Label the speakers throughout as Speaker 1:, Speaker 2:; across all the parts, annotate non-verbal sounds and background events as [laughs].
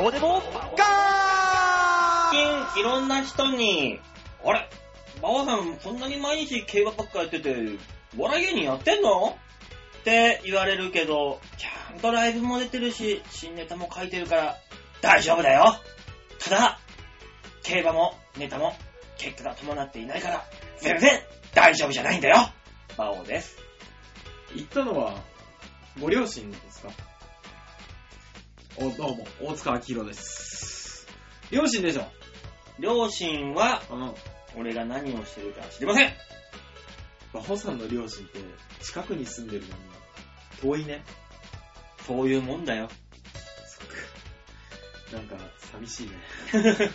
Speaker 1: オデモ
Speaker 2: 最近いろんな人に、あれ馬場さん、そんなに毎日競馬ばっかやってて、お笑い芸人やってんのって言われるけど、ちゃんとライブも出てるし、新ネタも書いてるから、大丈夫だよ。ただ、競馬もネタも結果が伴っていないから、全然大丈夫じゃないんだよ。馬王です。
Speaker 3: 行ったのは、ご両親ですかお、どうも、大塚明宏です。両親でしょ
Speaker 2: 両親は、
Speaker 3: うん。
Speaker 2: 俺が何をしてるか知りません。
Speaker 3: 馬穂さんの両親って、近くに住んでるのに、遠いね。
Speaker 2: そういうもんだよ。
Speaker 3: そっか。なんか、寂しい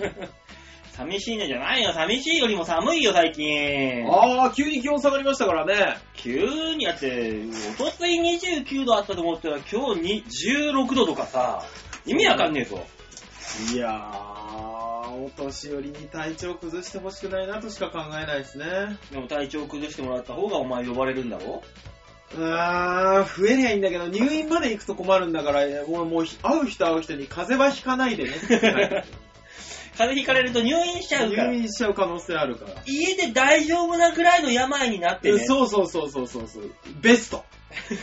Speaker 3: ね。
Speaker 2: [laughs] 寂しいねじゃないよ。寂しいよりも寒いよ、最近。
Speaker 3: あー、急に気温下がりましたからね。
Speaker 2: 急にやって、おとつい29度あったと思ったら今日に16度とかさ、意味わかんねえぞ。
Speaker 3: いやー、お年寄りに体調崩してほしくないなとしか考えないですね。
Speaker 2: でも体調崩してもらった方がお前呼ばれるんだろ
Speaker 3: うーん、増えりゃいいんだけど、入院まで行くと困るんだから、俺もうひ、会う人会う人に風邪はひかない [laughs] でねって言って。
Speaker 2: 風邪ひかれると入院しちゃうから
Speaker 3: 入。院しちゃう可能性あるから。
Speaker 2: 家で大丈夫なくらいの病になって
Speaker 3: え
Speaker 2: ね。
Speaker 3: そうそうそうそうそうそう。ベスト。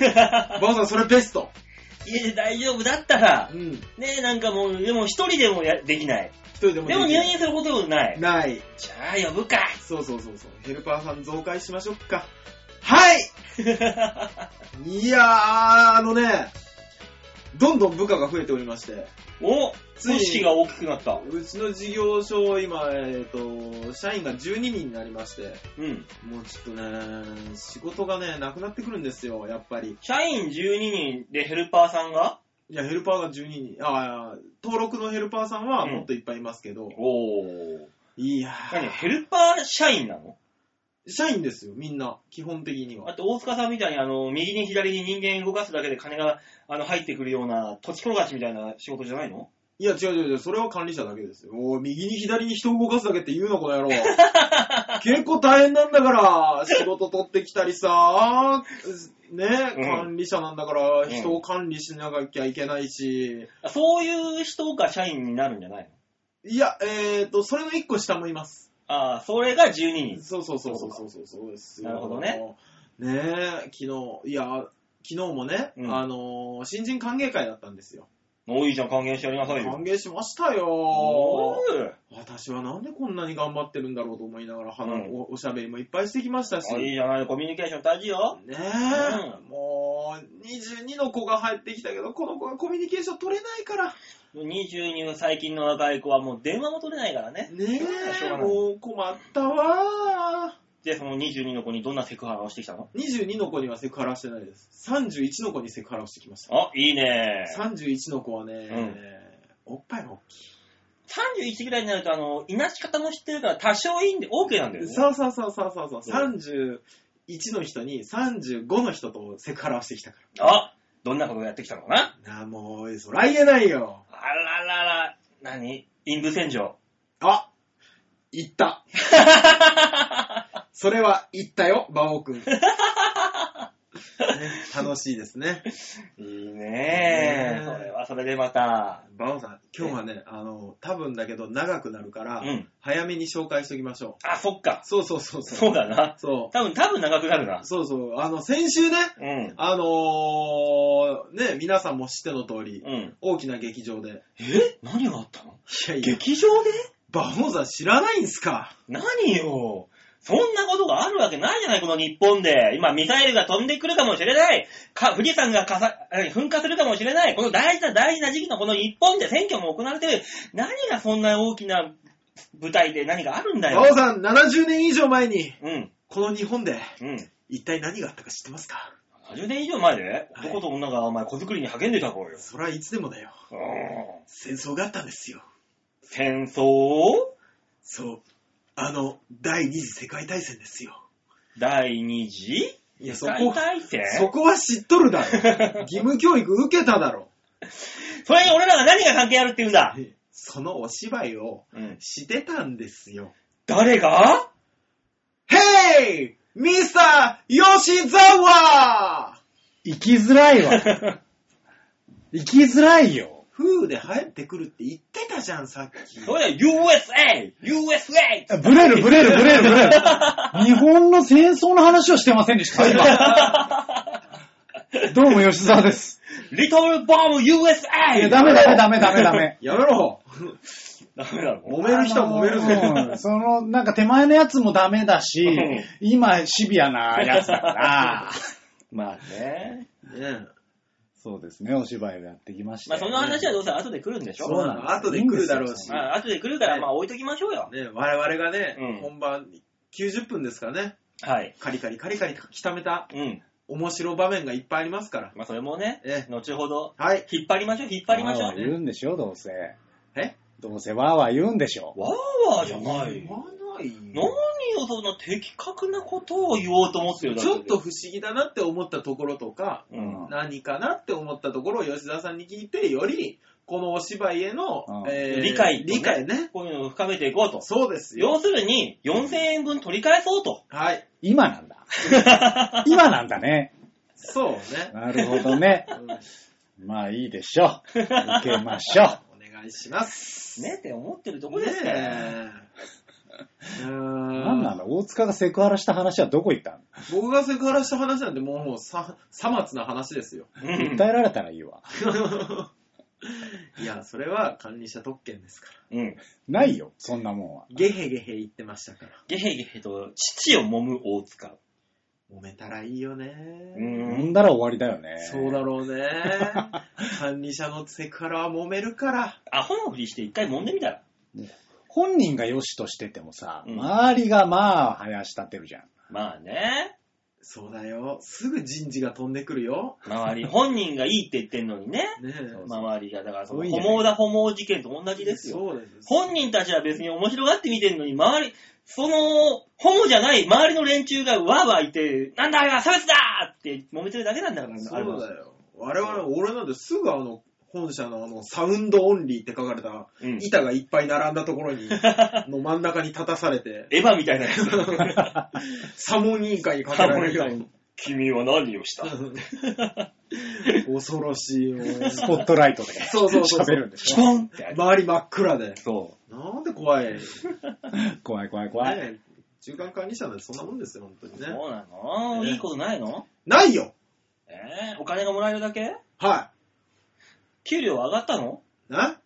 Speaker 3: バオさん、それベスト。
Speaker 2: [laughs] 家で大丈夫だったら
Speaker 3: う、ん。一
Speaker 2: ねえ、なんかもう、でも一人でもやできない。
Speaker 3: 人でも
Speaker 2: でも
Speaker 3: き
Speaker 2: 入
Speaker 3: る
Speaker 2: 院することない。
Speaker 3: ない。
Speaker 2: じゃあ呼ぶか。 [laughs]
Speaker 3: そうそうそうそう。ヘルパーさん増改しましょうか。はいいやー、あのね、どんどん部下が増えておりまして、
Speaker 2: お、
Speaker 3: ついに
Speaker 2: 組織が大きくなった。
Speaker 3: うちの事業所、今、えっ、と、社員が12人になりまして、
Speaker 2: うん。
Speaker 3: もうちょっとね、仕事がね、なくなってくるんですよ、やっぱり。
Speaker 2: 社員12人でヘルパーさんが
Speaker 3: いや、ヘルパーが12人、あー登録のヘルパーさんはもっといっぱいいますけど、
Speaker 2: おー。
Speaker 3: いやー
Speaker 2: 何ヘルパー社員なの
Speaker 3: 社員ですよ、みんな、基本的に
Speaker 2: だ
Speaker 3: は。
Speaker 2: って大塚さんみたいにあの、右に左に人間動かすだけで金があの入ってくるような、土地転がしみたいな仕事じゃないの
Speaker 3: いや、違う違う違う、それは管理者だけですよ。おい右に左に人を動かすだけって言うの、この野郎。 [laughs] 結構大変なんだから、仕事取ってきたりさ、ね、
Speaker 2: うん
Speaker 3: 管理者なんだから、
Speaker 2: ん
Speaker 3: 人を管理しなきゃいけないし、
Speaker 2: あそういう人が社員になるんじゃないの
Speaker 3: いや、えーと、それの一個下もいます。
Speaker 2: ああ、それが12人。
Speaker 3: そうそうそうそうそうそうそうですよ。
Speaker 2: なるほどね。
Speaker 3: ねえ、昨日、いや、昨日もね、
Speaker 2: うん
Speaker 3: あのー新人歓迎会だったんですよ。
Speaker 2: おいいじゃん、還元してやりなさいよ。
Speaker 3: 歓迎しました
Speaker 2: お
Speaker 3: よ。
Speaker 2: ー
Speaker 3: 私はなんでこんなに頑張ってるんだろうと思いながら、話
Speaker 2: うん
Speaker 3: おおしゃべりもいっぱいしてきましたし。
Speaker 2: あいい
Speaker 3: ね
Speaker 2: じゃないの、コミュニケーション大事よ。
Speaker 3: え、もう、22の子が入ってきたけど、この子がコミュニケーション取れないから。
Speaker 2: 22の最近の若い子はもう電話も取れないからね。
Speaker 3: ね
Speaker 2: しょう
Speaker 3: え、
Speaker 2: がない
Speaker 3: もう困ったわ
Speaker 2: で、その22の子にどんなセクハラをしてきたの
Speaker 3: 22の子にはセクハラしてないです。31の子にセクハラをしてきました。
Speaker 2: あ、いいね。
Speaker 3: 31の子はね、おっぱいが大き
Speaker 2: 31ぐらいになると、あの、いなし方も知ってるから多少いいんで OK なんだよ
Speaker 3: い。
Speaker 2: ね。
Speaker 3: そうそうそうそうそうそう、31の人に35の人とセクハラをしてきたか
Speaker 2: あ、どんなことをやってきたのかな
Speaker 3: ら。なあ、もう、そら言えないよ。
Speaker 2: あららら、何陰部洗浄。
Speaker 3: あ言 [laughs] った。それは言ったよ、馬王くん。ね楽しいですね。
Speaker 2: いい
Speaker 3: ねえ
Speaker 2: それはそれでまた。
Speaker 3: 馬王さん、今日はね、あの、多分だけど長くなるから、
Speaker 2: うん。
Speaker 3: 早めに紹介しておきましょ
Speaker 2: あ、そっか
Speaker 3: う。。そうそうそうそう。
Speaker 2: そうだな。
Speaker 3: そ
Speaker 2: 多分、多分長くなるな
Speaker 3: う。そうそう。あの、先週ね、
Speaker 2: うん。
Speaker 3: あのー、ね、皆さんも知っての通り、
Speaker 2: うん。
Speaker 3: 大きな劇場で。
Speaker 2: え何があったの
Speaker 3: いやいや、
Speaker 2: 劇場で
Speaker 3: バモザ知らないんすか
Speaker 2: 何よ。そんなことがあるわけないじゃない、この日本で。今、ミサイルが飛んでくるかもしれない。か富士山がかさえ噴火するかもしれない。この大事な大事な時期のこの日本で選挙も行われてる。何がそんな大きな舞台で何があるんだ
Speaker 3: バオ
Speaker 2: よ。
Speaker 3: さん、70年以上前に、
Speaker 2: うん。
Speaker 3: この日本で、
Speaker 2: うん。
Speaker 3: 一体何があったか知ってますか
Speaker 2: 70年以上前で
Speaker 3: はい
Speaker 2: 男と女がお前子作りに励んでた子よ。
Speaker 3: そりゃいつでもだよ。
Speaker 2: うん
Speaker 3: 戦争があったんですよ。
Speaker 2: 戦争
Speaker 3: そう。あの、第二次世界大戦ですよ。
Speaker 2: 第二次
Speaker 3: いや、そ
Speaker 2: 世
Speaker 3: こ
Speaker 2: 界、大戦
Speaker 3: そこは知っとるだ [laughs] ろ。義務教育受けただろ。
Speaker 2: それに俺らが何が関係あるって言うんだ、
Speaker 3: そのお芝居を
Speaker 2: うん、
Speaker 3: してたんですよ。
Speaker 2: 誰が
Speaker 3: Hey! ミスター吉沢
Speaker 4: 生きづらいわ。生きづらいよ。
Speaker 3: 風で入ってくるって言ってたじゃん、さっき。
Speaker 2: それ USA! [laughs] USA!
Speaker 1: ブレる、ブレる、ブレる、ブレる。日本の戦争の話をしてませんでした、今。どうも吉沢です。
Speaker 2: リトルボム USA!
Speaker 1: いや、ダメダメダメダメダメ。
Speaker 3: やめろ
Speaker 2: ダメだろ。
Speaker 3: [laughs] 揉める人は揉める
Speaker 1: あ
Speaker 3: ぜ
Speaker 1: の。その、なんか手前のやつもダメだし
Speaker 2: うん、
Speaker 1: 今シビアなやつだから。
Speaker 2: まあね。
Speaker 3: ね
Speaker 1: そうですね、お芝居をやってきまし
Speaker 2: ま
Speaker 1: た
Speaker 2: あ
Speaker 1: よ
Speaker 2: その話はどうせ後で来るんでしょ
Speaker 1: そうなの
Speaker 3: 後で来るだろうし。
Speaker 1: いいんですよ
Speaker 3: ね
Speaker 2: まあ後で来るから、
Speaker 3: はい
Speaker 2: まあ置いときましょうよ。
Speaker 3: 我々がね、
Speaker 2: うん
Speaker 3: 本番90分ですかね。
Speaker 2: はい。
Speaker 3: カリカリカリカリとかきためた
Speaker 2: うん。
Speaker 3: 面白場面がいっぱいありますから。
Speaker 2: まあそれもね
Speaker 3: え、
Speaker 2: 後ほど、
Speaker 3: はい。
Speaker 2: 引っ張りましょう、引っ張りましょ
Speaker 1: わーわー言
Speaker 2: う。
Speaker 1: うんでしょ、どうせ。
Speaker 3: え
Speaker 1: どうせわーわー言うんでしょ。
Speaker 2: わーわーじゃない
Speaker 3: 言
Speaker 2: よ。
Speaker 3: わない
Speaker 2: 何をそんな的確なことを言おうと思ってるだ
Speaker 3: ち
Speaker 2: け
Speaker 3: ょっ
Speaker 2: で
Speaker 3: と、不思議だなって思ったところとか、
Speaker 2: うん。
Speaker 3: 何かなって思ったところを吉沢さんに聞いて、より、このお芝居への、
Speaker 1: うん
Speaker 3: え
Speaker 2: 理解とね
Speaker 3: 理解ね。
Speaker 2: こういうのを深めていこうと。
Speaker 3: そうですよ。
Speaker 2: 要するに、4000円分取り返そうと。
Speaker 3: はい。
Speaker 1: 今なんだ。今なんだね。
Speaker 3: そうね。
Speaker 1: なるほどね。
Speaker 3: うん
Speaker 1: まあいいでしょう。受けましょう。
Speaker 3: お願いします。
Speaker 2: ねって思ってるとこですから。
Speaker 3: え。うーん
Speaker 1: なんなんだ、大塚がセクハラした話はどこ行ったの
Speaker 3: 僕がセクハラした話なんてもうさ、さまつな話ですよ。
Speaker 2: う
Speaker 1: 訴え
Speaker 2: ん
Speaker 1: られたらいいわ。
Speaker 3: いや、それは管理者特権ですから。
Speaker 2: うん。
Speaker 1: ないよ、そんなもんは。
Speaker 3: ゲヘゲヘ言ってましたから。
Speaker 2: ゲヘゲヘと、父を揉む大塚。
Speaker 3: 揉めたらいいよね。
Speaker 1: 飲んだら終わりだよね。
Speaker 3: そうだろうね。管理者のセクハラは揉めるから。
Speaker 2: アホのふりして一回揉んでみたら。
Speaker 1: 本人が良しとしててもさ、
Speaker 2: うん
Speaker 1: 周りがまあ、林立ってる
Speaker 3: [laughs]
Speaker 1: じゃん。
Speaker 2: まあね。
Speaker 3: そうだよ。すぐ人事が飛んでくるよ。
Speaker 2: 周り、本人がいいって言ってんのにね。
Speaker 3: ねえ。
Speaker 1: そう
Speaker 2: 周りが、だからその、
Speaker 1: 多い
Speaker 2: ホ
Speaker 1: んじゃない
Speaker 2: モだホモ事件と同じですよ。
Speaker 3: そうです。
Speaker 2: 本人たちは別に面白がって見てんのに、周り、その、ホモじゃない周りの連中がわーわーいて、なんだあれは差別だーって揉めてるだけなんだから、あれ
Speaker 3: そう
Speaker 2: は
Speaker 3: だよ。我々、俺なんてすぐあの、本社のあの、サウンドオンリーって書かれた
Speaker 2: うん
Speaker 3: 板がいっぱい並んだところに、の真ん中に立たされ
Speaker 2: [laughs]
Speaker 3: て、
Speaker 2: エヴァみたいなやつ。
Speaker 3: サモン委員会にかけられるよ
Speaker 2: サモン委員。君は何をした
Speaker 3: うん恐ろしいよ。
Speaker 1: スポットライトで。
Speaker 3: そうそうそう
Speaker 1: 喋るんでし
Speaker 2: シ
Speaker 1: ょ。
Speaker 2: ポンってやつ。
Speaker 3: 周り真っ暗で。
Speaker 2: そ
Speaker 3: なんで怖い。
Speaker 1: 怖い怖い怖い。
Speaker 3: ねえ中間管理者なんてそんなもんですよ、本当に
Speaker 2: う。
Speaker 3: ね。
Speaker 2: そうなの
Speaker 3: ね
Speaker 2: いいことないの
Speaker 3: ないよ
Speaker 2: えー、お金がもらえるだけ
Speaker 3: は
Speaker 2: 給料上がったの
Speaker 3: い。な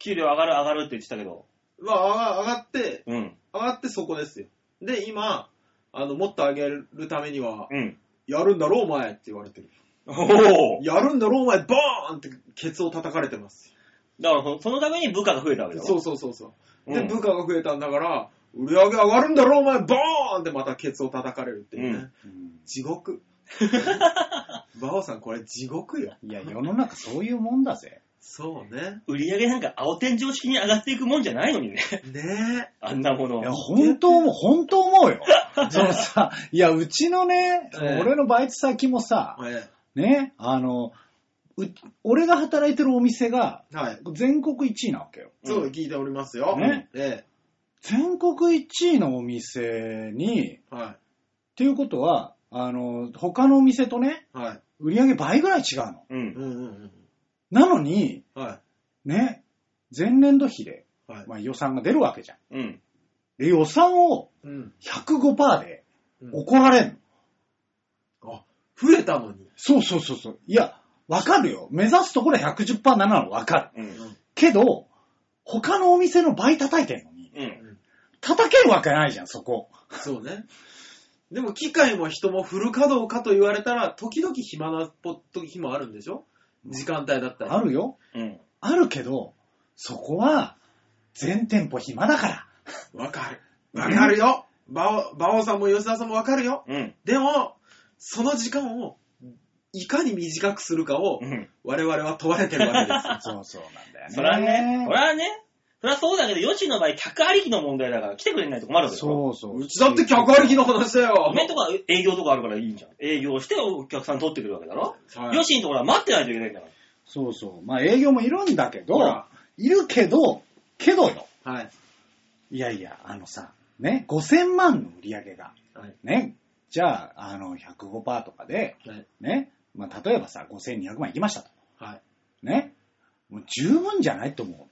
Speaker 2: 給料上がる上がるって言ってたけど。
Speaker 3: まあ、上が上がって、
Speaker 2: うん。
Speaker 3: 上がってそこですよ。で、今、あの、もっと上げるためには、
Speaker 2: うん。
Speaker 3: やるんだろ、お前って言われてる。
Speaker 2: おお。
Speaker 3: やるんだろ、お前、ボーンってケツを叩かれてます。
Speaker 2: だからその、そのために部下が増えたわけだろ。
Speaker 3: そうそうそうそう。で、
Speaker 2: うん
Speaker 3: 部下が増えたんだから、売り上げ上がるんだろ、お前、ボーンってまたケツを叩かれるってい
Speaker 2: う
Speaker 3: うね。
Speaker 2: ん
Speaker 1: うん
Speaker 3: 地獄。バオさん、これ地獄よ。
Speaker 1: いや、世の中そういうもんだぜ。
Speaker 3: そうね。
Speaker 2: 売り上げなんか青天井式に上がっていくもんじゃないのにね。
Speaker 3: ね
Speaker 2: [laughs] あんなもの
Speaker 1: いや、。本当も、本当思
Speaker 3: [laughs]
Speaker 1: うよ。そのさ、いや、うちのね、
Speaker 3: ええ
Speaker 1: 俺のバイト先もさ、
Speaker 3: え。え
Speaker 1: ね、あの、う俺が働いてるお店が
Speaker 3: えはい。
Speaker 1: 全国1位なわけよ。
Speaker 3: そう、聞いておりますよ。
Speaker 1: ね
Speaker 3: え
Speaker 1: 全国1位のお店に、っ
Speaker 3: え。は
Speaker 1: ていうことは、あの、他のお店とね、
Speaker 3: い。はい。
Speaker 1: 売り上げ倍ぐらい違うの。
Speaker 2: うん
Speaker 3: う。んうん
Speaker 1: なのに、
Speaker 3: うん。は
Speaker 1: ね、前年度比で、
Speaker 3: い。はい。
Speaker 1: まあ、予算が出るわけじゃん。
Speaker 2: うん。
Speaker 1: で、予算を
Speaker 3: うん。
Speaker 1: 105%で
Speaker 3: うん
Speaker 1: 怒られんの。
Speaker 3: あ、増えたのに。
Speaker 1: そうそうそうそう。いや、わかるよ。目指すところ110%なのわかる。
Speaker 2: うん。
Speaker 1: けど、他のお店の倍叩いてんのに、
Speaker 2: うん。
Speaker 1: 叩けるわけないじゃん、そこ。
Speaker 3: そうね。でも、機械も人もフル稼働かと言われたら、時々暇な時もあるんでしょ時間帯だったら。
Speaker 1: あるよ。
Speaker 2: うん。
Speaker 1: あるけど、そこは、全店舗暇だから。
Speaker 3: わかる。わかるよ。バオ、バオさんも吉田さんもわかるよ。
Speaker 2: うん。
Speaker 3: でも、その時間を、いかに短くするかを
Speaker 2: う、ん。
Speaker 3: 我々は問われてるわけですよ。
Speaker 1: そうそうなんだよね。
Speaker 2: そらね、そらね、そらそうだけど、ヨシの場合、客ありきの問題だから来てくれないと困るわけよ。
Speaker 1: そうそう。
Speaker 3: [laughs] うちだって客ありきの話だよ
Speaker 2: お。めんとこは営業とかあるからいいんじゃん。営業してお客さん取ってくるわけだろ。
Speaker 3: はい
Speaker 2: ヨシのところは待ってないといけないんだから。
Speaker 1: そうそう。まあ営業もいるんだけ
Speaker 3: ほ
Speaker 1: ど
Speaker 3: ら、
Speaker 1: いるけど、けどよ。
Speaker 3: はい。
Speaker 1: いやいや、あのさ、ね、5000万の売り上げが、
Speaker 3: はい。
Speaker 1: ね、じゃあ、あの、105%とかで、
Speaker 3: はい。
Speaker 1: ね、まあ例えばさ、5200万いきましたと。
Speaker 3: はい。
Speaker 1: ね。もう十分じゃないと思う。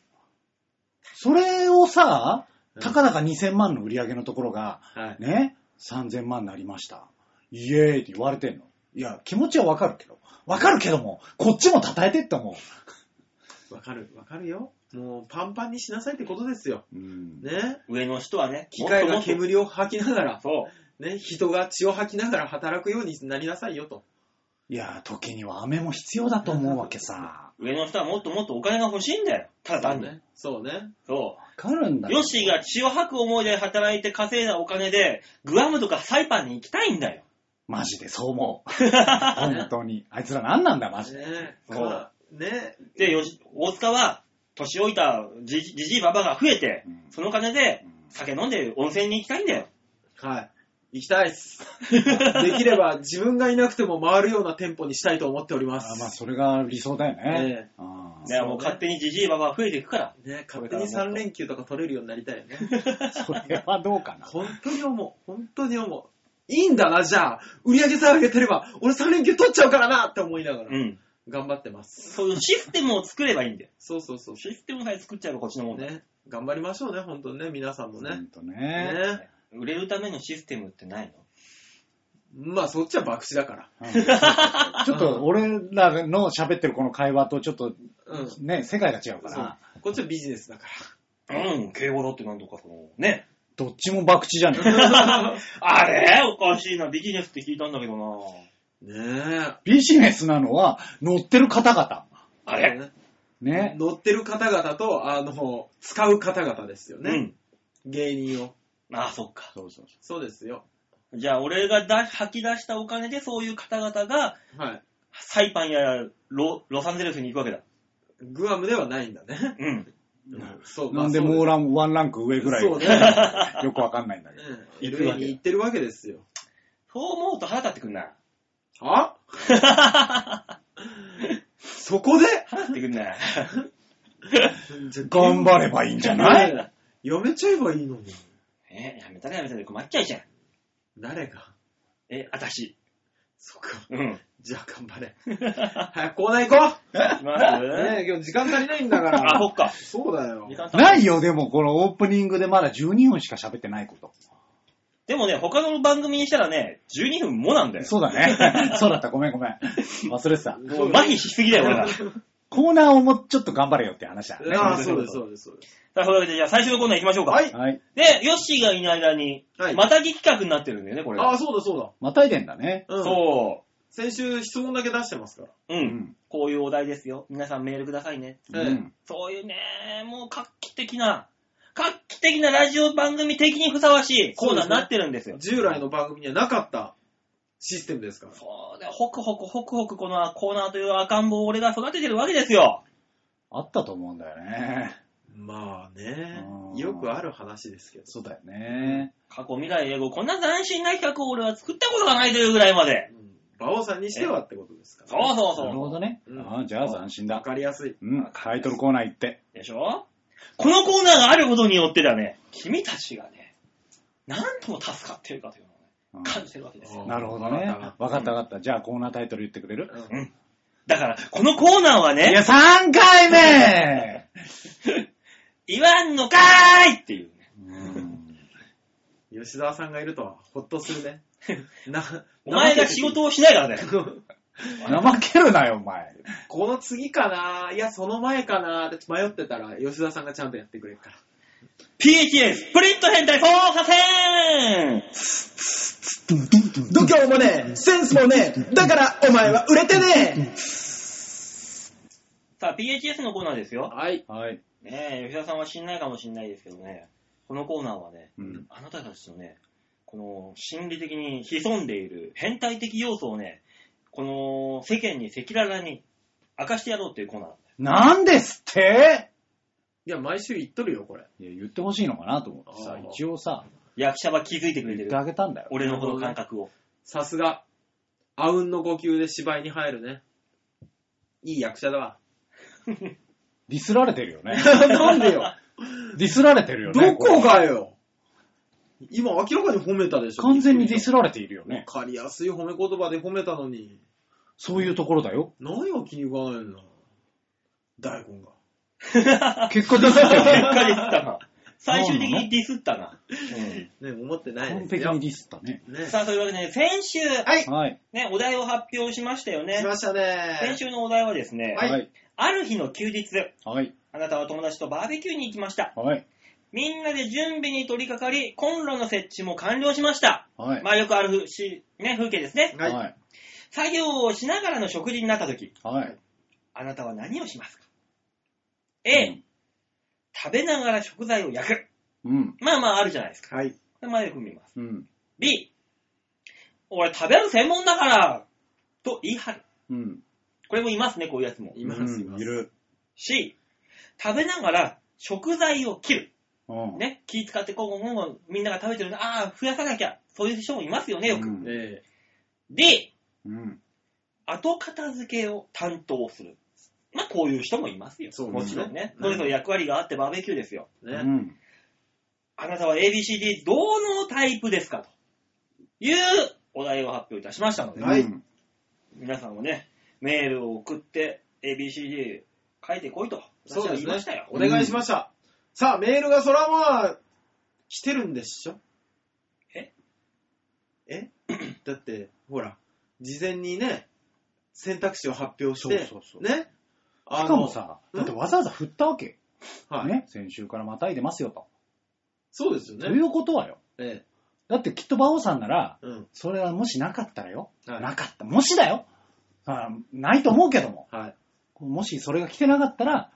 Speaker 1: それをさ、たかだか2000万の売り上げのところが、
Speaker 3: はい。
Speaker 1: ね、3000万になりました。イエーイって言われてんの。いや、気持ちはわかるけど。わかるけども、こっちも叩いてったも
Speaker 3: わかる、わかるよ。もう、パンパンにしなさいってことですよ。
Speaker 1: ん。うん
Speaker 3: ね。
Speaker 2: 上の人はね、
Speaker 3: 機械
Speaker 2: も
Speaker 3: が
Speaker 2: っともっ
Speaker 3: 煙を吐きながら
Speaker 2: と、そ
Speaker 3: ね、人が血を吐きながら働くようになりなさいよと。
Speaker 1: いや、時には雨も必要だと思うわけさ。
Speaker 2: う。上の人はもっともっとお金が欲しいんだよ。ただ単に。。
Speaker 3: そうね。
Speaker 2: そ
Speaker 1: わかるんだ
Speaker 2: う。ヨッシーが血を吐く思いで働いて稼いだお金で、グアムとかサイパンに行きたいんだよ。
Speaker 1: マジでそう思う。本当に。あいつら何なんだ、マジで。
Speaker 3: ね
Speaker 2: そう
Speaker 3: かね
Speaker 2: で、よし大塚は、年老いたじじじいばばが増えて、
Speaker 1: うん
Speaker 2: その金で酒飲んで温泉に行きたいん [laughs] だよ。
Speaker 3: はい。行きたいっす。できれば自分がいなくても回るような店舗にしたいと思っておりま
Speaker 1: あ
Speaker 3: す。
Speaker 1: まあ、それが理想だよね。
Speaker 3: ね
Speaker 1: あー
Speaker 2: ね、もう勝手にじじいばばが増えていくから。
Speaker 3: ね勝手に3連休とか取れるようになりたいよね。
Speaker 1: それはどうかな。
Speaker 3: 本当に思う。本当に思う。いいんだな、じゃあ。売り上げさえ上げてれば、俺3連休取っちゃうからなって思いなが
Speaker 2: う
Speaker 3: ら、
Speaker 2: ん。
Speaker 3: 頑張ってます。
Speaker 2: そういうシステムを作ればいいんだよ。
Speaker 3: そうそうそう。
Speaker 2: システムさえ作っちゃえばこっちのもんだよ。
Speaker 3: ね、頑張りましょうね、本当にね、皆さんも
Speaker 1: ほ
Speaker 3: ね
Speaker 1: ん。と
Speaker 3: ね
Speaker 1: ね。
Speaker 2: 売れるためのシステムってないの
Speaker 3: まあ、そっちは博打だから。
Speaker 1: ちょっと俺らの喋ってるこの会話とちょっと
Speaker 3: うん。
Speaker 1: ね、世界が違うか
Speaker 3: そ
Speaker 1: ら
Speaker 3: う、こっちはビジネスだか
Speaker 2: うん、競馬だってなんとかその、ね。
Speaker 1: どっちも博打じゃねえ。
Speaker 3: ら。
Speaker 2: [laughs] あれおかしいな、ビジネスって聞いたんだけどな。
Speaker 3: ね
Speaker 1: ビジネスなのは乗ってる方々。
Speaker 3: え。
Speaker 2: あれ
Speaker 1: ね。
Speaker 3: 乗ってる方々と、あの、使う方々ですよ
Speaker 2: う
Speaker 3: ね。
Speaker 2: ん。
Speaker 3: 芸人を。
Speaker 2: ああ、そっか。
Speaker 1: そうそうそ
Speaker 3: そうですよ。
Speaker 2: じゃあ、俺がだ吐き出したお金でそういう方々が、
Speaker 3: はい。
Speaker 2: サイパンやロロサンゼルスに行くわけだ。
Speaker 3: グアムではないんだね。
Speaker 2: うん。
Speaker 3: うんそう
Speaker 1: う。なんでもう
Speaker 3: ら
Speaker 1: ランワンランク上ぐらい。
Speaker 3: そう
Speaker 1: [laughs] よ
Speaker 3: ね。うん
Speaker 1: くわかんないんだけど。
Speaker 2: 行くわ
Speaker 3: LA
Speaker 2: け
Speaker 3: に行ってるわけですよ。
Speaker 2: そう思うと腹立ってくんな。
Speaker 3: は [laughs] そこで
Speaker 2: 腹立ってくんな。
Speaker 1: 頑張ればいいんじ
Speaker 2: [laughs]
Speaker 1: ゃない
Speaker 3: ねえやめちゃえばいいのに。
Speaker 2: え、やめたらやめたら困っちゃうじゃん。
Speaker 3: 誰が
Speaker 2: え、あたし。
Speaker 3: そっか。
Speaker 2: うん。
Speaker 3: じゃあ頑張れ。早くコーナー行こ
Speaker 2: 行きま
Speaker 3: う
Speaker 2: す
Speaker 3: [laughs] ねえ、今日時間足りないんだか
Speaker 2: あ、そ
Speaker 3: ら。
Speaker 2: っか。
Speaker 3: そうだよ
Speaker 2: 時。間経った
Speaker 1: ないよ、でもこのオープニングでまだ12分しか喋ってないこと。
Speaker 2: でもね、他の番組にしたらね、12分もなんだよ。
Speaker 1: そうだね。そうだった、ごめんごめん。忘れてた。
Speaker 2: もう麻痺しすぎだよ、俺ら。
Speaker 1: コーナーをもうちょっと頑張れよって話だね。
Speaker 3: ああ、そうです、そうです、そうです。
Speaker 2: さあ、そういうわけで、じゃあ最初のコーナー行きましょうか。
Speaker 3: はい。
Speaker 1: はい。
Speaker 2: で、ヨッシーがいない間に、
Speaker 3: はい
Speaker 2: またぎ企画になってるんだよね、これ。
Speaker 3: ああ、そうだ、そう
Speaker 1: またいでんだね。
Speaker 3: だ。うん。
Speaker 2: そ
Speaker 3: 先週質問だけ出してますから。
Speaker 2: う。うん。
Speaker 1: うん。
Speaker 2: こういうお題ですよ。皆さんメールくださいね。
Speaker 1: う
Speaker 3: ええ
Speaker 1: ん。
Speaker 2: そういうね、もう画期的な、画期的なラジオ番組的にふさわしいコーナーになってるんですよ。
Speaker 3: 従来の番組にはなかったシステムですから。
Speaker 2: そうで、ほくほくほくほくこのコーナーという赤ん坊を俺が育ててるわけですよ。
Speaker 1: あったと思うんだよね。
Speaker 3: まあね
Speaker 1: うん、
Speaker 3: よくある話ですけど。
Speaker 1: そうだよね。
Speaker 2: 過去未来英語、こんな斬新な企画を俺は作ったことがないというぐらいまで。
Speaker 3: うん馬王さんにしてはってことですから
Speaker 2: そう
Speaker 3: ね。
Speaker 2: そう
Speaker 1: なる
Speaker 2: そ
Speaker 1: ほどね。
Speaker 3: うん
Speaker 1: ああじゃあ斬新
Speaker 3: わ
Speaker 1: だ。
Speaker 3: かりやすい。
Speaker 1: うん。タイトルコーナー行って。
Speaker 2: う。でしょこのコーナーがあることによってだね、君たちがね、なんとも助かってるかというのをね、
Speaker 1: うん
Speaker 2: 感じてるわけですよ。
Speaker 1: なるほどね。わかったわかった。じゃあコーナータイトル言ってくれる
Speaker 3: う
Speaker 2: うんん。だから、このコーナーはい
Speaker 1: や、
Speaker 2: ね、
Speaker 1: 3回目
Speaker 2: 言わんのかーいっていうね。
Speaker 1: うん
Speaker 3: 吉沢さんがいるとは、ほっとする [laughs] ね。な
Speaker 2: お前が仕事をしないからだよ。
Speaker 1: 怠けるなよ、お前。
Speaker 3: この次かないや、その前かなって迷ってたら、吉田さんがちゃんとやってくれるから。
Speaker 2: PHS プリント変態操作戦
Speaker 3: 度胸もねえ、センスもねえ、だからお前は売れてね
Speaker 2: さあ、PHS のコーナーです
Speaker 3: え
Speaker 2: よ。
Speaker 3: はい。
Speaker 1: はい。
Speaker 2: ねえ、吉田さんは知んないかもしんないですけどね、このコーナーはね、
Speaker 1: うん
Speaker 2: あなたたちのね、この心理的に潜んでいる変態的要素をね、この世間に赤裸々に明かしてやろうっていうコーナー。
Speaker 1: なんですって
Speaker 3: いや、毎週言っとるよ、これ。
Speaker 1: いや、言ってほしいのかなと思って
Speaker 3: あ
Speaker 1: さ
Speaker 3: ー、
Speaker 1: 一応さ、
Speaker 2: 役者は気づいてくれて
Speaker 1: 言っ
Speaker 2: る
Speaker 1: て。あげたんだよ。
Speaker 2: 俺のこの感覚を。
Speaker 3: さすが。あうんの呼吸で芝居に入るね。いい役者だわ。
Speaker 1: ディスられてるよね。
Speaker 3: なんで [laughs] よ。
Speaker 1: ディスられてるよね。
Speaker 3: どこ
Speaker 1: れ
Speaker 3: がよ。今明らかに褒めたでしょ。
Speaker 1: 完全にディス
Speaker 3: ラ
Speaker 1: られているよね。
Speaker 3: わかりやすい褒め言葉で褒めたのに。
Speaker 1: そういうところだよ。
Speaker 3: 何が気に食わないんだ。大根が。
Speaker 1: 結果出せた
Speaker 2: 結
Speaker 1: [laughs] よね。
Speaker 2: 果ディスったな。最終的にディスったな。
Speaker 4: ね、思ってない
Speaker 1: 完
Speaker 4: です
Speaker 1: 璧
Speaker 4: よ。ね。
Speaker 1: にディスったね。
Speaker 2: さあ、というわけでね、先週、
Speaker 4: はい。
Speaker 1: はい。
Speaker 2: ね、お題を発表しましたよね
Speaker 4: 来。ました
Speaker 2: 先
Speaker 4: ね。
Speaker 2: 週のお題はですね、
Speaker 4: はい
Speaker 1: はい。
Speaker 2: ある日の休日、
Speaker 1: はい。
Speaker 2: あなたは友達とバーベキューに行きました。
Speaker 1: はい。
Speaker 2: みんなで準備に取り掛かり、コンロの設置も完了しました。
Speaker 1: はい。
Speaker 2: まあよくあるふし、ね、風景ですね。
Speaker 4: はい。
Speaker 1: はい。
Speaker 2: 作業をしながらの食事になった時、
Speaker 1: はい。
Speaker 2: あなたは何をしますか ?A、食べながら食材を焼く。
Speaker 1: うん。
Speaker 2: まあまああるじゃないですか。
Speaker 4: はい。
Speaker 2: まあよく見ます。
Speaker 1: うん。
Speaker 2: B、俺食べる専門だから、と言い張る。
Speaker 1: うん。
Speaker 2: これもいますね、こういうやつも。
Speaker 4: います、い
Speaker 1: うん
Speaker 4: ま
Speaker 1: い
Speaker 4: す。
Speaker 1: る。
Speaker 2: C、食べながら食材を切る。
Speaker 1: うん。
Speaker 2: ね、気使ってこう、こうこうこうみんなが食べてるの、ああ、増やさなきゃ。そういう人もいますよね、よく。
Speaker 1: うん
Speaker 4: え
Speaker 2: D、
Speaker 1: うん。
Speaker 2: 後片付けを担当する。まあ、こういう人もいますよ。
Speaker 4: そう
Speaker 2: も
Speaker 4: ですね
Speaker 2: ちろんね。
Speaker 4: うん
Speaker 2: それぞれ役割があってバーベキューですよ。
Speaker 4: え
Speaker 1: う
Speaker 4: ね。
Speaker 1: ん。
Speaker 2: あなたは ABCD どのタイプですかというお題を発表いたしましたので、
Speaker 4: はい
Speaker 1: うん
Speaker 2: 皆さんもね、メールを送って ABCD 書いてこいと。
Speaker 4: そうですね
Speaker 2: 私は言いましたよ。
Speaker 4: う
Speaker 3: お
Speaker 4: ん
Speaker 3: 願いしました。さあ、メールがそらまあ、来てるんでしょ
Speaker 2: え
Speaker 3: えだって、ほら、事前にね、選択肢を発表し
Speaker 1: そう
Speaker 3: て、
Speaker 1: そうそう。
Speaker 3: ね。あ
Speaker 1: し
Speaker 3: の
Speaker 1: かも、さ、だってわざわざ振ったわけ。
Speaker 3: はい、
Speaker 1: ね。先週からまたいでますよと。
Speaker 3: そうですよ
Speaker 1: と
Speaker 3: ね。
Speaker 1: いうことはよ。
Speaker 3: ええ
Speaker 1: だってきっと馬王さんなら、
Speaker 3: うん。
Speaker 1: それはもしなかったらよ。
Speaker 3: はい
Speaker 1: なかった。もしだよ。あないと思うけども。
Speaker 3: はい。
Speaker 1: もしそれが来てなかったら、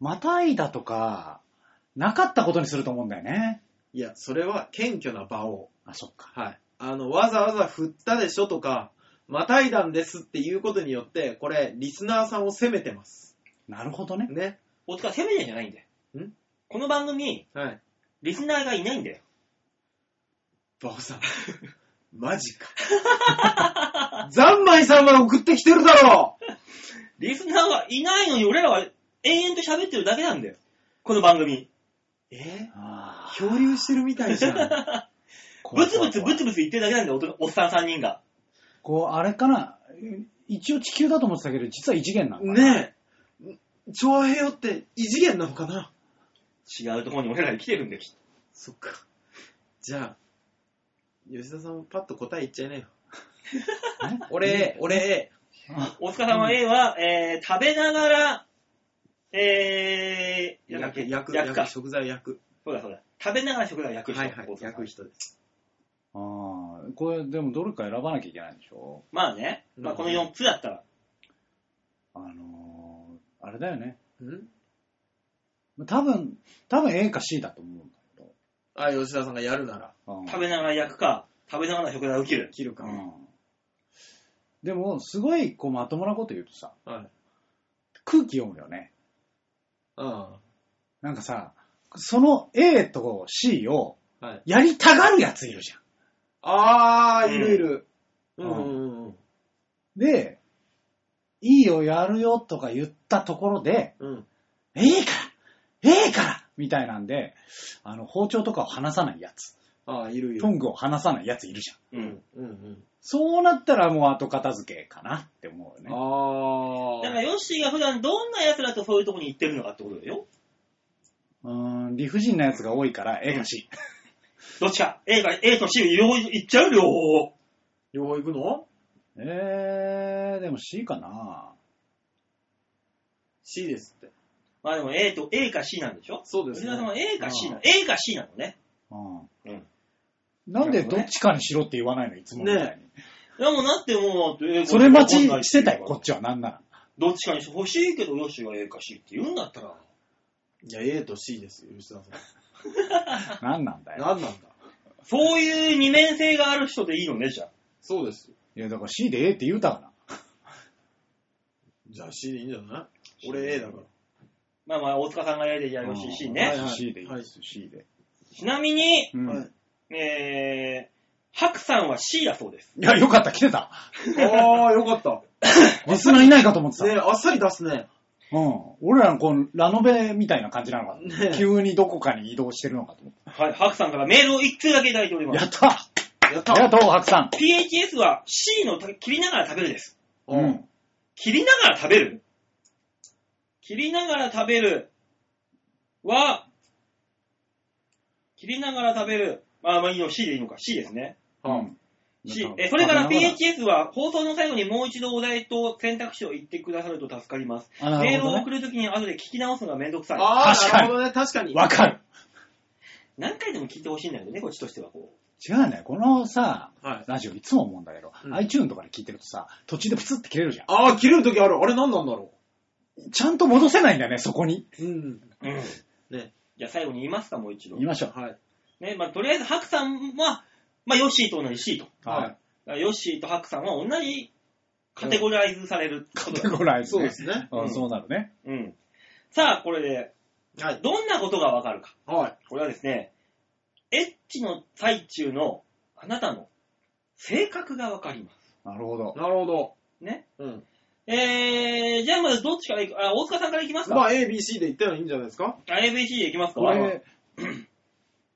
Speaker 1: またいだとか、なかったことにすると思うんだよね。
Speaker 3: いや、それは謙虚な場を。
Speaker 1: あ、そっか。
Speaker 3: はい。あの、わざわざ振ったでしょとか、またいだんですっていうことによって、これ、リスナーさんを責めてます。
Speaker 1: なるほどね。
Speaker 3: ね。
Speaker 2: 大塚攻めてんじゃないんだよ。
Speaker 3: ん
Speaker 2: この番組、
Speaker 3: はい。
Speaker 2: リスナーがいないんだよ。
Speaker 3: バオさん。 [laughs] マジか。ざんまいさんが送ってきてるだろ
Speaker 2: リスナーがいないのに俺らは延々と喋ってるだけなんだよ。この番組。
Speaker 3: え
Speaker 1: あー
Speaker 3: 漂流してるみたいじゃん。
Speaker 1: 怖
Speaker 2: ブ
Speaker 1: い
Speaker 2: ツ
Speaker 1: 怖
Speaker 2: ブ
Speaker 1: い
Speaker 2: ツ
Speaker 1: 怖い
Speaker 2: ブツブツ言ってるだけなんだよ、おとおっさん3人が。
Speaker 1: こう、あれかな。一応地球だと思ってたけど、実は異次
Speaker 3: [laughs]
Speaker 1: 元なんだ。
Speaker 3: ねえ。調和平和って異次元なのかな
Speaker 2: 違うところに俺ら生きてるんだよ、きっと
Speaker 3: そっか。じゃあ、吉田さんもパッと答え言っちゃいなよ。俺、俺、
Speaker 1: あ
Speaker 2: 大塚さんは A は、えー、食べながら、えー、なんだっ
Speaker 3: 焼
Speaker 2: け
Speaker 3: く、焼
Speaker 2: 焼
Speaker 3: く、
Speaker 2: く
Speaker 3: 焼く、
Speaker 2: か。
Speaker 3: 食材焼く。
Speaker 2: そうだそうだ。食べながら食材を焼く人。
Speaker 3: はいはい
Speaker 2: 大、塚さん
Speaker 3: 焼く人です。
Speaker 1: あーこれ、でもどれか選ばなきゃいけないんでしょ
Speaker 2: まあね、まあ、この4つだったら。
Speaker 1: あのー、あれだよね。
Speaker 3: ん
Speaker 1: 多分、多分 A か C だと思うんだけど。
Speaker 3: あ、吉田さんがやるなら、
Speaker 1: うん
Speaker 2: 食べながら焼くか、食べながら食材を切る。
Speaker 3: 切るか。
Speaker 1: うんでも、すごいこうまともなこと言うとさ、
Speaker 3: はい。
Speaker 1: 空気読むよね。
Speaker 3: あ
Speaker 1: なんかさ、その A と C を
Speaker 3: あ。はい。
Speaker 1: やりたがるやついるじゃん。
Speaker 3: あ
Speaker 2: うん
Speaker 3: ー、いるいる。う
Speaker 1: うん
Speaker 3: んうんうん
Speaker 1: で、いいよ、やるよとか言ったところで、
Speaker 3: うん。うん。
Speaker 1: いいからいいからみたいなんで、あの、包丁とかを離さないやつ、
Speaker 3: ああ、いるいる。
Speaker 1: トングを離さないやついるじゃん。
Speaker 2: う
Speaker 3: うんん。。うん
Speaker 1: そうなったらもう後片付けかなって思う
Speaker 3: う
Speaker 1: よ
Speaker 3: ん。あ
Speaker 1: ね。
Speaker 2: だから、ヨッシーが普段どんな奴らとそういうとこに行ってるのかってことだよ。
Speaker 1: うーん、理不尽なやつが多いから A か C。
Speaker 2: どっちか。A か、A と C 両方行っちゃうよ。
Speaker 3: 両方行くの
Speaker 1: えー、でも C かな
Speaker 3: ?C ですって。
Speaker 2: まあでも A と A か C なんでしょ
Speaker 3: そうです
Speaker 2: 吉田さん
Speaker 3: ね。
Speaker 2: は A か C なの
Speaker 1: う
Speaker 2: ?A か C なのね。
Speaker 1: うん
Speaker 2: うん
Speaker 1: なんでどっちかにしろって言わないのいつもみたいに。
Speaker 2: いやもうなってもう、
Speaker 1: それ待ちしてたよ、こっちはなんなら。
Speaker 2: どっちかにして欲しいけど、ヨッシーは A か C って言うんだったら。
Speaker 3: いや、A と C ですよ、吉田さ
Speaker 1: なんなんだ
Speaker 3: ん。
Speaker 1: よ。
Speaker 3: 何なんだ
Speaker 2: そういう二面性がある人でいいのね、じゃあ。
Speaker 3: そうですよ。
Speaker 1: いや、だから C で A って言うたか
Speaker 3: じゃあ C でいいんじゃない俺 A だから。
Speaker 2: まあまあ、大塚さんが A で、じゃあ
Speaker 1: ら。
Speaker 2: ヨッシー C
Speaker 1: うん
Speaker 2: ね。
Speaker 3: はい
Speaker 1: C でいい
Speaker 3: はい
Speaker 1: です、C で。
Speaker 2: ちなみに、
Speaker 1: うん
Speaker 3: はい
Speaker 2: えー、ハクさんは C だそうです。
Speaker 1: いや、よかった、来てた。
Speaker 3: ああ、よかった。
Speaker 1: リスナーいないかと思ってた。
Speaker 3: ねえあっさり出すね。
Speaker 1: うん。俺らのこのラノベみたいな感じなのかと思った、
Speaker 3: ねえ
Speaker 1: 急にどこかに移動してるのかと思っ
Speaker 2: はい、ハクさんからメールを一通だけいただいており
Speaker 1: た。
Speaker 2: ま
Speaker 1: や
Speaker 2: す。
Speaker 1: った
Speaker 3: やっ
Speaker 1: ありが
Speaker 3: た。
Speaker 1: とう、白さん。
Speaker 2: PHS は C のた切りながら食べるです。
Speaker 1: う
Speaker 3: うんん。
Speaker 2: 切りながら食べる切りながら食べるは、切りながら食べる。あ、まあいいの、C でいいのか。C ですね。
Speaker 1: うん。
Speaker 2: C。え、それから
Speaker 1: ピーチ
Speaker 2: PHS は放送の最後にもう一度お題と選択肢を言ってくださると助かります。
Speaker 1: あな
Speaker 2: メー
Speaker 1: る
Speaker 2: ル
Speaker 1: ほ
Speaker 2: を
Speaker 1: ど
Speaker 2: 送
Speaker 1: ね。
Speaker 2: るときに後で聞き直すのがめんどくさい。
Speaker 3: ああ、な
Speaker 1: 確かに
Speaker 3: るほどね、確かに。
Speaker 1: わかる。
Speaker 2: 何回でも聞いてほしいんだけどね、こっちとしてはこ
Speaker 1: 違うね。このさ、
Speaker 3: はい。
Speaker 1: ラジオいつも思うんだけど、
Speaker 3: うん
Speaker 1: iTune とかで聞いてるとさ、途中でプツって切れるじゃ
Speaker 3: ああ、切れるときある。あれ何なんだろ
Speaker 1: ん。ちゃんと戻せないんだよね、そこに。
Speaker 3: う。うん。
Speaker 2: う。うん。
Speaker 4: ね。
Speaker 2: じゃあ最後に言いますか、もう一度。
Speaker 1: 言いましょう。
Speaker 3: はい。
Speaker 2: ね、まあとりあえず、ハクさんは、まあヨッシーと同じ C と。
Speaker 3: は
Speaker 1: はいい。
Speaker 2: だからヨッシーとハクさんは同じカテゴライズされるってこ
Speaker 1: カ
Speaker 2: と
Speaker 1: テ
Speaker 2: だ。
Speaker 1: ゴライズ
Speaker 3: そう
Speaker 1: ね。
Speaker 3: ですね。
Speaker 2: う
Speaker 1: うんん、そうなるね。
Speaker 2: うん。さあ、これで、
Speaker 3: はい。
Speaker 2: どんなことがわかるか。
Speaker 3: はい。
Speaker 2: これはですね、エッチの最中のあなたの性格がわかります。
Speaker 1: なるほど。
Speaker 3: なるほど。
Speaker 2: ね。
Speaker 3: うん。
Speaker 2: えー、じゃあまずどっちからいく、あ、大塚さんからいきますか。
Speaker 3: まあ、A、B、C で言ったらいいんじゃないですか
Speaker 2: IBC でいきますか。
Speaker 1: これ、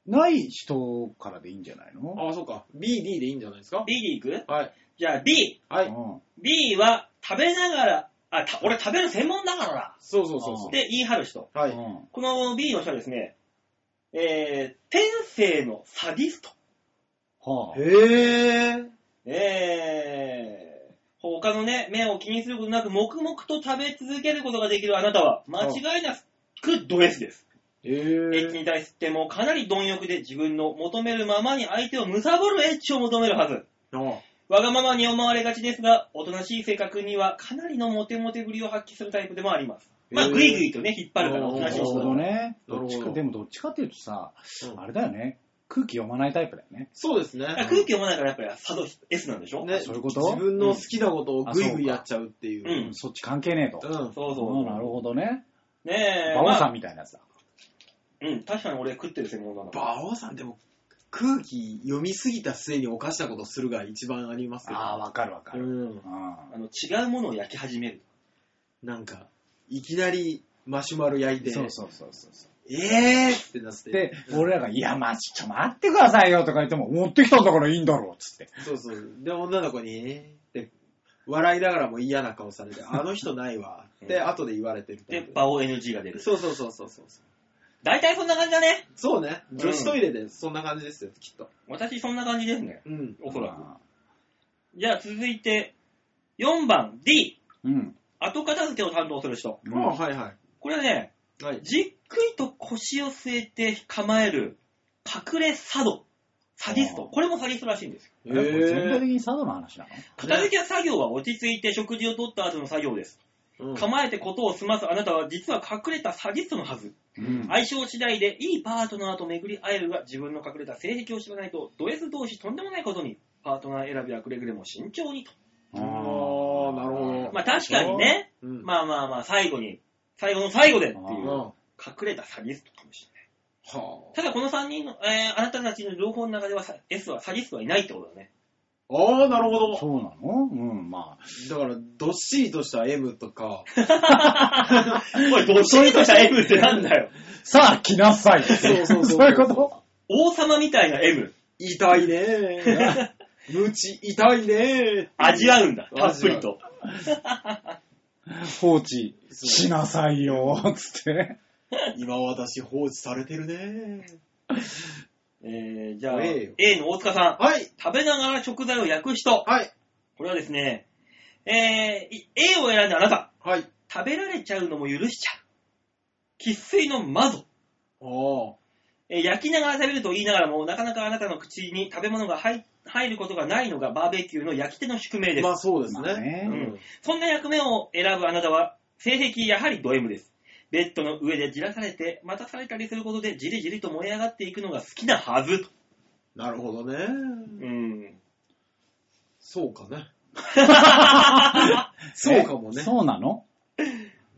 Speaker 1: ない人からでいいんじゃないの
Speaker 3: ああ、そうか。B、D でいいんじゃないですか
Speaker 2: B でいく
Speaker 3: はい。
Speaker 2: じゃあ B。
Speaker 3: は
Speaker 1: う
Speaker 3: い。
Speaker 1: ん
Speaker 2: B は食べながら、あ、た俺食べる専門だからだ。
Speaker 3: そうそうそうそ
Speaker 2: で、言い張る人。
Speaker 3: う。は
Speaker 1: う
Speaker 3: い。
Speaker 1: ん
Speaker 2: この B の人はですね、えー、天性のサディスト。
Speaker 1: はあ
Speaker 3: へえ。
Speaker 2: えー、他のね、目を気にすることなく、黙々と食べ続けることができるあなたは、間違いなくド S です。
Speaker 3: へ
Speaker 2: エッチ
Speaker 3: え。
Speaker 2: に対してもかなり貪欲で自分の求めるままに相手を貪るエッチを求めるはず。
Speaker 3: あ
Speaker 2: わがままに思われがちですが、おとなしい性格にはかなりのモテモテぶりを発揮するタイプでもあります。まあ、
Speaker 3: へー
Speaker 2: グイグイとね、引っ張るからおと
Speaker 1: な
Speaker 2: なしい
Speaker 1: る
Speaker 2: 人
Speaker 1: ほ
Speaker 2: だ
Speaker 1: どね。
Speaker 3: なる
Speaker 1: ど
Speaker 3: ほど
Speaker 1: っちか、でもどっちかっていうとさ、
Speaker 3: うん
Speaker 1: あれだよね。空気読まないタイプだよね。
Speaker 3: そうですね。
Speaker 2: だから空気読まないからやっぱりサド S なんでしょ、
Speaker 3: ね、
Speaker 1: そういうこと
Speaker 3: 自分の好きなことをグイグイやっちゃうっていう。
Speaker 2: うん
Speaker 1: そっち関係ねえと。
Speaker 3: うん。
Speaker 2: そうそう
Speaker 1: うんなるほどね。
Speaker 2: ねえ。
Speaker 1: 馬王さ
Speaker 2: まあ
Speaker 1: んみたいなやつだ。
Speaker 2: うん、確かに俺食ってる専門だな。
Speaker 3: 馬王さんでも空気読みすぎた末に犯したことするが一番ありますけど。
Speaker 1: ああ、わかるわか
Speaker 3: う
Speaker 1: る。
Speaker 3: ん。
Speaker 2: あの、違うものを焼き始める。
Speaker 3: なんか、いきなりマシュマロ焼いて、
Speaker 1: そうそうそうそうそ
Speaker 3: えーってなって。
Speaker 1: う。で、俺らが、いや、まあ、ちょっと待ってくださいよとか言っても、持ってきたんだからいいんだろう、つって。
Speaker 3: そうそう。で、女の子に、えーって、笑いながらも嫌な顔されて、あの人ないわ。って、後で言われてる。
Speaker 2: で、バオ NG が出る。
Speaker 3: そうそうそうそうそう。
Speaker 2: 大体そんな感じだね。
Speaker 3: そうね。
Speaker 2: うん
Speaker 3: 女子トイレでそんな感じですよ、きっと。
Speaker 2: 私そんな感じですね。
Speaker 3: うん。
Speaker 2: おそらく。
Speaker 1: あ
Speaker 2: じゃあ続いて、4番 D。
Speaker 1: ーうん。
Speaker 2: 後片付けを担当する人。
Speaker 1: うん
Speaker 3: まあ、はいは
Speaker 2: これはね、
Speaker 3: い。はい。
Speaker 2: じっくりと腰を据えて構える、隠れサド。サディスト。
Speaker 1: あー
Speaker 2: これもサディストらしいんですよ。
Speaker 1: えこれ全体
Speaker 3: え
Speaker 1: 的に佐渡の話なの
Speaker 2: 片付け作業は落ち着いて食事を取った後の作業です。
Speaker 3: うん
Speaker 2: 構えてことを済ますあなたは実は隠れたサディストのはず。
Speaker 1: うん
Speaker 2: 相性次第でいいパートナーと巡り会えるが自分の隠れた性癖を知らないとド S 同士とんでもないことにパートナー選びはくれぐれも慎重にと。
Speaker 1: あ
Speaker 3: あーなるほど
Speaker 2: まあ確かにね、
Speaker 3: うん
Speaker 2: まあまあまあ最後に、最後の最後でってい
Speaker 3: うん。
Speaker 2: う
Speaker 3: は
Speaker 2: 隠れたサディストかもしれない。
Speaker 3: あ。
Speaker 2: ただこの3人の、えーあなたたちの情報の中ではさ S はサディストはいないってことだね。
Speaker 3: ああ、なるほど。
Speaker 1: そうなのうん、まあ。
Speaker 3: だから、どっしりとした M とか、
Speaker 2: おい、どっちりとした M ってなんだよ。
Speaker 1: さあ、来なさい。
Speaker 3: そうそうそう
Speaker 1: そういうこと
Speaker 2: 王様みたいな M、
Speaker 3: 痛いねー。無知痛いねー。
Speaker 2: 味わうんだ、たっぷりと。
Speaker 1: 放置しなさいよ、つって。
Speaker 3: 今私放置されてるね
Speaker 2: えー、じゃあ、
Speaker 3: え
Speaker 2: A の大塚さん
Speaker 3: ー。。はい。
Speaker 2: 食べながら食材を焼く人。
Speaker 3: はい。
Speaker 2: これはですね、えー、い A を選んだあなた、
Speaker 3: はい。
Speaker 2: 食べられちゃうのも許しちゃう。喫水の窓。
Speaker 3: あ
Speaker 2: えー焼きながら食べると言いながらも、なかなかあなたの口に食べ物が入入ることがないのがバーベキューの焼き手の宿命です。
Speaker 3: あ。まあそうです
Speaker 1: まあ
Speaker 3: ね。
Speaker 1: ね
Speaker 3: うん
Speaker 2: そんな役目を選ぶあなたは、性癖やはりド M です。ベッドの上でじらされて、またされたりすることで、じりじりと燃え上がっていくのが好きなはず。
Speaker 3: なるほどね。
Speaker 2: うん。
Speaker 3: そうかね。そうかも
Speaker 1: え
Speaker 3: ね。
Speaker 1: そうなの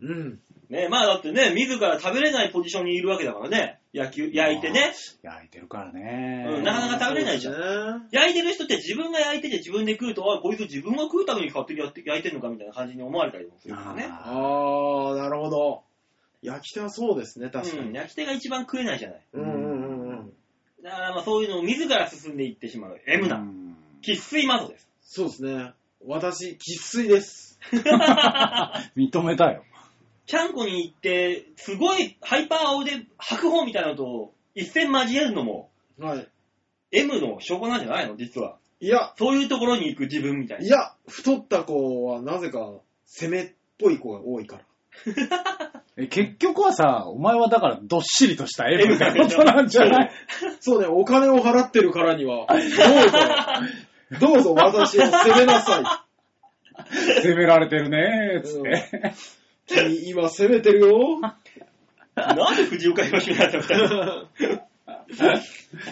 Speaker 3: うん。
Speaker 2: ねまあだってね、自ら食べれないポジションにいるわけだからね。焼き、焼いてね。
Speaker 1: 焼いてるからね。
Speaker 2: うんなかなか食べれないじゃん
Speaker 3: ん。
Speaker 2: 焼いてる人って自分が焼いてて自分で食うと、あ、こいつ自分が食うために勝手にやって焼いてんのかみたいな感じに思われたりもするからね。
Speaker 1: あ
Speaker 3: ああ、なるほど。焼き手はそうですね、確か
Speaker 2: うん
Speaker 3: に。
Speaker 2: 焼き手が一番食えないじゃない。
Speaker 3: うんうんうんうん。
Speaker 2: だからまあそういうのを自ら進んでいってしまう。
Speaker 1: ー
Speaker 2: M
Speaker 1: う
Speaker 2: な。
Speaker 1: ん
Speaker 2: 喫水窓です。
Speaker 3: そうですね。私、喫水です。
Speaker 1: 認めたよ。
Speaker 2: キャンコに行って、すごいハイパー青で白鵬みたいなのと一戦交えるのも、
Speaker 1: はい。
Speaker 2: M の証拠なんじゃないの実は。
Speaker 3: いや、
Speaker 2: そういうところに行く自分みたい
Speaker 3: い
Speaker 2: な。
Speaker 3: や、太った子はなぜか攻めっぽい子が多いから。
Speaker 1: え結局はさ、お前はだからどっしりとした絵みたいなことなんじゃない
Speaker 3: そうね、お金を払ってるからには、どうぞ、どうぞ私を責めなさ
Speaker 1: 責められてるねー、つって。
Speaker 3: い。君、今責めてるよ。
Speaker 2: なんで藤岡
Speaker 3: [laughs]
Speaker 2: 弘になったみたいな。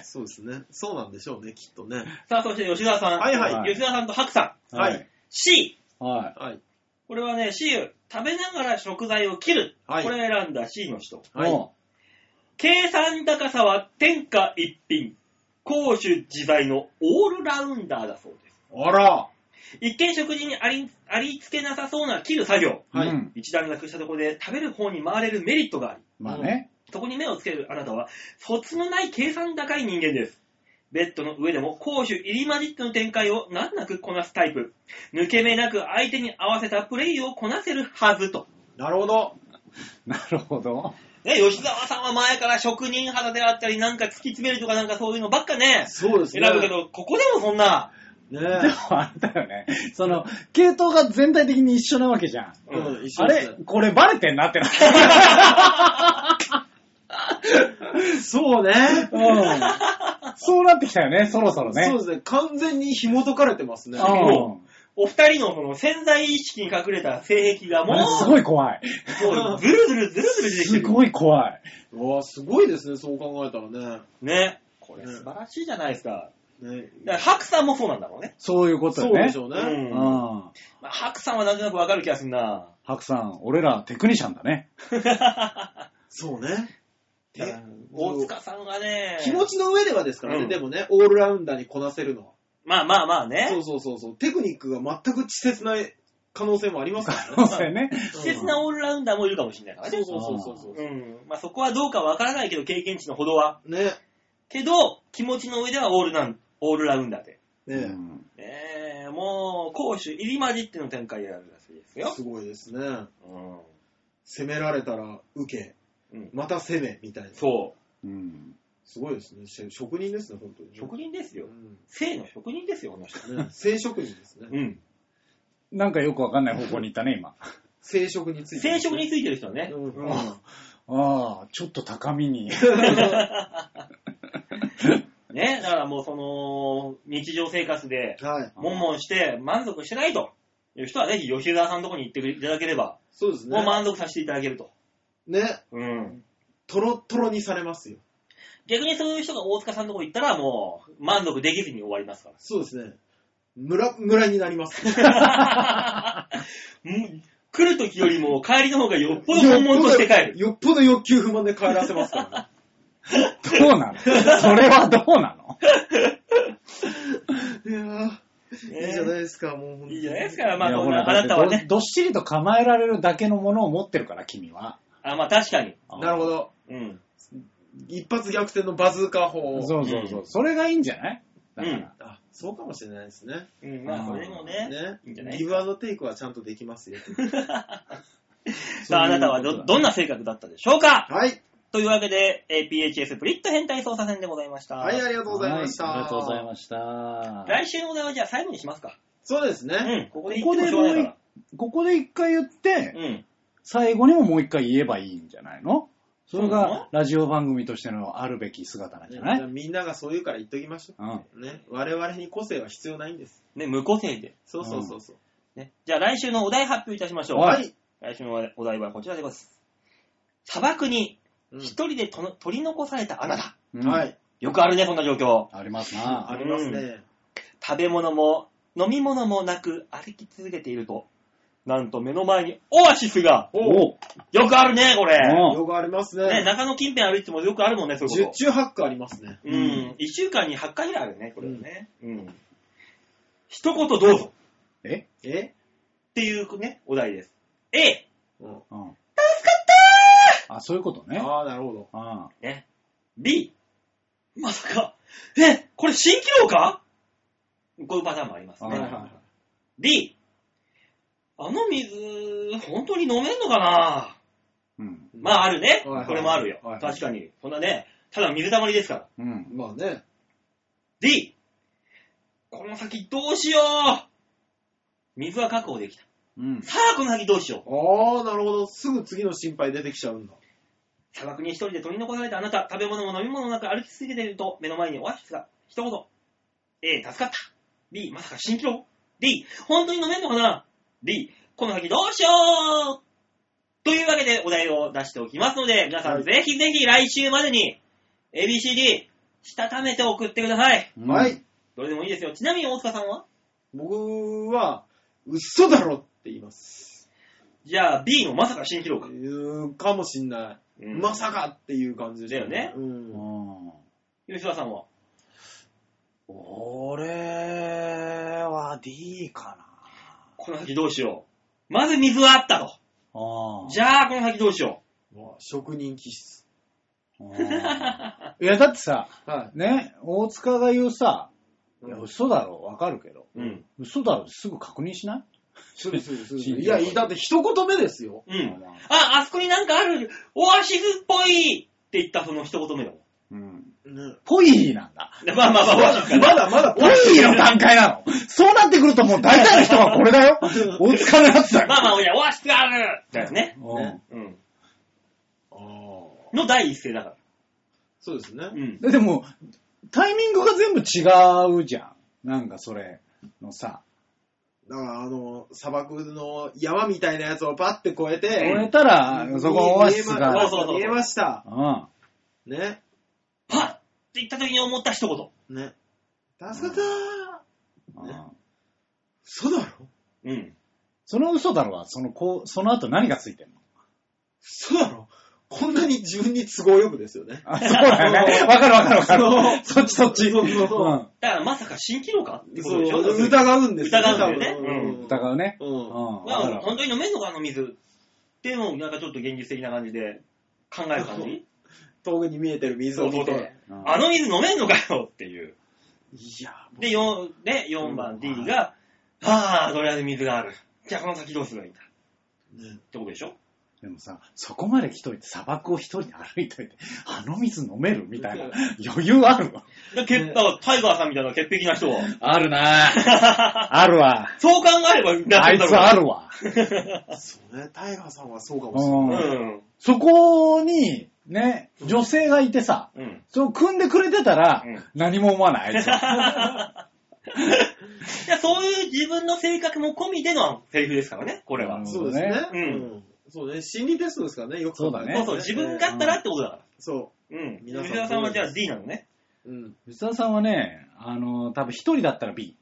Speaker 4: そうですね。そうなんでしょうね、きっとね。
Speaker 2: さあ、そして吉沢さん。
Speaker 3: はい
Speaker 1: はい
Speaker 2: 吉沢さんと白さん。
Speaker 3: はい。
Speaker 2: C。
Speaker 1: はい。
Speaker 3: はい。
Speaker 2: これはね、C を食べながら食材を切る。
Speaker 3: はい
Speaker 2: これ選んだ C の人。
Speaker 3: はい
Speaker 1: も
Speaker 2: 計算高さは天下一品。攻守自在のオールラウンダーだそうです。
Speaker 3: あら。
Speaker 2: 一見食事にありありつけなさそうな切る作業。
Speaker 1: う
Speaker 3: はい
Speaker 1: うん
Speaker 2: 一段落したところで食べる方に回れるメリットがあり、
Speaker 1: まあね。
Speaker 2: そこに目をつけるあなたは、そつのない計算高い人間です。ベッドの上でも攻守入り混じっての展開を難なくこなすタイプ。抜け目なく相手に合わせたプレイをこなせるはずと。
Speaker 3: なるほど。
Speaker 1: なるほど。
Speaker 2: ね、吉沢さんは前から職人肌であったり、なんか突き詰めるとかなんかそういうのばっかね、
Speaker 3: そうです
Speaker 2: 選
Speaker 3: ね。
Speaker 2: ぶけど、ここでもそんな、
Speaker 3: ね
Speaker 1: でもあれだよね。その、系統が全体的に一緒なわけじゃん。
Speaker 3: え。うん、一
Speaker 1: あ
Speaker 3: 緒です
Speaker 1: れ
Speaker 3: ね。
Speaker 1: これバレてんなってなって。
Speaker 3: そうね。
Speaker 1: うん。そうなってきたよね、そろそろね。
Speaker 3: そうですね。完全に紐解かれてますね。
Speaker 1: うん
Speaker 2: もお二人のその潜在意識に隠れた性癖がも
Speaker 1: あ
Speaker 2: う、
Speaker 1: れすごい怖い。
Speaker 2: もうずるずるずるずる出てきて
Speaker 1: す
Speaker 2: る。
Speaker 1: ごい怖い。
Speaker 3: うわすごいですね、そう考えたらね。
Speaker 2: ね。これ素晴らしいじゃないですか。
Speaker 3: ね
Speaker 2: だから、白さんもそうなんだろうね。
Speaker 1: そういうこと
Speaker 3: そ
Speaker 1: よ
Speaker 3: うで
Speaker 1: ね。
Speaker 3: しょう
Speaker 2: う。
Speaker 3: ね。
Speaker 1: うんん。
Speaker 2: まあ白さんはなんとなくわかる気がするな。
Speaker 1: 白さん、俺らテクニシャンだね。
Speaker 3: そうね。
Speaker 2: いや大塚さんがね、
Speaker 3: 気持ちの上ではですからね、
Speaker 2: うん
Speaker 3: でもね、オールラウンダーにこなせるのは。
Speaker 2: まあまあまあ
Speaker 3: そ
Speaker 2: ね
Speaker 3: う。そうそうそう。テクニックが全く稚拙な可能性もありますか
Speaker 2: [laughs]
Speaker 3: ら
Speaker 1: そう
Speaker 3: ね。
Speaker 1: だよね。
Speaker 2: 施設なオールラウンダーもいるかもしれないからね。
Speaker 3: そうそうそうそうそう
Speaker 2: う。ん。まあそこはどうかわからないけど、経験値のほどは。
Speaker 3: ね。
Speaker 2: けど、気持ちの上ではオールランオールラウンダーで。
Speaker 1: う
Speaker 3: ね
Speaker 1: ん
Speaker 2: ねえ、もう、攻守入り混じっての展開やるらしいですよ。
Speaker 3: すごいですね。
Speaker 2: うん。
Speaker 3: 攻められたら受け
Speaker 2: うん、
Speaker 3: また攻めみたいな。
Speaker 2: そ
Speaker 1: うん。
Speaker 3: すごいですね。し職人ですね、本当に。
Speaker 2: う。職人ですよ
Speaker 3: う。ん
Speaker 2: 性の職人ですよ、この人。
Speaker 3: ね正職人ですね。
Speaker 2: うん。
Speaker 1: なんかよくわかんない方向に行ったね、今。
Speaker 3: 正職について。
Speaker 2: 性職についてる人はね。
Speaker 3: うんうん
Speaker 1: ああ、ちょっと高みに。
Speaker 2: ね、だからもうその、日常生活で、
Speaker 3: はい。
Speaker 2: 悶々して満足してないという人はぜひ吉沢さんのところに行っていただければ、
Speaker 3: そうです
Speaker 2: もう
Speaker 3: ね。
Speaker 2: 満足させていただけると。
Speaker 3: ね。
Speaker 2: うん。
Speaker 3: トロトロにされますよ。
Speaker 2: 逆にそういう人が大塚さんのところ行ったらもう満足できずに終わりますから。
Speaker 3: そうですね。村、村になります。よ
Speaker 2: うん来る時よりも帰りの方がよっぽど悶々として帰る。
Speaker 3: よっぽど欲求不満で帰らせますからね。
Speaker 1: [laughs] どうなのそれはどうなの
Speaker 2: [laughs]
Speaker 3: いやー
Speaker 2: ね
Speaker 3: いいじゃないですか、もう本当に。
Speaker 2: いいじゃないですか。ま
Speaker 1: い
Speaker 2: あ、
Speaker 1: や
Speaker 2: そん
Speaker 1: ほら
Speaker 2: なあなたは
Speaker 1: だって
Speaker 2: ね。
Speaker 1: どどっしりと構えられるだけのものを持ってるから、君は。
Speaker 2: あ、まあ確かに。
Speaker 3: なるほど。
Speaker 2: うん。
Speaker 3: 一発逆転のバズーカ法。
Speaker 1: そうそうそう。それがいいんじゃないだから。
Speaker 2: うん
Speaker 3: あ、そうかもしれないですね。
Speaker 2: うん、まあ、それもね。
Speaker 3: ね
Speaker 2: いいんじゃない
Speaker 3: ギブアンドテイクはちゃんとできますよ。
Speaker 2: さあ、あなたはど、どんな性格だったでしょうか
Speaker 3: はい。
Speaker 2: というわけで、えー PHS プリット変態操作戦でございました。
Speaker 3: はい、ありがとうございました。
Speaker 1: はいありがとうございました。
Speaker 2: 来週のお題はじゃあ最後にしますか。
Speaker 3: そうです
Speaker 2: う
Speaker 3: ね。
Speaker 2: ん、ここで言ってもしょうがないか
Speaker 1: ここで一回言って、
Speaker 2: ら。うん。
Speaker 1: 最後にももう一回言えばいいんじゃないのそ
Speaker 2: そ
Speaker 1: れ
Speaker 2: うなの
Speaker 1: がラジオ番組としてのあるべき姿なんじゃな
Speaker 3: ねじゃ
Speaker 1: い
Speaker 3: あみんながそう言うから言っときましょ
Speaker 1: うん。
Speaker 3: う。ね。我々に個性は必要ないんです。
Speaker 2: ね、無個性で。
Speaker 3: そうそうそうそう。。
Speaker 2: ね。じゃあ来週のお題発表いたしましょう。
Speaker 1: はい
Speaker 2: 来週のお題はこちらでございます。砂漠に
Speaker 3: うん
Speaker 2: 一人でとの取り残されたあなた。
Speaker 1: うん
Speaker 3: はい。
Speaker 2: よくあるね、こんな状況。
Speaker 1: ありますな。
Speaker 3: ありますね。
Speaker 2: 食べ物も飲み物もなく歩き続けていると、なんと目の前にオアシスが。
Speaker 1: おう
Speaker 2: よくあるね、これ。
Speaker 1: うん
Speaker 3: よくあります
Speaker 2: ね、
Speaker 3: ね。
Speaker 2: 中野近辺歩いてもよくあるもんね、そういう
Speaker 3: 十
Speaker 2: こと。
Speaker 3: 中八九ありますね。
Speaker 2: う
Speaker 1: 中
Speaker 2: ん。一週間に8回ぐらいあるね、これはね。うん。一言どうぞ
Speaker 1: え
Speaker 3: え
Speaker 2: っていうね、お題です。A、
Speaker 3: うん。
Speaker 1: うん。助かったーあ、そういうことね。
Speaker 3: ああ、なるほど。
Speaker 1: あ
Speaker 2: ね。B、まさか、え、これ蜃気楼かこういうパターンもあります
Speaker 1: は
Speaker 2: ね。
Speaker 1: い
Speaker 3: はい
Speaker 1: は
Speaker 3: はいい
Speaker 1: は
Speaker 3: はいい。
Speaker 2: D、あの水、本当に飲めんのかな
Speaker 1: うん。
Speaker 2: まああるね。
Speaker 3: はいはい
Speaker 2: これもあるよ。
Speaker 3: はいはい
Speaker 2: 確かに。こんなね、ただ水溜りですから。
Speaker 1: うん。
Speaker 3: まあね。
Speaker 2: D! この先どうしよう水は確保できた。
Speaker 1: うん。
Speaker 2: さあ、この先どうしよう
Speaker 3: ああ、なるほど。すぐ次の心配出てきちゃうんだ。
Speaker 2: 砂漠に一人で取り残されたあなた、食べ物も飲み物もなく歩き続けていると、目の前にオアシスが、一言。A、助かった。B、まさか新記録。D、本当に飲めんのかな ?D、この先どうしようというわけでお題を出しておきますので、皆さ
Speaker 3: は
Speaker 2: ん
Speaker 3: い
Speaker 2: ぜひぜひ来週までに、ABCD、したためて送ってください。
Speaker 1: うん
Speaker 3: は。い。
Speaker 2: どれでもいいですよ。ちなみに大塚さんは
Speaker 3: 僕は、嘘だろって言います。
Speaker 2: じゃあ B のまさか新記
Speaker 3: う
Speaker 2: 録。
Speaker 3: ーん、かもしんない。
Speaker 2: うん
Speaker 3: まさかっていう感じでした
Speaker 2: だよね
Speaker 3: う。
Speaker 1: うんん
Speaker 2: 吉田さんは
Speaker 4: 俺は D か
Speaker 2: この先どうしよう。まず水はあったと。
Speaker 1: ああ。
Speaker 2: じゃあこの先どうしよ
Speaker 3: まあ、職人気質。
Speaker 1: あーいや、だってさ、
Speaker 3: は
Speaker 1: ね、大塚が言うさ、
Speaker 3: い。
Speaker 1: いや、嘘だろ、わかるけど、
Speaker 2: う。うん。
Speaker 1: 嘘だろってすぐ確認しない
Speaker 3: するするする。
Speaker 1: 信
Speaker 3: い
Speaker 1: じよ
Speaker 3: や
Speaker 1: う、
Speaker 3: だって一言目ですよ。
Speaker 2: うん。あ、あそこになんかある、オアシスっぽいって言ったその一言目だもん。
Speaker 1: うん。
Speaker 4: な。
Speaker 1: ぽいなんだ。
Speaker 2: でまあまあまあ、オアシス
Speaker 3: まだまだ、
Speaker 1: ぽいの段階なの。そうなってくるともう大体の人はこれだよ。大塚のやつだよ。
Speaker 2: まあまあ、いや、オアシスがあるだよね。
Speaker 1: うん
Speaker 2: うん。
Speaker 3: あー
Speaker 2: の第一声だか
Speaker 4: そうですね
Speaker 2: ら。うん。
Speaker 1: ででも、タイミングが全部違うじゃん。なんかそれのさ、
Speaker 3: だから、あの、砂漠の山みたいなやつをパッて越えて、
Speaker 1: 終えたら、そこオアシス
Speaker 3: 見え
Speaker 2: そ
Speaker 3: ま
Speaker 1: が
Speaker 2: う、そうそう
Speaker 3: 見えました。
Speaker 1: うん。
Speaker 3: ね。
Speaker 2: パッって言った時に思った一言。
Speaker 4: ね。
Speaker 3: 助かったー
Speaker 1: うん
Speaker 3: 嘘だろ
Speaker 2: うん。
Speaker 1: その嘘だろは、その、こう、その後何がついてんの
Speaker 3: 嘘だろこんなに自分に都合よくですよね。
Speaker 1: あ、そうだよね。わかるわかるわかる。そっちそっち。
Speaker 3: そうそう
Speaker 1: う
Speaker 3: そ
Speaker 1: ん
Speaker 2: だからまさか新機能かってこと
Speaker 3: そう
Speaker 2: でしょ
Speaker 3: 疑うんですよ。
Speaker 2: 疑うんだよね
Speaker 3: 多分
Speaker 2: う
Speaker 1: 疑うね。
Speaker 3: う
Speaker 1: うん。
Speaker 3: ん。
Speaker 2: ま
Speaker 1: わかる
Speaker 2: あ、
Speaker 1: わか
Speaker 2: 本
Speaker 1: る。
Speaker 2: 当に飲めんのか、あの水。っていうのを、なんかちょっと現実的な感じで考える感じ。
Speaker 3: 遠くに見えてる水を見
Speaker 2: そうそう
Speaker 3: て。
Speaker 1: うん
Speaker 2: あの水飲めんのかよっていう。
Speaker 3: いや、
Speaker 2: で、4、で、4番 D が、ああ、とりあえず水がある。じゃあこの先どうすればいいんだ。ってことでしょ
Speaker 1: でもさ、そこまで来といて、砂漠を一人歩いといて、あの水飲めるみたいな
Speaker 3: うん。
Speaker 1: 余裕あるわ。
Speaker 2: で、けだからタイガーさんみたいな潔癖な人は、
Speaker 1: あるなあるわ。
Speaker 2: そう考えれば [laughs] な
Speaker 1: あいつあ
Speaker 2: る
Speaker 1: るわ。
Speaker 3: そうね、タイガーさんはそうかもしれない。
Speaker 2: う
Speaker 1: うん。
Speaker 2: ん。
Speaker 1: そこに、ね、女性がいてさ、
Speaker 2: うん。
Speaker 1: そう組んでくれてたら
Speaker 2: うん、
Speaker 1: 何も思わない、
Speaker 3: [laughs]
Speaker 1: あいつは。
Speaker 2: いや、そういう自分の性格も込みでのセリフですからね、これは。
Speaker 1: うん
Speaker 3: そうですね。
Speaker 2: う
Speaker 3: うんん。そうね、心理テストですからね、よく考えたら
Speaker 2: そうそう、自分だったらってことだから。
Speaker 3: そ
Speaker 2: うん。
Speaker 3: 皆さん
Speaker 2: 吉田さんはじゃあ D なのね。
Speaker 3: う。うん。
Speaker 1: 吉田さんはね、あの、多分一人だったら B。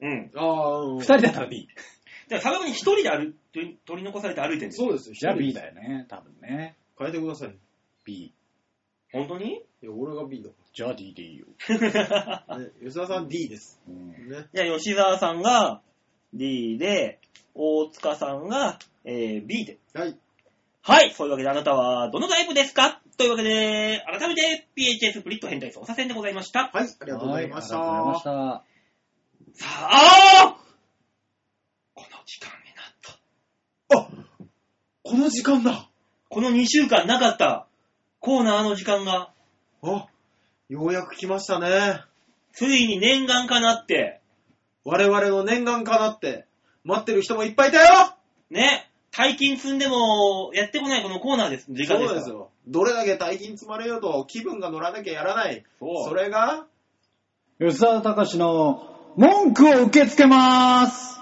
Speaker 2: うん。
Speaker 3: ああ、うん。
Speaker 1: 二人だったら B。
Speaker 2: じゃあ、砂漠に一人で歩取り取り残されて歩いてるんですよ。
Speaker 3: そうですよ。
Speaker 1: じゃあ B
Speaker 3: よ。
Speaker 1: だよね、多分ね。
Speaker 3: 変えてください。
Speaker 1: B。
Speaker 2: 本当に
Speaker 3: いや、俺が B だか
Speaker 1: じゃあ D でいいよ。
Speaker 3: ら。ね、吉田さん D です。
Speaker 1: うん
Speaker 3: ね。
Speaker 2: [laughs] じゃあ、吉沢さんが D で、大塚さんが、えー B で。
Speaker 3: はい。
Speaker 2: はい、そういうわけであなたはどのタイプですかというわけで、改めて PHS プリット変態操作戦でございました。
Speaker 3: はい、ありがとうございました。
Speaker 1: はいありがとうございました。
Speaker 2: さあこの時間になった。
Speaker 3: あこの時間だ
Speaker 2: この2週間なかったコーナーの時間が、
Speaker 3: あようやく来ましたね。
Speaker 2: ついに念願かなって、
Speaker 3: 我々の念願かなって、待ってる人もいっぱいいたよ
Speaker 2: ね、大金積んでもやってこないこのコーナーです、時間です
Speaker 3: そう
Speaker 2: から
Speaker 3: ですよ。どれだけ大金積まれようと気分が乗らなきゃやらない。
Speaker 2: そう
Speaker 3: それが、
Speaker 1: 吉沢隆の文句を受け付けまーす。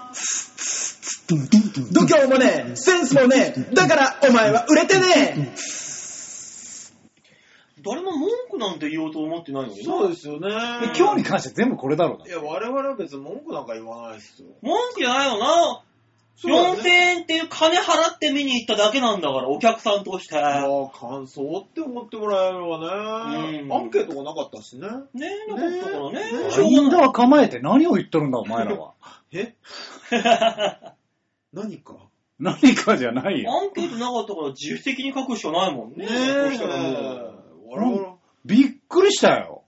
Speaker 3: 度胸もねセンスもねだからお前は売れてね
Speaker 2: 誰も文句なんて言おうと思ってないのにな
Speaker 3: そうですよね。。
Speaker 1: え今日に関して全部これだろうない
Speaker 3: や、我々は別に文句なんか言わないですよ。
Speaker 2: 文句じゃないよな。
Speaker 3: そうだ
Speaker 2: 4000
Speaker 3: ね
Speaker 2: 円っていう金払って見に行っただけなんだから、お客さんとして。
Speaker 3: まあ、感想って思ってもらえるわね
Speaker 2: う。ん
Speaker 3: アンケートもなかったしね。
Speaker 2: ねえ、なかったからね。しょうが
Speaker 1: インドは構えて何を言っとるんだ、お前らは。
Speaker 3: え
Speaker 2: ない
Speaker 3: 何か
Speaker 1: [laughs] 何かじゃないよ。
Speaker 2: アンケートなかったから自主的に書くしかないもんね。
Speaker 3: ねえ
Speaker 2: そうしたらもう。
Speaker 3: 我々、
Speaker 1: びっくりしたよ。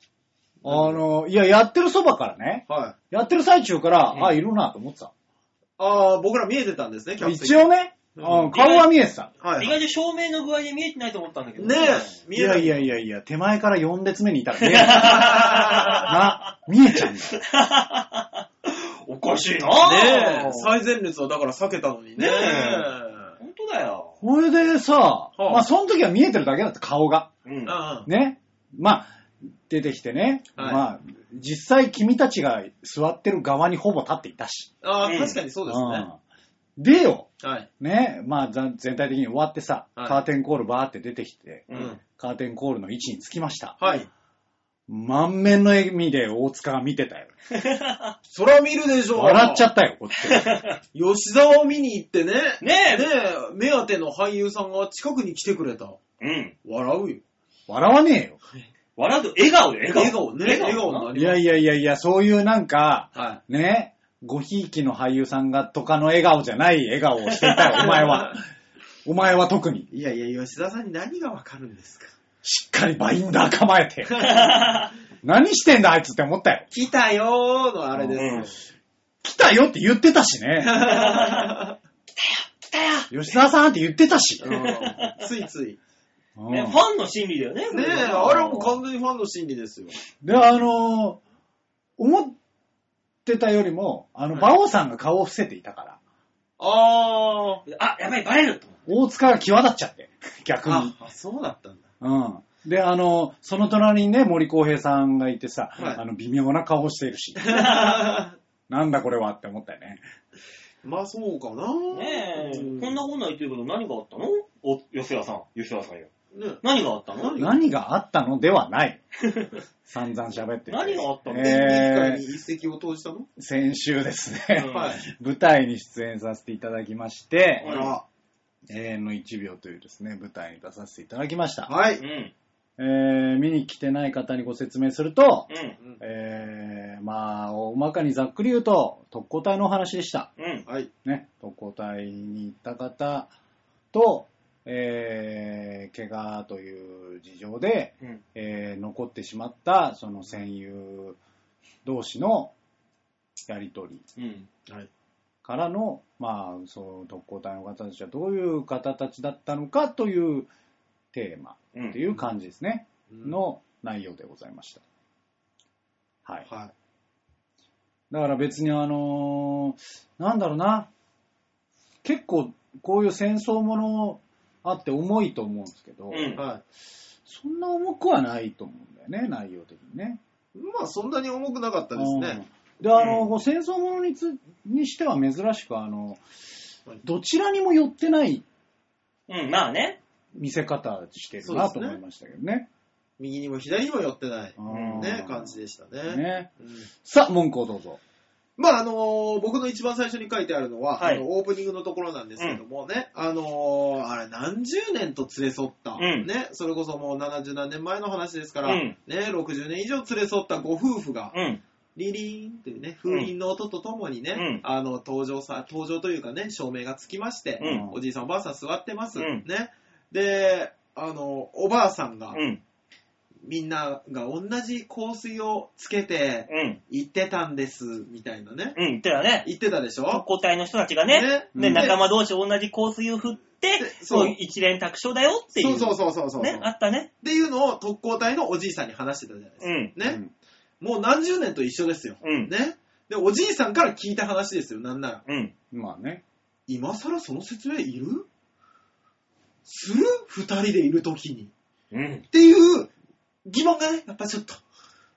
Speaker 1: あの、いや、やってるそばからね。
Speaker 3: はい。
Speaker 1: やってる最中から、
Speaker 2: うん
Speaker 1: あ、いるなと思ってた。
Speaker 3: ああ、僕ら見えてたんですね、客席
Speaker 1: 一応ね、うん顔は見えてた。
Speaker 3: は
Speaker 2: 意
Speaker 3: い。
Speaker 2: 外と照明の具合で見えてないと思ったんだけど。
Speaker 3: ねえ、
Speaker 1: い
Speaker 3: 見えな
Speaker 1: や
Speaker 3: い。
Speaker 1: いやいやいや、手前から4列目にいたら見えない。な、
Speaker 3: [laughs]
Speaker 1: 見えちゃうんだよ。
Speaker 2: おかしいな
Speaker 3: ねえ、
Speaker 2: さ
Speaker 3: 最前列はだから避けたのに
Speaker 2: ね
Speaker 3: ね。
Speaker 2: え本当だよ。
Speaker 1: これでさ、
Speaker 3: あ
Speaker 1: まあその時は見えてるだけだって顔が。
Speaker 2: うん。
Speaker 3: うん
Speaker 1: ね。まあ、出てきてね。
Speaker 3: はい
Speaker 1: まあ、実際君たちが座ってる側にほぼ立っていたし。
Speaker 3: あ
Speaker 2: うん
Speaker 3: あ、確かにそうですね。
Speaker 1: うんでよ、
Speaker 3: はい。
Speaker 1: ね、まあざ全体的に終わってさ、
Speaker 3: はい
Speaker 1: カーテンコールバーって出てきて、
Speaker 2: う
Speaker 3: うんん。
Speaker 1: カーテンコールの位置につきました。
Speaker 3: はい。
Speaker 1: 満面の笑みで大塚が見てたよ。
Speaker 3: そら見るでしょ。
Speaker 1: 笑っちゃったよ、こっち。
Speaker 3: 吉沢を見に行ってね。
Speaker 2: ねえ
Speaker 3: ねえ、目当ての俳優さんが近くに来てくれた。
Speaker 2: うん。
Speaker 3: 笑うよ。
Speaker 1: 笑わね
Speaker 2: 笑うと笑顔で、
Speaker 3: 笑顔ね。笑顔に
Speaker 2: な
Speaker 3: な
Speaker 1: えよ。い
Speaker 3: りま
Speaker 1: やいやいやいや、そういうなんか、
Speaker 3: す。はい。
Speaker 1: ね、ごひいきの俳優さんがとかの笑顔じゃない笑顔をしていた
Speaker 3: [laughs]
Speaker 1: よ、お前は。お前は特に。
Speaker 3: いやいや、吉沢さんに何がわかるんですか
Speaker 1: しっかりバインダー構えて。
Speaker 3: [laughs]
Speaker 1: 何してんだ、あいつって思ったよ。
Speaker 3: 来たよーのあれ
Speaker 2: うん
Speaker 3: です。
Speaker 1: 来たよって言ってたし
Speaker 3: [laughs]
Speaker 1: ね。
Speaker 2: 来たよ
Speaker 1: 吉沢さんって言ってたし。
Speaker 3: うんついつい。
Speaker 1: うん
Speaker 2: ね、ファンの心理だよね。
Speaker 3: ねえ、あれはもう完全にファンの心理ですよ。
Speaker 1: で、あのー思ってたよりも、あの、
Speaker 3: はい
Speaker 1: 馬王さんが顔を伏せていたから、
Speaker 3: あ
Speaker 2: あ、やばい、バレると思
Speaker 1: 大塚が際立っちゃって、逆に。
Speaker 3: あ、そうだったんだ。
Speaker 1: うん。で、あのーその隣にね、森公平さんがいてさ、
Speaker 3: はい
Speaker 1: あの、微妙な顔してるし、なんだこれはって思ったよね。
Speaker 3: まあそうかな
Speaker 2: う。ねえ、
Speaker 3: うん
Speaker 2: こんなことないって言うけど何があったのお、吉田さん、吉田さんよ。
Speaker 3: ね
Speaker 2: 何があったの
Speaker 3: 何
Speaker 1: 何があったのではない。散々喋ってて
Speaker 2: 何があったの
Speaker 1: え
Speaker 3: 演劇界に
Speaker 1: ー
Speaker 3: 一石を投じたの、
Speaker 1: 先週です
Speaker 2: う
Speaker 1: ね
Speaker 2: ん、
Speaker 3: はい。
Speaker 1: 舞台に出演させていただきまして
Speaker 2: う、ん
Speaker 3: あら
Speaker 1: 永遠の1秒というですね、舞台に出させていただきました。
Speaker 3: は
Speaker 2: う
Speaker 3: い。
Speaker 2: ん、
Speaker 1: えー見に来てない方にご説明すると、
Speaker 2: うん、
Speaker 1: えーまあ、大まかにざっくり言うと、特攻隊のお話でした。
Speaker 2: うん、
Speaker 3: はい。
Speaker 1: ね、特攻隊に行った方と、えー怪我という事情で、
Speaker 2: うん。
Speaker 1: えー残ってしまった、その戦友同士のやりとり
Speaker 2: うん。
Speaker 1: からの、まあ、その特攻隊の方たちはどういう方たちだったのかというテーマ
Speaker 2: うん
Speaker 1: っていう感じですね。
Speaker 3: は
Speaker 1: の内容でございました。はい。
Speaker 3: い。
Speaker 1: だから別にあのーなんだろうな、結構こういう戦争ものあって重いと思うんですけ
Speaker 2: う
Speaker 1: ど、
Speaker 2: ん
Speaker 3: は
Speaker 1: そんな重くはないと思うんだよね、内容的にね。
Speaker 3: い。まあそんなに重くなかったですね。
Speaker 1: うん。で、あの
Speaker 2: うん
Speaker 1: こう戦争ものにつにしては珍しく、あの
Speaker 3: はい、
Speaker 1: どちらにも寄ってない
Speaker 2: うん、まあね。
Speaker 1: 見せ方してるなと思いましたけどね。
Speaker 3: 右にも左にも寄ってない。
Speaker 2: ん
Speaker 3: ね、感じでしたね。
Speaker 1: ね。ね
Speaker 3: うん
Speaker 1: さあ、文句をどうぞ。
Speaker 3: まああのー僕の一番最初に書いてあるのは、
Speaker 2: はい
Speaker 3: あのオープニングのところなんですけどもね、あのーあれ何十年と連れ添った、
Speaker 2: うん
Speaker 3: ね、それこそもう70何年前の話ですか
Speaker 2: う
Speaker 3: ら、
Speaker 2: ん、
Speaker 3: ね、60年以上連れ添ったご夫婦が、
Speaker 2: うん、
Speaker 3: リリーンというね、風鈴の音とともにね、
Speaker 2: うん
Speaker 3: あの、登場さ、登場というかね、照明がつきまして、
Speaker 2: うん
Speaker 3: おじいさんおばあさん座ってます、
Speaker 2: うん
Speaker 3: ね。で、あの、おばあさんが、
Speaker 2: うん、
Speaker 3: みんなが同じ香水をつけて
Speaker 2: うん、
Speaker 3: 行ってたんです、みたいなね。
Speaker 2: うん、ってだね。
Speaker 3: 言ってたでし
Speaker 2: 特
Speaker 3: ょ
Speaker 2: 攻隊の人たちがね、ね、
Speaker 1: うん
Speaker 2: 仲間同士同じ香水を振って、
Speaker 3: そう
Speaker 2: こう一連卓勝だよっていう。
Speaker 3: そうそうそうそうそう。
Speaker 2: ね、あったね。
Speaker 3: っていうのを特攻隊のおじいさんに話してたじゃないです
Speaker 2: う
Speaker 3: か。
Speaker 2: ん、
Speaker 3: ね、もう何十年と一緒ですよ。
Speaker 2: うん
Speaker 3: ね。で、おじいさんから聞いた話ですよ、なんなら。
Speaker 2: うん。
Speaker 1: うん。まあね。
Speaker 3: 今更その説明いるする二人でいるときに。
Speaker 2: うん。
Speaker 3: っていう疑問がね、やっぱちょっと、ちょっ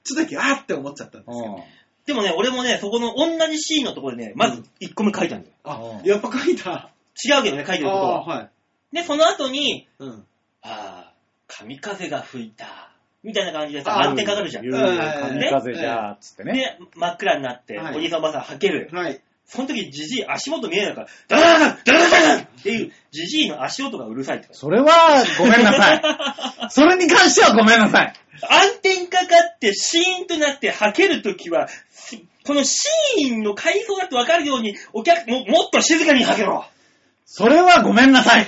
Speaker 3: とだけあーって思っちゃったんですけど。
Speaker 2: でもね、俺もね、そこの同じシーンのところでね、まず1個目書いたんだよ。
Speaker 3: あ
Speaker 1: う、ん
Speaker 3: やっぱ書いた。
Speaker 2: 違うけどね、書いてること
Speaker 3: あ
Speaker 2: は。
Speaker 3: ーはい。
Speaker 2: で、その後に、
Speaker 3: うん。
Speaker 2: ああ、神風が吹いた。みたいな感じでさ、
Speaker 3: あー
Speaker 2: 暗転かかるじゃん。
Speaker 1: ゆ
Speaker 2: で、
Speaker 1: うゆう神風じゃあ、つってね。
Speaker 2: 真っ暗になって、
Speaker 3: はい
Speaker 2: おじいさんおばあさん吐ける。
Speaker 3: はい。
Speaker 2: その時、じじい足元見えないから、ダラダラダラダラダラっていう、じじいの足音がうるさいって。
Speaker 1: それは、ごめんなさい。 [laughs]
Speaker 2: [laughs]
Speaker 1: それに関してはごめんなさい。
Speaker 2: 暗転かかって、シーンとなって吐けるときは、しこのシーンの階層だってわかるように、お客、も、もっと静かに吐けろ [laughs]
Speaker 1: それはごめんなさい。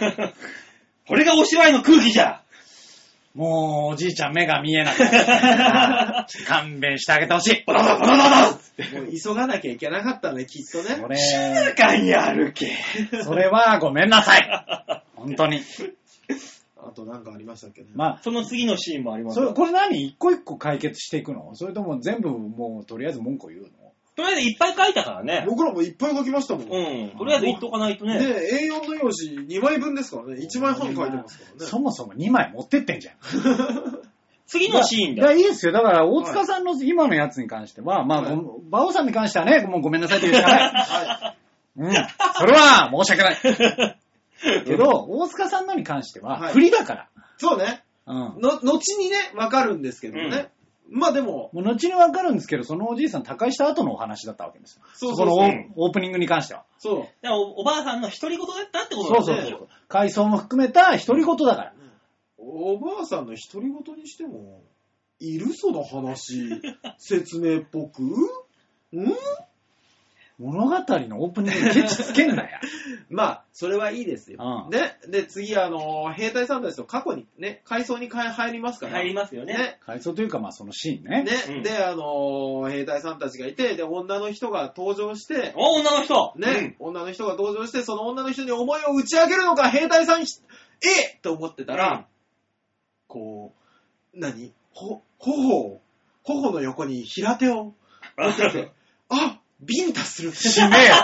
Speaker 2: これがお芝居の空気じゃ
Speaker 1: もう、おじいちゃん目が見えなくなっ勘弁してあげてほしい。ボロボロボロボロ
Speaker 3: もう急がなきゃいけなかったね、きっとね
Speaker 1: そ。れ、
Speaker 2: 間やるけ。
Speaker 1: それはごめんなさい。本当に。
Speaker 3: あとなんかありましたっけね。
Speaker 1: ま
Speaker 2: [laughs] その次のシーンもあり
Speaker 1: あ、
Speaker 2: ます
Speaker 1: それ、
Speaker 2: よ。
Speaker 1: これ何一個一個解決していくのそれとも全部もう、とりあえず文句言うの
Speaker 2: とりあえずいっぱい書いたからね。
Speaker 3: 僕らもいっぱい書きましたもん。
Speaker 2: うん。とりあえず言っとかないとね。
Speaker 3: で、A4 の用紙2枚分ですからね。1枚半書いてますからね。
Speaker 1: そもそも2枚持ってってんじゃん。
Speaker 2: 次のシーン
Speaker 1: いや、
Speaker 2: だよ。
Speaker 1: いいですよ。だから、大塚さんの今のやつに関しては、まあ、
Speaker 3: はい
Speaker 1: ご馬王さんに関してはね、もうごめんなさいと言うしかない。
Speaker 3: は
Speaker 1: うん。それは申し訳ない。けど、大塚さんのに関しては、
Speaker 3: はい
Speaker 1: 振りだから。
Speaker 3: い。そうね。
Speaker 1: うん。
Speaker 3: の、後にね、わかるんですけどね。まあでも、
Speaker 1: もう後にわかるんですけど、そのおじいさん他界した後のお話だったわけですよ。
Speaker 3: そう
Speaker 1: こ
Speaker 3: そう
Speaker 1: の
Speaker 3: そう。
Speaker 1: オープニングに関しては。
Speaker 3: そう。
Speaker 2: でおおばあさんの独り言だったってこと
Speaker 1: そう
Speaker 2: だよ
Speaker 1: そ
Speaker 2: ね。
Speaker 1: うそう。回想も含めた独り言だから。
Speaker 3: おばあさんの独り言にしても、いるその話、説明っぽ
Speaker 2: [laughs]
Speaker 3: くん
Speaker 1: 物語のオープニングにケチつけんなや。 [laughs]
Speaker 3: まあ、それはいいですよ。
Speaker 1: うん
Speaker 3: ね。で、次、あの、兵隊さんたちと過去にね、階層に変え入りますから。
Speaker 2: 入りますよね。
Speaker 3: ね。
Speaker 1: 回想というか、まあそのシーンね。
Speaker 3: ね、
Speaker 2: うん
Speaker 3: で、あのー兵隊さんたちがいて、で、女の人が登場して、
Speaker 2: お、女の人
Speaker 3: ね、女の人が登場して、その女の人に思いを打ち明けるのか、兵隊さんひ、ええと思ってたら、
Speaker 2: うん
Speaker 3: こう、何ほ、頬を、頬の横に平手を持ってきて、あビンタするっ
Speaker 1: 死ねえよ。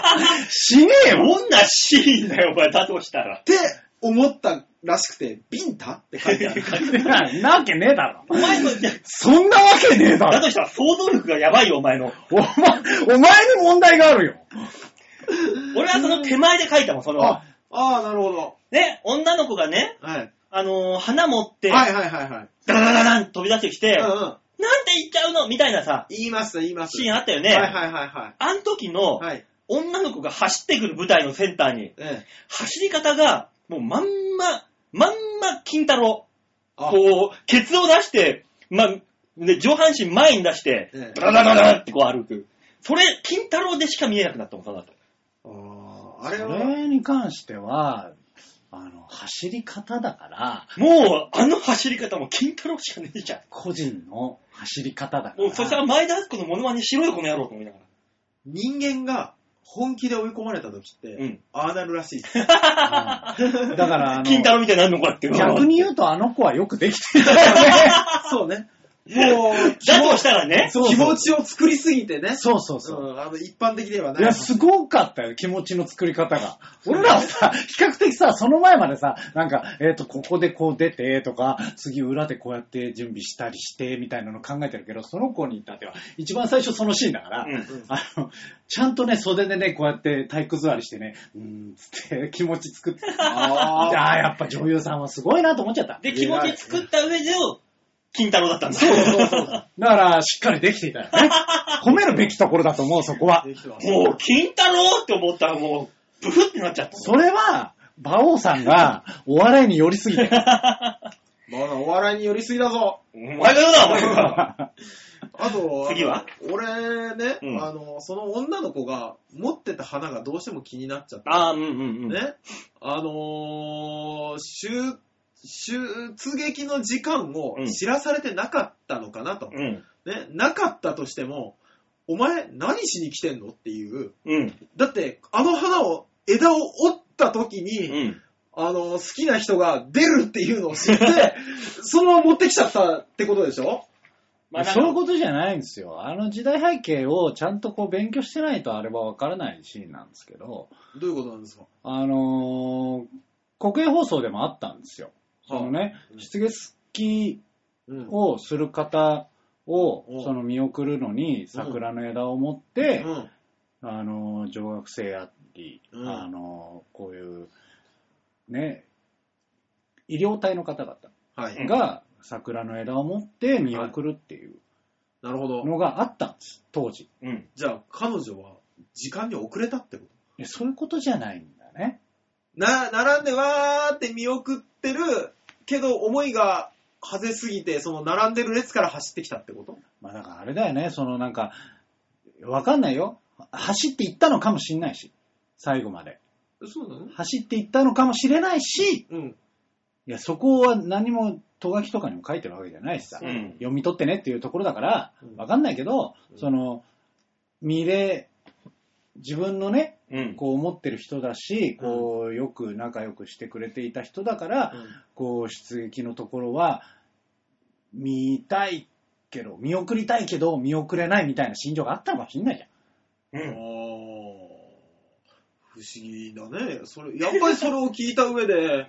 Speaker 1: 死ねえ
Speaker 2: うん。
Speaker 1: よ。
Speaker 2: [laughs] どんなシーンだよ、お前、だとしたら。
Speaker 3: て思ったらしくて、ビンタって書
Speaker 2: [laughs]
Speaker 3: いてある。
Speaker 1: ななわけねえだろ。
Speaker 2: お前の、いや
Speaker 1: そんなわけねえだ
Speaker 2: [laughs] だ
Speaker 1: ろ。
Speaker 2: としたら想像力がやばいよ、お前の。
Speaker 1: お前、お前に問題があるよ。
Speaker 2: 俺はその手前で書いたもん、その
Speaker 3: あ、、ああ、なるほど。
Speaker 2: ね、女の子がね、
Speaker 3: はい。
Speaker 2: あのー花持って、
Speaker 3: は
Speaker 2: ダ
Speaker 3: いはいはいはい。
Speaker 2: ラダラダン飛び出してきて、
Speaker 3: う
Speaker 2: なんん
Speaker 3: う
Speaker 2: て
Speaker 3: ん。
Speaker 2: 言っちゃうのみたいなさ、
Speaker 3: 言いました言いました。
Speaker 2: シーンあったよ
Speaker 3: はい
Speaker 2: ね。
Speaker 3: はいはいは
Speaker 2: あの時の
Speaker 3: い。、はい。
Speaker 2: 女の子が走ってくる舞台のセンターに、
Speaker 3: ええ。
Speaker 2: 走り方が、もうまんま、まんま金太郎。
Speaker 3: あ
Speaker 2: こう、ケツを出して、まあ、ね、上半身前に出して
Speaker 3: ええ、
Speaker 2: ダラダラダラってこう歩く。それ、金太郎でしか見えなくなったもん、その後。
Speaker 3: あーあれ
Speaker 1: そ
Speaker 3: は、
Speaker 1: れに関しては、あの、走り方だから、
Speaker 2: もう、あの走り方も金太郎しかねえじゃん。
Speaker 1: 個人の走り方だか
Speaker 2: もう、そした
Speaker 1: ら、
Speaker 2: ら前田敦子のモノマネしろよ、この野郎と思いながら。
Speaker 3: 人間が本気で追い込まれた時って、
Speaker 2: うん
Speaker 3: ああなるらしいです。
Speaker 1: うんだから、
Speaker 2: [laughs]
Speaker 1: あ
Speaker 2: 金
Speaker 1: の、
Speaker 2: 太郎みたいになるのかっていう。
Speaker 1: 逆に言うとあの子はよくできて
Speaker 2: [laughs]
Speaker 1: たよね。
Speaker 3: [laughs] そう [laughs] ね。もう、
Speaker 2: だとしたらね、
Speaker 1: そうそう
Speaker 3: 気持ちを作りすぎてね。
Speaker 1: そうそうそう。
Speaker 3: うんあの、一般的ではないい。
Speaker 1: や、すごかったよ、気持ちの作り方が。俺らはさ、比較的さ、その前までさ、なんか、えっ、と、ここでこう出て、とか、次裏でこうやって準備したりして、みたいなの考えてるけど、その子に至っては、一番最初そのシーンだから、
Speaker 2: うん
Speaker 1: あの、ちゃんとね、袖でね、こうやって体育座りしてね、うーん、つって気持ち作って、あ
Speaker 3: [laughs] あ
Speaker 1: あ、やっぱ女優さんはすごいなと思っちゃった。
Speaker 2: で、気持ち作った上で、金太郎だったんだ。
Speaker 3: そうそうそう。
Speaker 1: だから、しっかりできていたよ
Speaker 3: [laughs]
Speaker 1: ね。褒めるべきところだと思う、そこは。
Speaker 3: できてます
Speaker 2: もう、金太郎って思ったらもう、ブフってなっちゃった。
Speaker 1: それは、馬王さんがお笑いに寄りす
Speaker 3: [laughs]
Speaker 1: ぎて。
Speaker 3: [laughs] まだお笑いに寄りすぎだぞ。
Speaker 2: お前が言うな、お前が。
Speaker 1: [laughs]
Speaker 3: あと、
Speaker 2: 次は
Speaker 3: 俺ね、
Speaker 2: うん
Speaker 3: あの、その女の子が持ってた花がどうしても気になっちゃった。
Speaker 2: ああ、うんうんうん。
Speaker 3: ね。あのー、出、出撃の時間を知らされてなかったのかなと。
Speaker 2: うん。
Speaker 3: ね、なかったとしても、お前何しに来てんのっていう。
Speaker 2: うん。
Speaker 3: だって、あの花を、枝を折った時
Speaker 2: う
Speaker 3: に、
Speaker 2: ん。
Speaker 3: あの、好きな人が出るっていうのを知 [laughs] って、そのまま持ってきちゃったってことでしょ
Speaker 2: まあ、
Speaker 1: そういう
Speaker 2: こ
Speaker 1: ことじゃないんですよ。あの時代背景をちゃんとこう勉強してないとあれはわからないシーンなんですけど、
Speaker 3: どういうことなんですか
Speaker 1: あのー国営放送でもあったんですよ。そのね、
Speaker 3: うん
Speaker 1: 出撃式
Speaker 3: うん。
Speaker 1: をする方
Speaker 3: う
Speaker 1: を、
Speaker 3: ん
Speaker 1: その見送るのに桜の枝を持って、
Speaker 3: うん。
Speaker 1: あのー女学生やり、
Speaker 3: うん
Speaker 1: あのーこういう、ね、医療隊の方々
Speaker 3: はい。
Speaker 1: が桜の枝を持って見送るっていう
Speaker 3: なるほど。
Speaker 1: のがあったんです、当時。
Speaker 2: うん。
Speaker 3: じゃあ、彼女は、時間に遅れたってこと
Speaker 1: いやそういうことじゃないんだね。
Speaker 3: な、並んでわーって見送ってる、けど思いが外れすぎて、その並んでる列から走ってきたってこと
Speaker 1: まあだからあれだよね、そのなんか、わかんないよ。走っていったのかもしれないし、最後まで。
Speaker 3: そうなの
Speaker 1: 走っていったのかもしれないし、
Speaker 3: うん。
Speaker 1: いや、そこは何もとがきとかにも書いてるわけじゃないしさ、
Speaker 2: うん。
Speaker 1: 読み取ってねっていうところだから、わかんないけど、その、見れ、自分のね、
Speaker 2: うん。
Speaker 1: こう思ってる人だし、こう、よく仲良くしてくれていた人だから、こう、出撃のところは、見たいけど、見送りたいけど、見送れないみたいな心情があったのかもしんないじゃん。
Speaker 2: う
Speaker 3: あー
Speaker 2: ん。
Speaker 3: 不思議だね。それ、やっぱりそれを聞いた上で、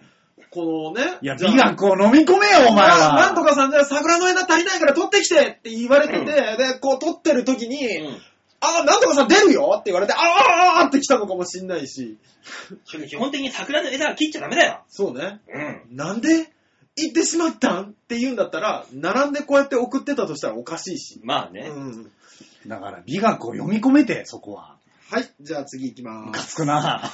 Speaker 3: このね。
Speaker 1: いや、
Speaker 3: じゃあ
Speaker 1: 美学を飲み込めよ、お前
Speaker 3: な
Speaker 1: は。
Speaker 3: なんとかさんじゃあ桜の枝足りないから取ってきてって言われてて、
Speaker 2: うん
Speaker 3: で、こう取ってる時に、
Speaker 2: うん
Speaker 3: あ、なんとかさん出るよって言われて、あーあーあーって来たのかもしんないし。
Speaker 2: 基本的に桜の枝は切っちゃダメだよ。
Speaker 3: そうね。
Speaker 2: うん。
Speaker 3: なんで行ってしまったんって言うんだったら、並んでこうやって送ってたとしたらおかしいし。
Speaker 2: まあね。
Speaker 3: うん。
Speaker 1: だから、美学を読み込めて、そこは。
Speaker 3: はい、じゃあ次行き
Speaker 1: ム
Speaker 3: ま
Speaker 1: カ
Speaker 3: す。
Speaker 1: つくな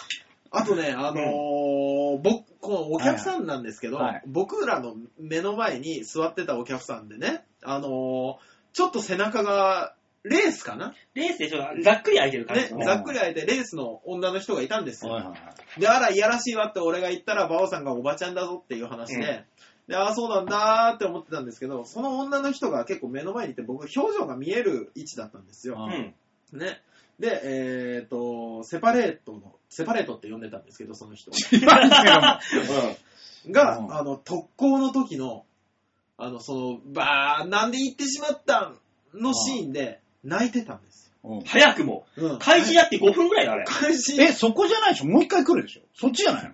Speaker 3: あとね、あのー僕、このお客さんなんですけど、
Speaker 1: はいはい
Speaker 3: 僕らの目の前に座ってたお客さんでね、あのーちょっと背中が、レースかな
Speaker 2: レースでしょ、ざっくり開いてる感
Speaker 3: ね
Speaker 2: じの。、
Speaker 1: うん
Speaker 3: ざっくり開いてレースの女の人がいたんですよ。
Speaker 1: はいはいはい。
Speaker 3: で、あら、いやらしいわって俺が言ったら、バオさんがおばちゃんだぞっていう話で、
Speaker 2: うん
Speaker 3: で、ああ、そうなんだーって思ってたんですけど、その女の人が結構目の前にいて、僕、表情が見える位置だったんですよ。
Speaker 2: う
Speaker 1: うん
Speaker 2: ん。
Speaker 3: ね。で、えっ、と、セパレートの、セパレートって呼んでたんですけど、その人
Speaker 1: 言わんけども
Speaker 3: が、
Speaker 1: うん
Speaker 3: あの、特攻の時の、あの、その、ばー、なんで行ってしまったんのシーンで、泣いてたんです
Speaker 1: [laughs] うん
Speaker 2: 早くも。
Speaker 3: よ。うん。
Speaker 2: 開始だって5分ぐらいだ、あれ。
Speaker 3: 開始
Speaker 1: え、そこじゃないでしょもう一回来るでしょそっちじゃないの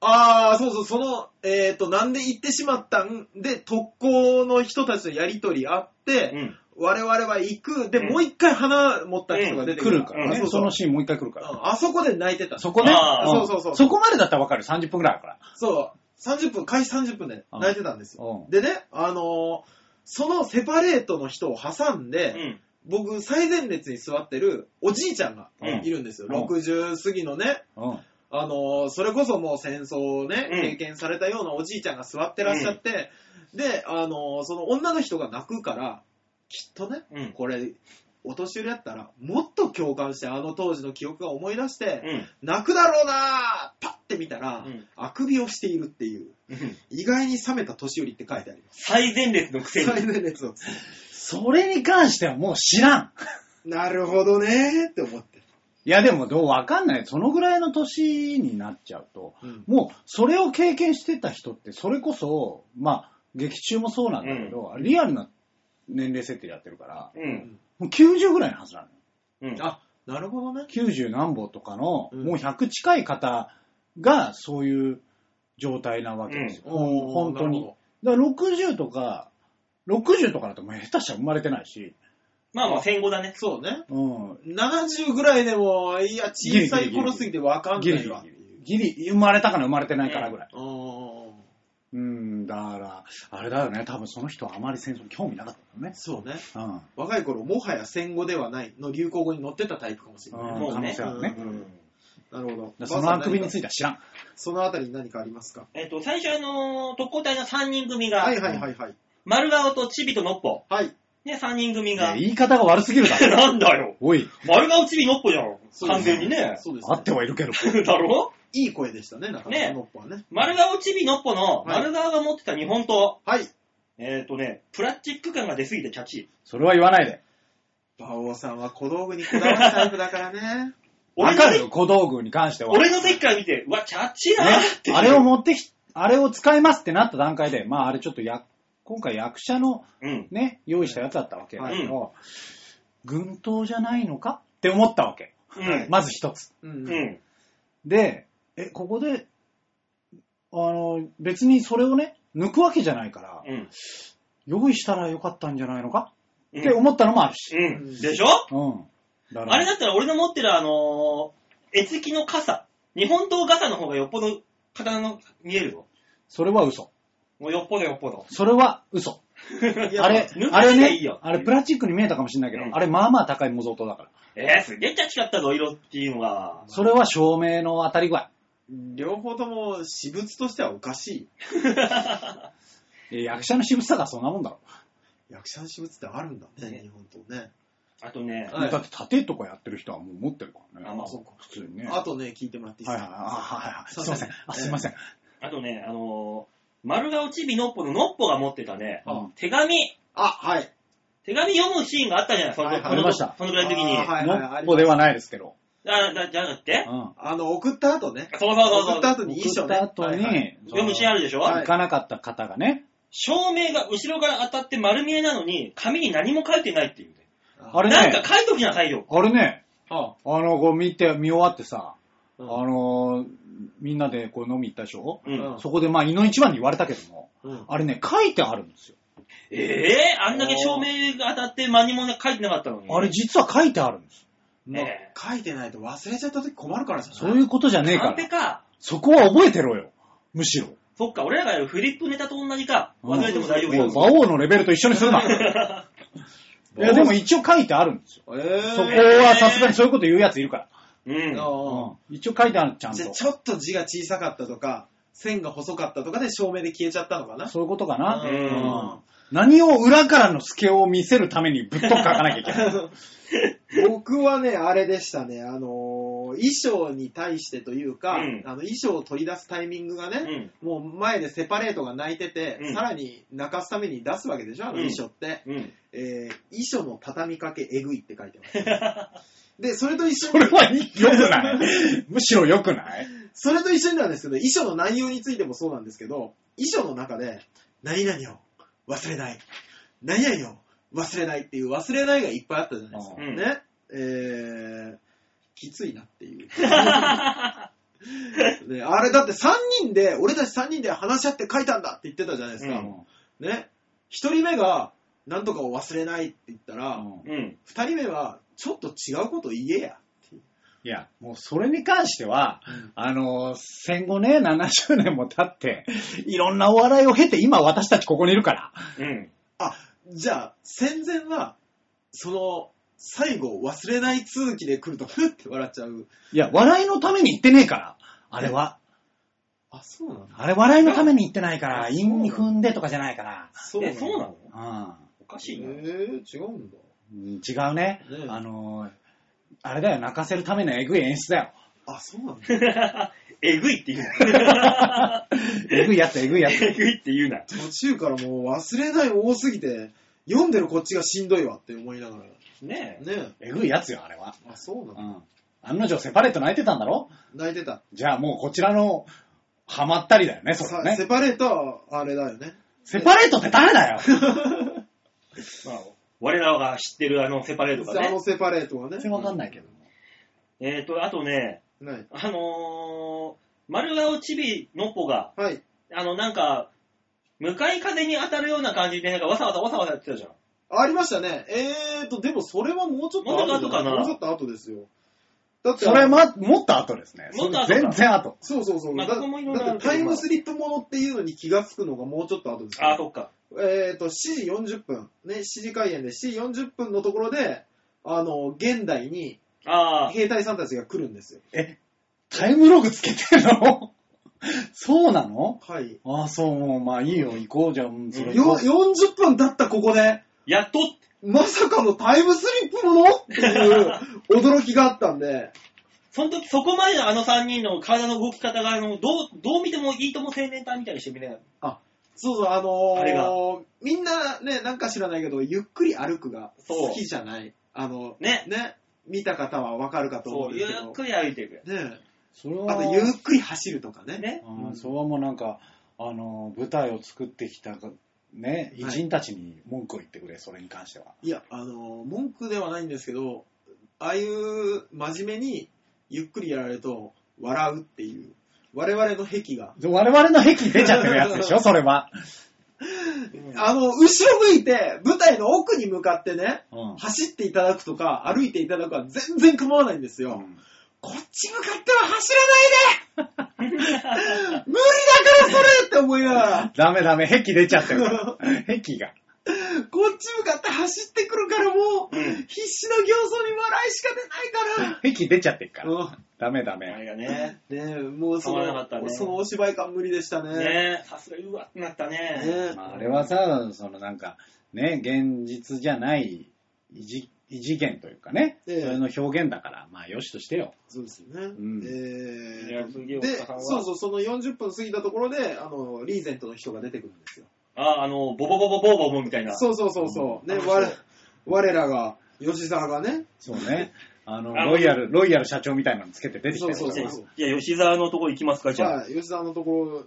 Speaker 3: ああ、そうそう、その、えっ、と、なんで行ってしまったんで、特攻の人たちのやりとりあって、
Speaker 2: うん。
Speaker 3: 我々は行く、で、
Speaker 2: うん
Speaker 3: もう一回花持った人が出て
Speaker 1: 来
Speaker 3: くる,、
Speaker 1: るからね。
Speaker 3: そう
Speaker 1: そ
Speaker 3: そう
Speaker 1: のシーンもう一回来るから。
Speaker 3: うんあそこで泣いてた。そ
Speaker 1: そこね。
Speaker 2: あ
Speaker 3: ーそう
Speaker 1: ん
Speaker 3: そうそう
Speaker 1: そこまでだったらわかる。30分くらいだから。
Speaker 3: う、30分、開始30分で泣いてたんですよ。
Speaker 1: う
Speaker 3: でね、あのーそのセパレートの人を挟んで、
Speaker 2: うん。
Speaker 3: 僕、最前列に座ってるおじいちゃんが
Speaker 2: うん
Speaker 3: いるんですよ。
Speaker 1: うん
Speaker 3: 60過ぎのね、
Speaker 1: ん。うん。
Speaker 3: あのーそれこそもう戦争をね、
Speaker 2: うん
Speaker 3: 経験されたようなおじいちゃんが座ってらっしゃって、で、あのーその女の人が泣くから、きっとね、
Speaker 2: うん。
Speaker 3: これ、お年寄りだったら、もっと共感して、あの当時の記憶が思い出して、
Speaker 2: うん。
Speaker 3: 泣くだろうなーパッて見たら、
Speaker 2: うん
Speaker 3: あくびをしているっていう、
Speaker 2: うん
Speaker 3: 意外に冷めた年寄りって書いてあり
Speaker 2: [laughs]
Speaker 3: ます。
Speaker 2: 最前列のくせに。
Speaker 3: 最前列を。
Speaker 1: それに関してはもう知らん。
Speaker 3: なるほどねーって思って。
Speaker 1: いやでもどうわかんない。そのぐらいの年になっちゃうと、
Speaker 3: うん
Speaker 1: もうそれを経験してた人って、それこそ、まあ、劇中もそうなんだけど、リアルな年齢設定やってるから、
Speaker 2: うん。
Speaker 1: もう90ぐらいのはずなのよ。
Speaker 2: うん。
Speaker 3: あ、なるほどね。
Speaker 1: 90何歩とかの、
Speaker 3: うん
Speaker 1: もう100近い方がそういう状態なわけですよ。
Speaker 3: うん
Speaker 1: ほん
Speaker 3: おー
Speaker 1: 本当に
Speaker 3: なる。
Speaker 1: だから60とか、60とかだともう下手したら生まれてないし、
Speaker 2: まあまあ戦後だね。
Speaker 3: そうね。
Speaker 1: うん、
Speaker 3: 70ぐらいでも、いや、小さい頃すぎてわかん
Speaker 1: ギ
Speaker 3: な
Speaker 1: リ
Speaker 3: い
Speaker 1: ギ
Speaker 3: わ。
Speaker 1: リ。ギリ、生まれたかな生まれてないからぐらい。
Speaker 3: うーん
Speaker 1: うん、だから、あれだよね、多分その人はあまり戦争に興味なかったのね。
Speaker 3: そうね。
Speaker 1: うん。
Speaker 3: 若い頃、もはや戦後ではないの流行語に乗ってたタイプかもしれない。
Speaker 1: うん
Speaker 2: もう
Speaker 1: 可
Speaker 2: ね
Speaker 1: 能性あるね。
Speaker 3: う
Speaker 1: だか
Speaker 3: んなるほど。
Speaker 1: らそのあくびに
Speaker 3: い
Speaker 1: つ
Speaker 3: て。
Speaker 1: いては知らん。
Speaker 3: そのあたりに何かありますか
Speaker 2: えっと、最初あのー特攻隊の3人組が
Speaker 3: は、いはいはいはい。
Speaker 2: 丸顔とチビとノッポ。
Speaker 3: はい。
Speaker 2: ね、3人組
Speaker 1: いや
Speaker 2: が。
Speaker 1: 言い方が悪すぎるだろ。
Speaker 2: [laughs] なんだよ。
Speaker 1: おい、
Speaker 2: 丸顔チビノッポじゃん。
Speaker 3: そうで
Speaker 2: 完
Speaker 3: す
Speaker 2: 全にね。 [laughs]
Speaker 3: そうです、
Speaker 1: あって
Speaker 3: ね。
Speaker 1: はいるけど。
Speaker 2: だろ
Speaker 3: いい声でしたね、中
Speaker 2: ね
Speaker 3: 野のっぽはね。
Speaker 2: 丸顔チビノッポの、
Speaker 3: はい
Speaker 2: 丸顔が持ってた日本刀。
Speaker 3: はい。
Speaker 2: えっとね、プラスチック感が出すぎてチャチ。
Speaker 1: それは言わないで。
Speaker 3: 馬王さんは小道具にこだわるタイプだからね。
Speaker 2: 俺
Speaker 1: わ
Speaker 2: の
Speaker 1: か
Speaker 2: 席
Speaker 1: るよ、小道具に関しては。
Speaker 2: 俺の席から見て、うわ、チャチだな [laughs] って。
Speaker 1: ね、あれを持ってき、あれを使いますってなった段階で、まああれちょっとや、今回役者の
Speaker 2: うん。
Speaker 1: ね、用意したやつだったわけだけど、軍刀じゃないのかって思ったわけ。
Speaker 2: うん。
Speaker 1: まず一つ。
Speaker 3: う。
Speaker 2: うんん。
Speaker 1: で、え、ここで、あの、別にそれをね、抜くわけじゃないから、
Speaker 2: うん。
Speaker 1: 用意したらよかったんじゃないのか
Speaker 2: うん
Speaker 1: って思ったのもあるし。
Speaker 2: うん。でしょ
Speaker 1: うん。だから
Speaker 2: あれだったら俺の持ってるあのー、絵付きの傘。日本刀傘の方がよっぽど刀の見えるよ。
Speaker 1: それは嘘。
Speaker 2: もうよっぽどよっぽど。
Speaker 1: それは嘘。
Speaker 3: いや
Speaker 1: あれ
Speaker 2: 抜、か
Speaker 1: あ
Speaker 2: な
Speaker 1: れ
Speaker 2: きゃいいよ
Speaker 1: ね、あれプラスチックに見えたかもしれないけど、
Speaker 2: うん
Speaker 1: あれまあまあ高い模造刀だから。
Speaker 2: えー、すげえチャチかったぞ、色っていうのが。
Speaker 1: それは照明の当たり具合。
Speaker 3: 両方とも私物としてはおかし
Speaker 1: いや役者の渋さがそんなもんだろ。
Speaker 3: い。役者の私物ってあるんだね、
Speaker 2: ね
Speaker 3: 日本とね。
Speaker 2: あとね、
Speaker 3: はい
Speaker 1: だって盾とかやってる人はもう持ってるからね。
Speaker 2: あまあそう
Speaker 3: か
Speaker 1: 普通にね。
Speaker 3: あとね、聞いてもらっていい
Speaker 1: は
Speaker 3: で
Speaker 1: い
Speaker 3: す
Speaker 1: はい
Speaker 3: か
Speaker 1: あはいはい。すいません。あすいません。
Speaker 2: あとね、あの丸顔チビノッポのノッポが持ってたね、
Speaker 1: うん
Speaker 2: 手紙、
Speaker 3: あ、はい。
Speaker 2: 手紙読むシーンがあったじゃない、その
Speaker 3: はいはい
Speaker 2: この
Speaker 1: ありました
Speaker 2: そのぐらいの時に。
Speaker 3: あーはいはい
Speaker 1: ノ
Speaker 3: あ
Speaker 1: ッ
Speaker 3: り
Speaker 1: ポ
Speaker 3: ま
Speaker 1: ではないですけど。
Speaker 2: あだじゃなくて、
Speaker 1: うん。
Speaker 3: あの、送った後ね。
Speaker 2: そうそうそうそ
Speaker 3: 送
Speaker 2: う
Speaker 3: った。後にいい
Speaker 1: 送
Speaker 3: 書
Speaker 1: っ
Speaker 3: ね。
Speaker 1: た後
Speaker 3: はいはい
Speaker 1: に、
Speaker 2: 読むシーンあるでしょ、
Speaker 3: はい
Speaker 1: 行かなかった方がね、
Speaker 2: 照明が後ろから当たって丸見えなのに、紙に何も書いてないっていうね。
Speaker 1: あれね
Speaker 2: なんか書いときなさいよ。
Speaker 1: あれね、
Speaker 3: あ
Speaker 1: あの、こう見て、見終わってさ、
Speaker 3: う
Speaker 1: あ
Speaker 3: ん
Speaker 1: のー、みんなでこう飲み行ったでしょ
Speaker 2: うん。
Speaker 3: うん
Speaker 1: そこでまあ、胃の一番に言われたけども、
Speaker 3: うん
Speaker 1: あれね、書いてあるんですよ。
Speaker 2: ええあんだけ照明が当たって何も書いてなかったのに。
Speaker 1: あれ実は書いてあるんです。
Speaker 3: まあ
Speaker 2: え
Speaker 3: 書いてないと忘れちゃった時困るからじゃない
Speaker 1: そういうことじゃねえか
Speaker 2: カン
Speaker 1: ら
Speaker 2: ペ。か。
Speaker 1: そこは覚えてろよ。むしろ。
Speaker 2: そっか、俺らがやるフリップネタと同じか。忘れても大丈夫
Speaker 1: も
Speaker 2: よ。
Speaker 1: う、馬王のレベルと一緒にするな。いや、でも一応書 [laughs] いてあるんですよ。
Speaker 3: えー
Speaker 1: そこはさすがにそういうこと言うやついるから。
Speaker 2: うん。
Speaker 3: あ
Speaker 1: うん一応書いてある、ちゃ
Speaker 3: あ
Speaker 1: ん
Speaker 3: じゃあ
Speaker 1: と。
Speaker 3: ちょっと字が小さかったとか、線が細かったとかで照明で消えちゃったのかな。
Speaker 1: そういうことか
Speaker 3: う
Speaker 1: な。
Speaker 3: ん
Speaker 1: 何を裏からの透けを見せるためにぶっとく書かなきゃいけない。
Speaker 3: 僕はね、あれでしたね、あのー衣装に対してというか、
Speaker 2: うん
Speaker 3: あの衣装を取り出すタイミングがね、もう前でセパレートが泣いてて、
Speaker 2: うん
Speaker 3: さらに泣かすために出すわけでしょ、あの衣装って。
Speaker 2: うん。
Speaker 3: えー衣装の畳みかけえぐいって書いてます。
Speaker 2: [laughs]
Speaker 3: で、それと一緒
Speaker 1: そ
Speaker 3: に
Speaker 1: れ、は良くないむしろ良くない
Speaker 3: それと一緒になんですけど、衣装の内容についてもそうなんですけど、衣装の中で、何々を忘れない、何々を忘れないっていう忘れないがいっぱいあったじゃないですか。
Speaker 2: うん
Speaker 3: ね。えー、きついなっ
Speaker 2: [laughs]
Speaker 3: ていう。ね、あれだって3人で、俺たち3人で話し合って書いたんだって言ってたじゃないですか。
Speaker 2: うん
Speaker 3: ね。1人目が、何とかを忘れないって言ったら、
Speaker 1: うん
Speaker 2: うん。
Speaker 3: 2人目は、ちょっと違うこと言えや。
Speaker 1: いや、もうそれに関しては、あの、戦後ね、70年も経って、いろんなお笑いを経て、今私たちここにいるから。
Speaker 2: うん。
Speaker 3: あ、じゃあ、戦前は、その、最後、忘れない続きで来ると、ふって笑っちゃう。
Speaker 1: いや、笑いのために行ってねえから、あれは。
Speaker 3: あ、そうなんだ。
Speaker 1: あれ笑いのために行ってないか
Speaker 3: あ
Speaker 1: ら、
Speaker 3: そう
Speaker 1: 陰に踏んでとかじゃないから。
Speaker 3: そう
Speaker 2: え、そうなの
Speaker 1: うん
Speaker 2: おかしいな。
Speaker 3: えー、違うんだ。
Speaker 1: うん、違うね
Speaker 3: ね。
Speaker 1: あの、あれだよ、泣かせるためのエグい演出だよ。 [laughs]
Speaker 3: あ、そうなんだ。
Speaker 2: [laughs] えぐいって言う [laughs] な。
Speaker 1: エグいやつ、エグいやつ。
Speaker 2: えぐいって言うな。
Speaker 3: 途中からもう忘れない多すぎて、読んでるこっちがしんどいわって思いながら。ね
Speaker 2: ね
Speaker 3: え。
Speaker 1: エグいやつよ、あれは。
Speaker 3: あ、そうなん
Speaker 1: う
Speaker 3: だ。
Speaker 1: ん。案の定セパレート泣いてたんだろ
Speaker 3: 泣いてた。
Speaker 1: じゃあもうこちらの、ハマったりだよね、それ
Speaker 3: さ
Speaker 1: はね
Speaker 3: セ。パレートは、あれだよね。
Speaker 1: セパレートって誰だよ
Speaker 2: え。まあ我らが知ってるあのセパレートが
Speaker 3: あ
Speaker 2: ね
Speaker 3: の。セパレートはね
Speaker 1: 全。然わかんないけど。
Speaker 2: えっと、あとね、
Speaker 3: ない。
Speaker 2: あのー、丸顔チビの子が、
Speaker 3: はい。
Speaker 2: あの、なんか、向かい風に当たるような感じで、なんかわさわさわさわさやってたじゃん。
Speaker 3: ありましたね。えーと、でもそれはもうちょっと
Speaker 2: もうちょっと後かな
Speaker 3: もうちょっと後ですよ。だって、
Speaker 1: それ、ま、もっと後ですね。
Speaker 2: もっと後だ
Speaker 1: 全然後。
Speaker 3: そうそうそう。
Speaker 2: まあ
Speaker 3: だ
Speaker 2: ここもいろいろあ
Speaker 3: だ
Speaker 2: る
Speaker 3: っ
Speaker 2: けど
Speaker 3: てタイムスリップものっていうのに気がつくのがもうちょっと後ですよ
Speaker 2: あ、そっか。
Speaker 3: えーと、7時40分、ね、7時開演で7時40分のところで、あの、現代に
Speaker 2: ああ、
Speaker 3: 兵隊さんたちが来るんですよ。
Speaker 1: え、タイムログつけてんの [laughs] そうなの
Speaker 3: はい。
Speaker 1: ああ、そう、もう、まあいいよ、行こうじゃん、それ。
Speaker 3: よ40分だったここで、
Speaker 2: やっとって
Speaker 3: まさかのタイムスリップものっていう驚きがあったんで、
Speaker 2: その時、そこまでのあの3人の体の動き方が、あの、どう、どう見てもいいとも青年隊みたいにしてみながら。
Speaker 3: そうそう、あ
Speaker 2: あれ
Speaker 3: のー、みんなね、なんか知らないけど、ゆっくり歩くが
Speaker 2: そう
Speaker 3: 好きじゃない。あの、
Speaker 2: ね
Speaker 3: ね、見た方はわかるかと思
Speaker 2: そうう、
Speaker 3: んで
Speaker 2: ゆ
Speaker 3: すけ
Speaker 2: っ
Speaker 3: ど。
Speaker 2: くり歩いていく。
Speaker 3: ね、
Speaker 1: それは
Speaker 3: あと、ゆっくり走るとかね。
Speaker 2: ね。
Speaker 1: うんそれはもうなんか、あの、舞台を作ってきた、ね、偉人たちに文句を言ってくれ、それに関しては。
Speaker 3: いや、あのー、文句ではないんですけど、ああいう真面目にゆっくりやられると笑うっていう、我々の癖が。
Speaker 1: 我々の壁出ちゃってるやつでし
Speaker 3: [laughs]
Speaker 1: ょ、それは。
Speaker 3: あの、後ろ向いて、舞台の奥に向かってね、
Speaker 1: うん
Speaker 3: 走っていただくとか、歩いていただくは全然構わないんですよ。こっち向かっては走らないで無理だからそれって思いながら、
Speaker 1: ダメダメ、壁出ちゃってるから。 [laughs] 壁が。
Speaker 3: こっち向かって走ってくるからもう、
Speaker 2: うん
Speaker 3: 必死の形相に笑いしか出ないか
Speaker 1: 壁出ちゃってるから。
Speaker 3: ら。
Speaker 1: ダメダ
Speaker 2: あれ
Speaker 1: メ。
Speaker 2: がね。
Speaker 3: ねえ、もうそ
Speaker 2: たまらなかった
Speaker 3: の、
Speaker 2: ね
Speaker 3: そのお芝居感無理でしたね。
Speaker 2: ねさすがにうわってなったね。
Speaker 3: ね
Speaker 1: まあ、あれはさ、そのなんか、ね、現実じゃない、いじ異次元というかね、
Speaker 3: ええ
Speaker 1: それの表現だから、まあよしとしてよ。
Speaker 3: そうですよね。
Speaker 1: うん
Speaker 3: え
Speaker 2: いや
Speaker 3: ー、
Speaker 2: 杉岡
Speaker 3: で
Speaker 2: さん、は
Speaker 3: そうそう、その40分過ぎたところで、あの、リーゼントの人が出てくるんですよ。
Speaker 2: あ、あの、ボボボボボボボみたいな。
Speaker 3: そうそうそうそう。ね
Speaker 2: あ、の
Speaker 3: 我、我らが、吉沢がね、
Speaker 1: そう
Speaker 3: [laughs]
Speaker 1: ね。あの、
Speaker 2: あの
Speaker 1: ロイヤル、ロイヤル社長みたいなのつけて出てきたよ
Speaker 3: そうそうそう
Speaker 2: いや、吉沢のとこ行きますか、じゃあ。
Speaker 3: はい、吉沢のところ、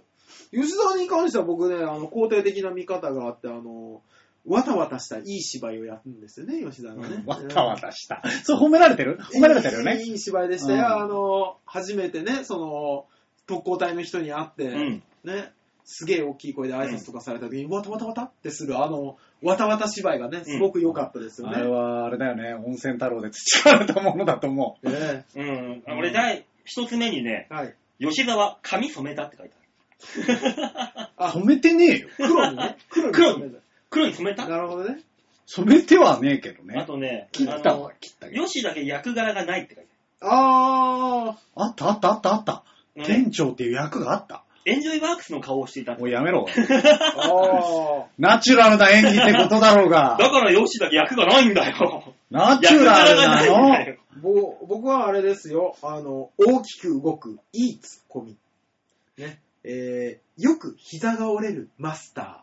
Speaker 3: 吉沢に関しては僕ね、あの、肯定的な見方があって、あの、わたわたしたいい芝居をやるんですよね、吉沢がね。
Speaker 1: わたわたした。そう褒められてる褒められてるよ
Speaker 3: い
Speaker 1: ね。
Speaker 3: いいい芝居でしたよ、
Speaker 1: うん
Speaker 3: あの、初めてね、その、特攻隊の人に会って、
Speaker 2: うん。
Speaker 3: ね、すげえ大きい声で挨拶とかされた時に、わたわたわたってする、あの、わたわた芝居がね、すごく良かったですよ
Speaker 1: あれ
Speaker 3: ね。
Speaker 1: は、あれだよね。温泉太郎で培われたものだと思う。
Speaker 3: え
Speaker 2: うん。俺、第一つ目にね、
Speaker 3: えはい。
Speaker 2: 吉沢、髪染めたって書いてある。
Speaker 3: あ
Speaker 1: 染めてねえよ。
Speaker 3: 黒にね、黒に
Speaker 2: 黒
Speaker 3: 染め
Speaker 2: 黒に染め
Speaker 3: た。
Speaker 2: た
Speaker 3: なるほどね。
Speaker 1: 染めてはねえけど
Speaker 2: あ
Speaker 1: ね。
Speaker 2: とね、
Speaker 1: 切っ
Speaker 2: あ
Speaker 1: た
Speaker 2: の
Speaker 1: わ、切ったけど。
Speaker 2: 吉だけ役柄がないって書いて
Speaker 3: あ
Speaker 1: あったあったあったあった。
Speaker 2: ある。ね
Speaker 1: 店長っていう役があった。
Speaker 2: エンジョイワークスの顔をしていた。
Speaker 1: もうやめろ。
Speaker 3: ー、あ
Speaker 1: ナチュラルな演技ってことだろう
Speaker 2: [laughs]
Speaker 1: が。
Speaker 2: だから吉だけ役がないんだよ。
Speaker 1: ナチ
Speaker 2: 役
Speaker 1: ュラ
Speaker 2: 柄
Speaker 1: ル
Speaker 2: がないん
Speaker 1: な
Speaker 2: だ
Speaker 1: の
Speaker 2: よ。
Speaker 3: ーぼ僕はあれですよ、あの、大きく動く、いいツッコミ。ね。えー、よく膝が折れるマスタ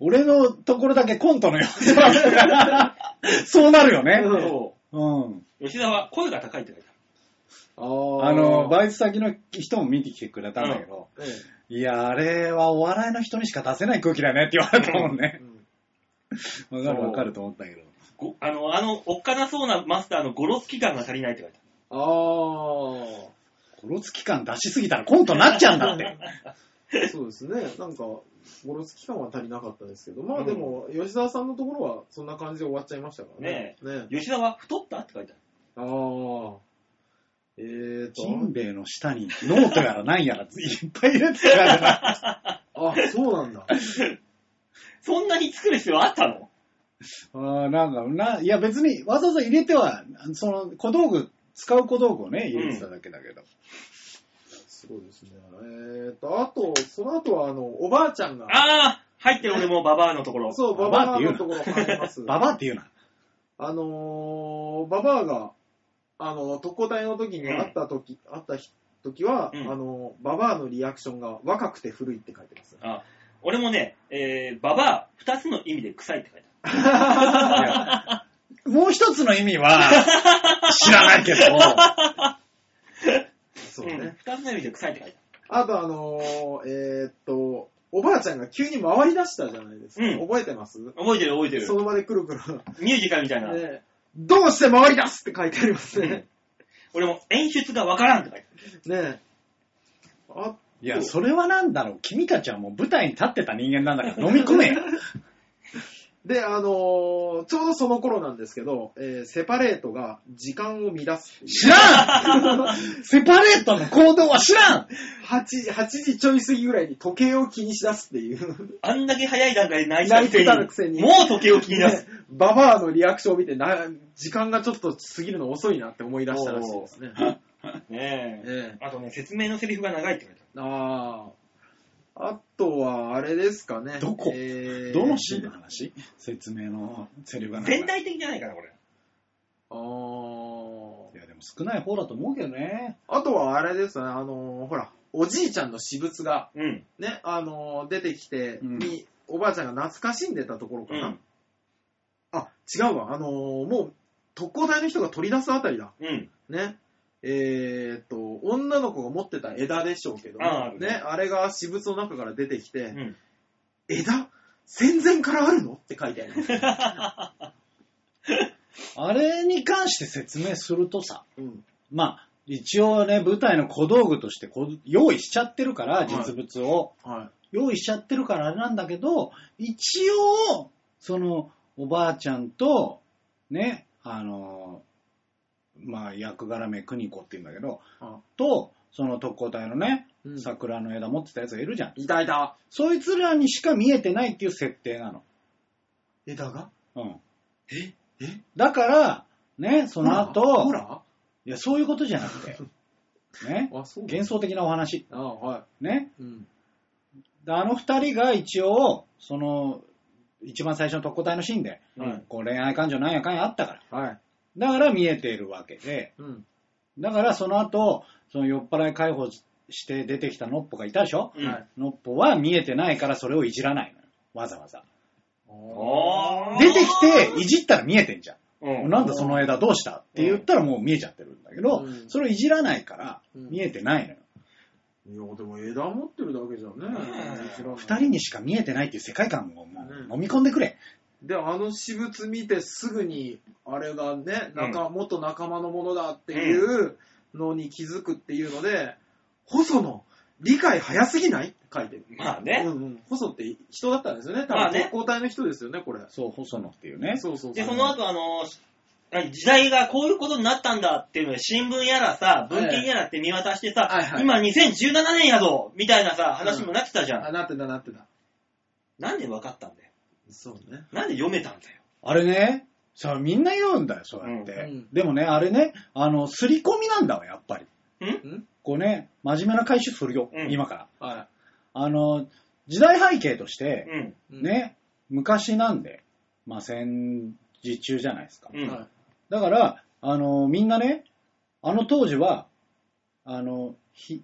Speaker 1: 俺のところだけコントの要素だったから、そうなるよね。
Speaker 2: そ
Speaker 1: うん。
Speaker 2: う吉沢、声が高いって書いて
Speaker 3: ー。あー
Speaker 1: あの、バイト先の人も見てきてくれたんだけど、
Speaker 3: え
Speaker 1: いや、あれはお笑いの人にしか出せない空気だよねって言われたもん
Speaker 3: え
Speaker 1: ね。
Speaker 3: うん
Speaker 1: わかるわかると思ったけ
Speaker 2: あ
Speaker 1: ど。
Speaker 2: る。ごあの、あの、おっかなそうなマスターのゴロつき感が足りないって書いてある。
Speaker 3: あー。
Speaker 1: 殺す期間出しすぎたらコントなっちゃうんだ
Speaker 3: [laughs]
Speaker 1: って。
Speaker 3: そうですね、なんか、ゴロつ期間は足りなかったですけど、まあでも、吉沢さんのところはそんな感じで終わっちゃいましたからね。ね
Speaker 2: 吉沢、太ったって書いてある。
Speaker 3: ああ。えー
Speaker 1: ジン
Speaker 3: と、
Speaker 1: ベエの下にノートやらなんやらいっぱい入れてたからな。
Speaker 3: あ、そうなんだ。
Speaker 2: そんなに作る必要あったの
Speaker 1: あーなんか、な、いや別にわざわざ入れては、その小道具、使う小道具をね、入れてただけだけど。
Speaker 3: すごいですね。えーと、あと、その後は、あの、おばあちゃんが、
Speaker 2: ああ入ってる俺もババアのところ。
Speaker 3: そう、バ
Speaker 1: バ
Speaker 3: バ
Speaker 1: バ
Speaker 3: ア
Speaker 1: ア
Speaker 3: のところ入ります。
Speaker 1: [laughs] ババアって言うな。
Speaker 3: あのー、ババアが、あの、特攻隊の時に会った時、会った時は、
Speaker 2: うん
Speaker 3: あの、ババアのリアクションが若くて古いって書いてます。
Speaker 2: あ俺もね、えー、ババア、二つの意味で臭いって書いて
Speaker 1: いやもう一つの意味は、知らないけど、
Speaker 3: そ
Speaker 2: あ
Speaker 3: うね。
Speaker 2: る。ん、二つの意味で臭いって書いて
Speaker 3: あとあのー、えーっと、おばあちゃんが急に回り出したじゃないですか。
Speaker 2: うん
Speaker 3: 覚えてます
Speaker 2: ある。覚えてる覚えて
Speaker 3: そ
Speaker 2: る。
Speaker 3: の場でくるくる。
Speaker 2: ミュージカルみたいな。
Speaker 3: ねどうして回り出すって書いてありますね。
Speaker 2: 俺も演出がわからんって書いて
Speaker 3: ねあ、
Speaker 1: いや、それはなんだろう。君たちはもう舞台に立ってた人間なんだから飲み込めよ。
Speaker 3: で、あのーちょうどその頃なんですけど、えーセパレートが時間を乱すっていう。
Speaker 1: 知らんセパレートの行動は知らん
Speaker 3: 8時、8時ちょい過ぎぐらいに時計を気にしだすっていう。
Speaker 2: ある。あんだけ早い段階で泣いてたくせに
Speaker 3: 泣いてたくせに
Speaker 2: もう時計を気に出す。
Speaker 3: [laughs] ねババアのリアクションを見てな、時間がちょっと過ぎるの遅いなって思い出したらしいですね。
Speaker 2: ねえ。
Speaker 1: [laughs]
Speaker 3: ええ
Speaker 2: あとね、説明のセリフが長いって書いてあ
Speaker 3: ああ。あとは、あれですかね。
Speaker 1: どこ
Speaker 3: え
Speaker 1: どのシーンの話説明のセリフが
Speaker 2: る。
Speaker 1: 長い
Speaker 2: 全体的じゃないかな、これ。
Speaker 1: いや、でも少ない方だと思うけどね。
Speaker 3: ああ。あとは、あれですね。あのーほら、おじいちゃんの私物が、
Speaker 2: うん。
Speaker 3: ね、あのー出てきて、
Speaker 1: うん
Speaker 3: に、おばあちゃんが懐かしんでたところか
Speaker 2: う
Speaker 3: な。
Speaker 2: ん。
Speaker 3: あ、違うわ。あのーもう、特攻隊の人が取り出すあたりだ。
Speaker 2: うん。
Speaker 3: ね。えーっと、女の子が持ってた枝でしょうけど、
Speaker 2: ああるね
Speaker 3: ね、あれが私物の中から出てきて、
Speaker 2: うん。
Speaker 3: 枝戦前からあるのって書いてあります。
Speaker 1: あれに関して説明するとさ、
Speaker 3: うん。
Speaker 1: まあ、一応ね、舞台の小道具としてこう用意しちゃってるから、実物を。
Speaker 3: はい。
Speaker 1: 用意しちゃってるからあれなんだけど、一応、その、おばあちゃんと、ね、あの、まあ、役柄名、邦子って言うんだけど、
Speaker 3: あ
Speaker 1: と、その特攻隊のね、
Speaker 3: うん
Speaker 1: 桜の枝持ってたやつがいるじゃん。
Speaker 3: いたいた。
Speaker 1: そいつらにしか見えてないっていう設定なの。
Speaker 3: 枝が
Speaker 1: うん。
Speaker 3: ええ
Speaker 1: だから、ね、その後
Speaker 3: ほ、ら
Speaker 1: いや、そういうことじゃなく
Speaker 3: [laughs]
Speaker 1: て、ね、
Speaker 3: あ、そう
Speaker 1: 幻想的なお話、
Speaker 3: あはい。
Speaker 1: ね。
Speaker 3: うん。
Speaker 1: であの二人が一応、その、一番最初の特攻隊のシーンで、
Speaker 3: はい
Speaker 1: こう恋愛感情なんやかんやあったから。
Speaker 3: はい。
Speaker 1: だから見えているわけで、
Speaker 3: うん。
Speaker 1: だからその後、その酔っ払い解放して出てきたノッポがいたでしょ、
Speaker 2: うん
Speaker 3: はい
Speaker 1: ノッポは見えてないからそれをいじらないのよ。わざわざ。
Speaker 2: おー
Speaker 1: 出てきて、いじったら見えてんじゃん。
Speaker 2: うん。
Speaker 1: なんだその枝どうしたって言ったらもう見えちゃってるんだけど、
Speaker 3: うん
Speaker 1: それをいじらないから
Speaker 3: うん
Speaker 1: 見えてないのよ。
Speaker 3: いや、でも枝持ってるだけじゃね。知らない
Speaker 1: 二人にしか見えてないっていう世界観をも
Speaker 3: うん
Speaker 1: う飲み込んでくれ。
Speaker 3: で、あの私物見てすぐに、あれがね、仲、元仲間のものだっていうのに気づくっていうので、細野、理解早すぎないって書いてる。
Speaker 2: まあね
Speaker 3: う。んうん。細って人だったんですよね。多
Speaker 2: まあ
Speaker 3: 分、
Speaker 2: ね
Speaker 3: 特攻隊の人ですよね、これ。
Speaker 1: そう、細野っていうね。
Speaker 3: そうそうそう。
Speaker 2: で、その後、あの、時代がこういうことになったんだっていうので、新聞やらさ、文献やらって見渡してさ、
Speaker 3: はいはい
Speaker 2: 今2017年やぞみたいなさ、話もなってたじゃん。
Speaker 3: あ、なってたなってた。
Speaker 2: なんで分かったんだよ。
Speaker 3: そうね。
Speaker 2: なんで読めたんだよ。
Speaker 1: あれね、さあみんな言うんだよ、そうやって。
Speaker 3: うんうん
Speaker 1: でもね、あれね、あの、すり込みなんだわ、やっぱり。
Speaker 3: ん
Speaker 1: こうね、真面目な回収するよ、
Speaker 2: うん
Speaker 1: 今から。
Speaker 3: は
Speaker 1: あの、時代背景として、
Speaker 2: うん。
Speaker 3: い。
Speaker 1: ね、昔なんで、まあ戦時中じゃないですか。
Speaker 2: うん。
Speaker 3: は
Speaker 1: だから、あの、みんなね、あの当時は、あの、ひ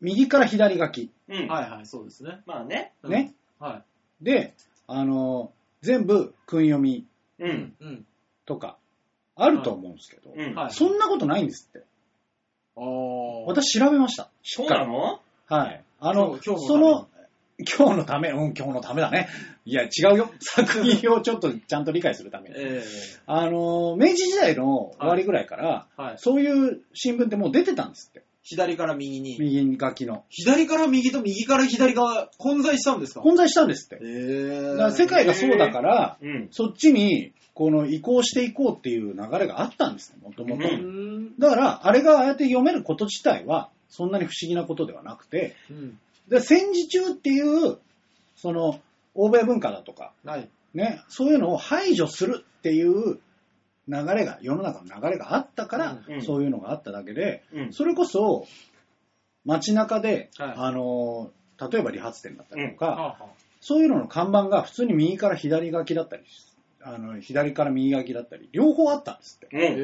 Speaker 1: 右から左書き。
Speaker 2: うん。
Speaker 3: い。はいはい、そうですね。
Speaker 2: まあね。
Speaker 3: うん
Speaker 1: ね。
Speaker 3: は
Speaker 1: で、あの、全部訓読み
Speaker 2: う
Speaker 3: い。
Speaker 2: ん。。
Speaker 3: うん。
Speaker 1: とか、あると思うんですけど、
Speaker 2: うん。
Speaker 3: はい。
Speaker 1: そんなことないんですって。
Speaker 3: あー。
Speaker 1: 私調べました。し
Speaker 2: そ
Speaker 1: っ
Speaker 2: う
Speaker 1: か
Speaker 2: な
Speaker 1: り。
Speaker 2: の
Speaker 1: はい。あの、
Speaker 3: 今日
Speaker 1: その、今日のため、うん、今日のためだね。いや、違 [laughs] うよ。作品をちょっとちゃんと理解するために。
Speaker 3: え
Speaker 1: あの、明治時代の終わりぐらいから、
Speaker 3: えはい。
Speaker 1: そういう新聞ってもう出てたんですって。
Speaker 3: 左から右に。
Speaker 1: 右書きの。
Speaker 3: 左から右と右から左が混在したんですか
Speaker 1: 混在したんですって。だから世
Speaker 3: 世
Speaker 1: 界がそうだから、
Speaker 2: うん。
Speaker 1: そっちに、この移行していこうっていう流れがあったんですね、もともと
Speaker 2: う。ん
Speaker 3: ん。
Speaker 1: だから、あれがああやって読めること自体は、そんなに不思議なことではなくて、
Speaker 3: うん。
Speaker 1: で戦時中っていう、その、欧米文化だとか、
Speaker 3: はい。
Speaker 1: ね、そういうのを排除するっていう流れが、世の中の流れがあったから、
Speaker 2: うん
Speaker 1: そういうのがあっただけで、
Speaker 2: うん。
Speaker 1: それこそ、街中で、
Speaker 3: はい
Speaker 1: あの、例えば理髪店だったりとか、
Speaker 3: は
Speaker 1: そういうのの看板が普通に右から左書きだったり、あの左から右書きだったり、両方あったんですって。
Speaker 2: う
Speaker 3: へ
Speaker 2: ん。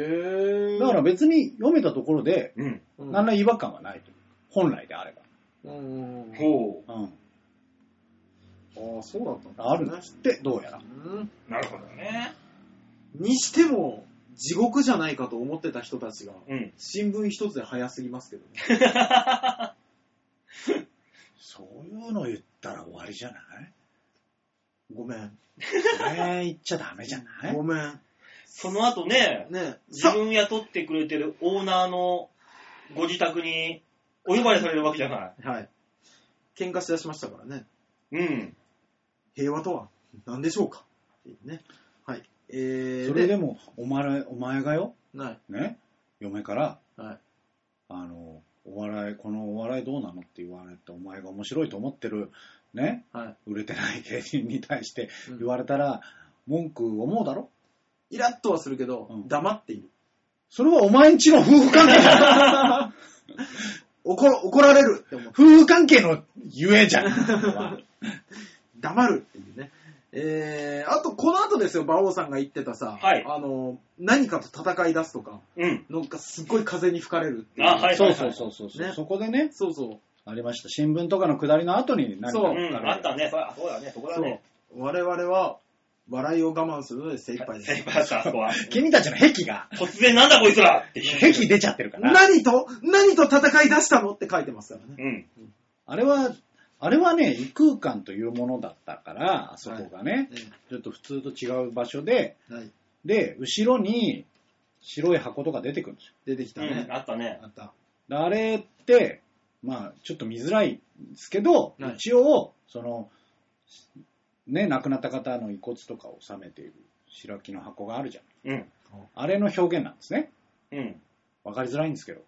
Speaker 3: ぇ
Speaker 1: だから、別に読めたところで、
Speaker 2: うん。
Speaker 3: うん
Speaker 1: 何ら違和感はないという。本来であれ
Speaker 3: うん。
Speaker 2: ほ
Speaker 1: ば。うん。
Speaker 3: ああ、そうだったんだ
Speaker 1: あるんですって、どうやら。
Speaker 3: うん
Speaker 2: う。なるほどね。
Speaker 3: にしても、地獄じゃないかと思ってた人たちが、
Speaker 2: うん。
Speaker 3: 新聞一つで早すぎますけどね。
Speaker 1: そういうの言ったら終わりじゃない
Speaker 3: ごめん。
Speaker 1: それ言っちゃダメじゃない
Speaker 3: ごめん。
Speaker 2: その後ね、
Speaker 3: ね
Speaker 2: 自
Speaker 3: さ、
Speaker 2: 分雇ってくれてるオーナーのご自宅にお呼ばれされるわけじゃない。
Speaker 3: はい。喧嘩しだしましたからね。
Speaker 2: うん。
Speaker 3: 平和とは何でしょうかっていうね。はい。えー、
Speaker 1: それでも、お前、お前がよ、
Speaker 3: ない。
Speaker 1: ね、嫁から、
Speaker 3: はい。
Speaker 1: あの、お笑い、このお笑いどうなのって言われて、お前が面白いと思ってる、ね、
Speaker 3: はい。
Speaker 1: 売れてない芸人に対して
Speaker 3: うん
Speaker 1: 言われたら、文句思うだろ
Speaker 3: イラッとはするけど、
Speaker 1: うん
Speaker 3: 黙っている。
Speaker 1: それはお前んちの夫婦関係
Speaker 2: [laughs]
Speaker 1: だ
Speaker 3: [laughs] 怒る怒られるって思う。
Speaker 1: 夫婦関係のゆえじゃん。
Speaker 3: 黙るっていうね。えー、あと、この後ですよ、馬王さんが言ってたさ、
Speaker 2: はい
Speaker 3: あの、何かと戦い出すとか、
Speaker 2: うん。
Speaker 3: なんかすっごい風に吹かれるっていう。
Speaker 2: あ、はい。
Speaker 1: そうそうそうそうそう、
Speaker 3: ね
Speaker 1: そこでね、
Speaker 3: そうそう。
Speaker 1: ありました。新聞とかの下りの後に何か
Speaker 3: そう
Speaker 2: うん。あったね。そうあそうだね。そこだ
Speaker 3: そう
Speaker 2: ね。。
Speaker 3: 我々は、笑いを我慢するので精一杯で
Speaker 2: セイ
Speaker 3: す。
Speaker 2: バーさん、そこ [laughs] は。
Speaker 1: 君たちの癖が、
Speaker 2: 突然なんだこいつらっていう。
Speaker 1: 癖出ちゃってるか
Speaker 3: [laughs]
Speaker 1: ら。
Speaker 3: 何と何と戦い出したのって書いてますからね。
Speaker 2: うん。
Speaker 1: あれは、あれはね、異空間というものだったから、あそこがね、ちょっと普通と違う場所で、
Speaker 3: えーはい。
Speaker 1: で、後ろに白い箱とか出てくるんですよ。
Speaker 3: 出てきたね
Speaker 2: うん。あったね。
Speaker 3: あった。
Speaker 1: であれって、まあ、ちょっと見づらいんですけど、
Speaker 3: はい
Speaker 1: 一応、その、ね、亡くなった方の遺骨とかを収めている白木の箱があるじゃん。
Speaker 2: うん。
Speaker 1: あれの表現なんですね。
Speaker 2: うん。
Speaker 1: わかりづらいんですけど。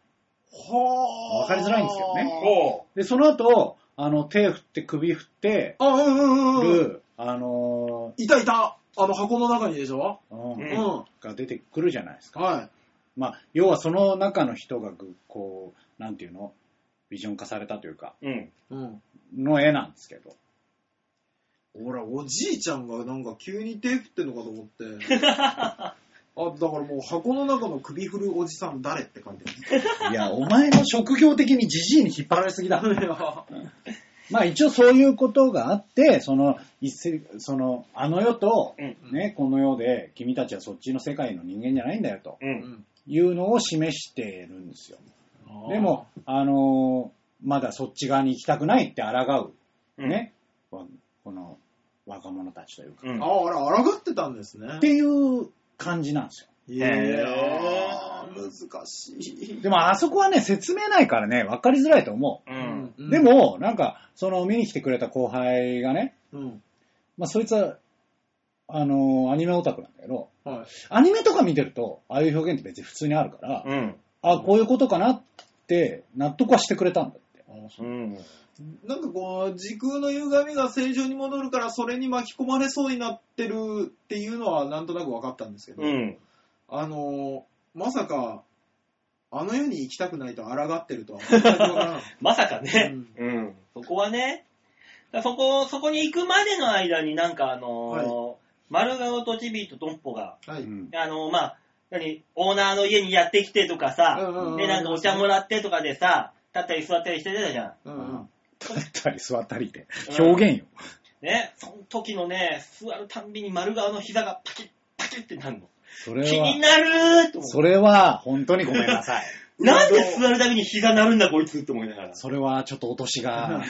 Speaker 3: は
Speaker 1: わかりづらいんですよね
Speaker 2: ほ
Speaker 1: で、その後、あの、手振って首振って
Speaker 3: あ、うんうんうんうん。
Speaker 1: る、あの
Speaker 3: いたいたあの箱の中にでしょ
Speaker 1: ーうん
Speaker 2: うん
Speaker 3: うん。
Speaker 1: が出てくるじゃないですか。
Speaker 3: は
Speaker 1: まあ、要はその中の人がぐ、こう、なんていうのビジョン化されたというか、
Speaker 2: う。うん。
Speaker 3: い。うん。 [laughs]
Speaker 1: の絵なんですけど。
Speaker 3: 俺、おじいちゃんがなんか急に手振ってんのかと思って。あ、だからもう箱の中の首振るおじさん誰って感じです。
Speaker 1: いや、お前の職業的にじじいに引っ張られすぎだ。まあ一応そういうことがあって、その、一世その、あの世と、
Speaker 2: うん
Speaker 1: ね、この世で、君たちはそっちの世界の人間じゃないんだよと
Speaker 2: う。
Speaker 3: うんん
Speaker 1: いうのを示してるんですよ。でも、、あのーまだそっち側に行きたくないって抗
Speaker 2: う
Speaker 1: う、
Speaker 2: ん。
Speaker 1: ね、わこの若者たちというか、
Speaker 2: う
Speaker 3: あ
Speaker 2: ん。
Speaker 3: ーあれ、抗ってたんですね
Speaker 1: っ。ていう感じなんですよ。
Speaker 3: い
Speaker 2: やー
Speaker 3: やー、難しい。
Speaker 1: でもあそこはね、説明ないからね、わかりづらいと思
Speaker 2: う。
Speaker 3: うん
Speaker 1: う。で、も、なんか、その見に来てくれた後輩がね、
Speaker 3: うん。
Speaker 1: まあそいつは、あのーアニメオタクなんだけど、
Speaker 3: はい。
Speaker 1: アニメとか見てると、ああいう表現って別に普通にあるから、
Speaker 2: うん。
Speaker 1: あこういうことかなって、納得はしてくれたんだって。
Speaker 2: うん。
Speaker 3: なんかこう、時空の歪みが正常に戻るから、それに巻き込まれそうになってるっていうのは、なんとなく分かったんですけど、
Speaker 2: うん。
Speaker 3: あのー、まさか、あの世に行きたくないと抗ってると
Speaker 2: [laughs]
Speaker 3: は全く分からなかっ
Speaker 2: まさか
Speaker 3: た、う
Speaker 2: ね。 [laughs]
Speaker 3: ん
Speaker 2: うん。そこはね、だからそこ、そこに行くまでの間になんかあのー丸顔とチビとドンポが、
Speaker 3: はい。
Speaker 2: あのーまあ、何、オーナーの家にやってきてとかさ、で、なんかお茶も
Speaker 3: ら
Speaker 2: らってとかでさ、立ったり座ったりしてたじゃん。
Speaker 3: うんうん。
Speaker 1: 立ったり座ったりで、
Speaker 2: うん
Speaker 1: 表現よ。
Speaker 2: ね、その時のね、座るたんびに丸顔の膝がパキッ、パキッってなるの。
Speaker 1: それ
Speaker 2: 気に
Speaker 1: は、
Speaker 2: なるーって思
Speaker 1: それは、本当にごめんなさい。
Speaker 2: う。なんで座るたびに膝なるんだこいつって思いながら。
Speaker 1: それは、ちょっと落としが、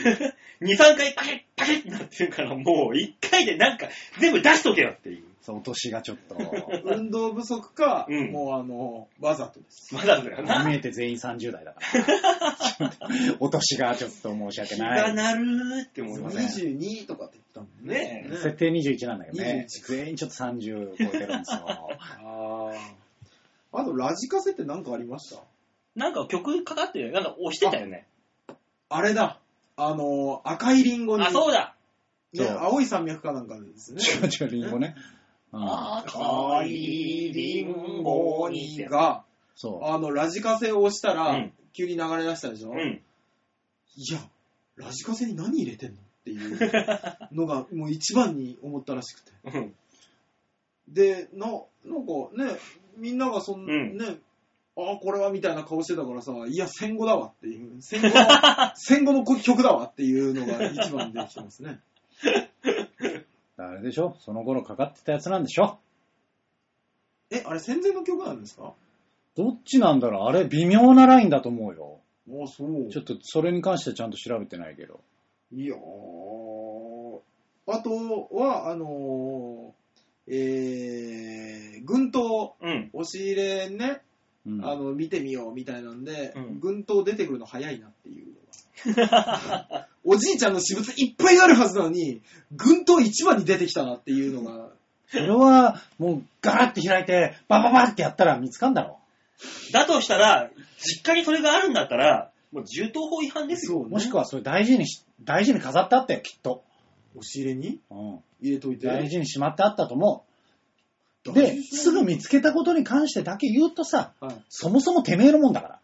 Speaker 2: 2、3回パキッ、パキッってなってるから、もう1回でなんか全部出しとけよっていう。
Speaker 1: そう落としがちょっと、
Speaker 3: 運動不足か、
Speaker 2: うん
Speaker 3: もうあのー、わざとです。
Speaker 2: まだだよな。
Speaker 1: 見えて全員30代だから。落としがちょっと申し訳
Speaker 2: 膝
Speaker 1: ない。
Speaker 2: なるーって思いません。
Speaker 3: 22とかって言ったもん
Speaker 2: ねえ
Speaker 1: 設定21なんだけどね。
Speaker 3: 21
Speaker 1: 全員ちょっと30超えてるんですよ。
Speaker 3: ああ。あと、ラジカセって何かありました
Speaker 2: なんか曲かかってるよ。なんか押してたよね。
Speaker 3: あれだ。あのー、赤いリンゴに、
Speaker 2: あ、そうだ。
Speaker 3: ね、
Speaker 1: そう
Speaker 3: 青い山脈かなんかですね。
Speaker 1: ちょちょ、リンゴね。うん
Speaker 2: 赤いリンゴにって。
Speaker 3: が、
Speaker 1: そう。
Speaker 3: あの、ラジカセを押したら、
Speaker 2: うん
Speaker 3: 急に流れ出したでしょ、
Speaker 2: う
Speaker 3: い
Speaker 2: ん。
Speaker 3: や、ラジカセに何入れてんのっていうのが、もう一番に思ったらしくて。
Speaker 2: うん。
Speaker 3: で、な、なんかね、みんながそん、
Speaker 2: うん
Speaker 3: ね、ああ、これはみたいな顔してたからさ、いや、戦後だわっていう、戦
Speaker 2: [laughs]
Speaker 3: 後の、戦後の曲だわっていうのが一番できてますね。
Speaker 1: あれでしょその頃かかってたやつなんでしょ
Speaker 3: え、あれ戦前の曲なんですか
Speaker 1: どっちなんだろうあれ、微妙なラインだと思うよ。
Speaker 3: ああ、そう
Speaker 1: ちょっと、それに関してはちゃんと調べてないけど。
Speaker 3: いやーあとは、あのー、えー、軍刀、
Speaker 2: うん。
Speaker 3: 押し入れね、
Speaker 1: うん。
Speaker 3: あの、見てみようみたいなんで、
Speaker 2: うん
Speaker 3: 軍刀出てくるの早いなっていうのが。おじいちゃんの私物いっぱいあるはずなのに、軍刀一番に出てきたなっていうのが、
Speaker 1: それは、もう、ガラッて開いて、バババってやったら見つかんだろ
Speaker 2: だとしたら、しっかりそれがあるんだったら、もう銃刀法違反ですよ。
Speaker 3: うね
Speaker 1: もしくは、それ大事にし、大事に飾ってあったよ、きっと。
Speaker 3: 押し入れに
Speaker 1: うん。
Speaker 3: 入れといて。
Speaker 1: 大事にしまってあったと思う。
Speaker 3: 大
Speaker 1: で、
Speaker 3: 事
Speaker 1: すぐ見つけたことに関してだけ言うとさ、
Speaker 3: はい
Speaker 1: そもそもてめえのもんだから。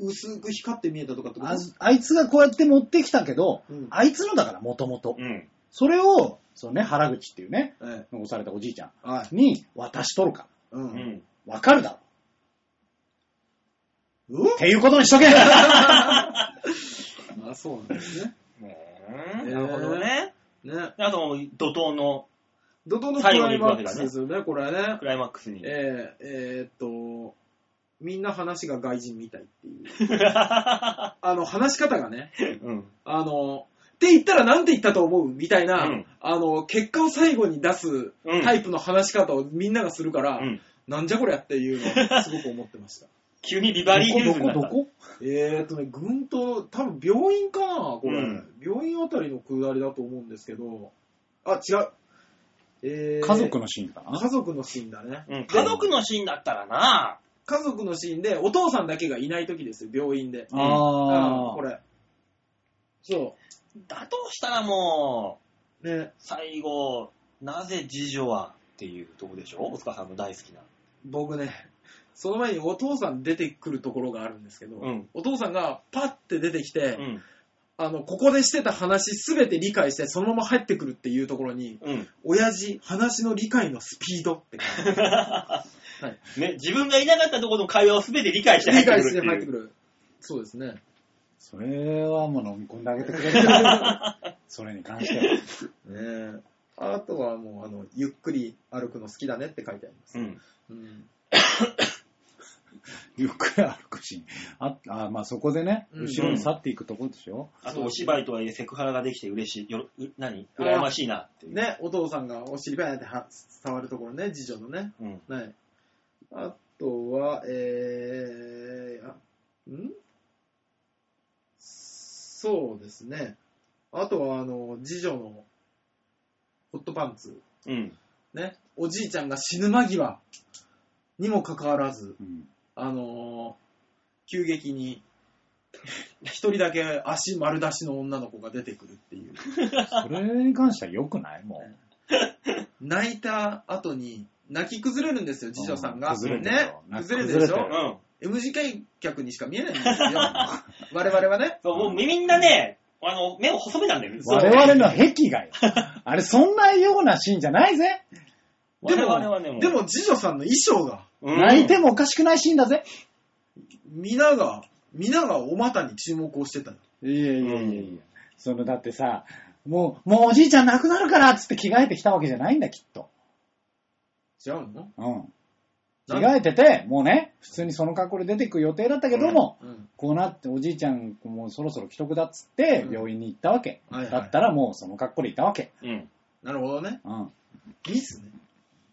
Speaker 3: 薄く光って見えたとかってこと
Speaker 1: ああいつがこうやって持ってきたけど、
Speaker 3: うん
Speaker 1: あいつのだから、もともと
Speaker 2: う。ん。
Speaker 1: それを、そのね、原口っていうね、
Speaker 3: え
Speaker 1: 残されたおじいちゃ
Speaker 3: えはい。
Speaker 1: んに渡しとるか
Speaker 3: う。
Speaker 2: うんん。
Speaker 1: ら。わかるだろ。
Speaker 3: うん、
Speaker 1: っていうことにしとけ
Speaker 3: あ、そうなんですね。
Speaker 2: ね
Speaker 3: え
Speaker 2: なるほどね。
Speaker 3: ね。
Speaker 2: あと、怒涛の
Speaker 3: 怒涛のク
Speaker 2: 最後
Speaker 3: ラ
Speaker 2: に行
Speaker 3: イ
Speaker 2: く
Speaker 3: マ
Speaker 2: わけ
Speaker 3: ッ
Speaker 2: だ
Speaker 3: クス
Speaker 2: ね
Speaker 3: ですよね、これはね
Speaker 2: ク。ライマックスに。
Speaker 3: えー、えーっと、みんな話が外人みたいっていう。あの、話し方がね、
Speaker 2: [laughs] うん。
Speaker 3: あの、って言ったらなんて言ったと思うみたいな、
Speaker 2: うん
Speaker 3: あの、結果を最後に出す
Speaker 2: うん
Speaker 3: タイプの話し方をみんながするから、
Speaker 2: うん。
Speaker 3: なんじゃこりゃっていうの
Speaker 2: [laughs]
Speaker 3: をすごく思ってました。
Speaker 2: 急にリバリーヒル
Speaker 1: ど
Speaker 2: ズに
Speaker 1: こ
Speaker 2: な
Speaker 1: ど
Speaker 2: っ
Speaker 1: こ
Speaker 2: た。
Speaker 1: どこ
Speaker 3: えーっとね、軍刀、多分病院かな、これ。
Speaker 2: うん
Speaker 3: 病院あたりのくだりだと思うんですけど、あ、違う。えー
Speaker 1: 家族のシーンかな
Speaker 3: 家族のシーンだね。
Speaker 2: うん、家族のシーンだったらな
Speaker 3: 家族のシーンで、お父さんだけがいない時ですよ、病院で。
Speaker 1: あ
Speaker 3: うん
Speaker 1: あ
Speaker 3: こ。れ。そ
Speaker 2: だとしたらもう、
Speaker 3: う。ね、
Speaker 2: 最後、なぜ次女はっていうとこでしょ大塚さんの大好きな。
Speaker 3: 僕ね、その前にお父さん出てくるところがあるんですけど、
Speaker 2: うん
Speaker 3: お父さんがパッて出てきて、
Speaker 2: うん。
Speaker 3: あの、ここでしてた話すべて理解して、そのまま入ってくるっていうところに、 [laughs]
Speaker 2: うん。
Speaker 3: 親父、話の理解のスピードって感じ。
Speaker 2: ね、自分がいなかったところの会話を全て理解して [laughs] 入
Speaker 3: 理
Speaker 2: ってく
Speaker 3: 解
Speaker 2: るっ
Speaker 3: してて入って
Speaker 2: い
Speaker 3: く
Speaker 2: う。
Speaker 3: る。そうですね。
Speaker 1: それはもう飲み込んであげてくれるそれに関しては。
Speaker 3: ねえあとはもう、あの、ゆっくり歩くの好きだねって書いてあります。
Speaker 2: うん。
Speaker 3: うん。
Speaker 1: ゆっくり歩くし。あ、あまあそこでね、
Speaker 3: うん
Speaker 1: 後ろに去っていくとこでしょ。
Speaker 2: あと、お芝居とはいえセクハラができて嬉しい。よろう何羨ましいなっていう。
Speaker 3: ね、お父さんがお尻ペンっては触るところね、次女のね。
Speaker 2: うん。
Speaker 3: はい。あとは、えー、あんそうですね。あとは、あの、次女のホットパンツ。
Speaker 2: うん。
Speaker 3: ね。おじいちゃんが死ぬ間際にもかかわらず、
Speaker 1: うん。
Speaker 3: あのー急激に、 [laughs] 一人だけ足丸出しの女の子が出てくるっていう。
Speaker 1: それに関しては良くないもう。
Speaker 3: 泣いた後に泣き崩れるんですよ、次女さんが。
Speaker 1: うん崩
Speaker 2: れて
Speaker 1: る
Speaker 3: ね
Speaker 1: よ。
Speaker 3: 崩れてるでし
Speaker 1: 崩れて
Speaker 2: う
Speaker 1: る
Speaker 3: ょ
Speaker 2: ん。
Speaker 3: ?MGK 客にしか見えないん
Speaker 1: [laughs]
Speaker 3: ですよ。我々はね。
Speaker 2: そう、もうみんなね、あの、目を細めたんだよ。
Speaker 1: 我々の壁がよ。あれ、そんなようなシーンじゃないぜ。
Speaker 2: で
Speaker 3: で
Speaker 2: も、
Speaker 3: も
Speaker 2: 我々はね、
Speaker 3: でも次女さんの衣装が、
Speaker 2: う、
Speaker 1: 泣いてもおかしくないシーンだぜ。
Speaker 3: 皆が、皆がお股に注目をしてたの。
Speaker 1: いやいや
Speaker 2: う
Speaker 1: いやい
Speaker 2: ん
Speaker 1: や。その、だってさ、もう、もうおじいちゃん亡くなるからっつって着替えてきたわけじゃないんだ、きっと。
Speaker 3: 違うの
Speaker 1: うん。
Speaker 3: な
Speaker 1: 着
Speaker 3: ん
Speaker 1: 替えてて、もうね、普通にその格好で出てく予定だったけども、
Speaker 3: うん。
Speaker 1: こうなって、おじいちゃん、もうそろそろ既得だっつって、
Speaker 3: うん
Speaker 1: 病院に行ったわけ。
Speaker 3: はいはい
Speaker 1: だったらもうその格好でいたわけ。
Speaker 2: うん。
Speaker 3: なるほどね。
Speaker 1: うん。
Speaker 3: ミスね。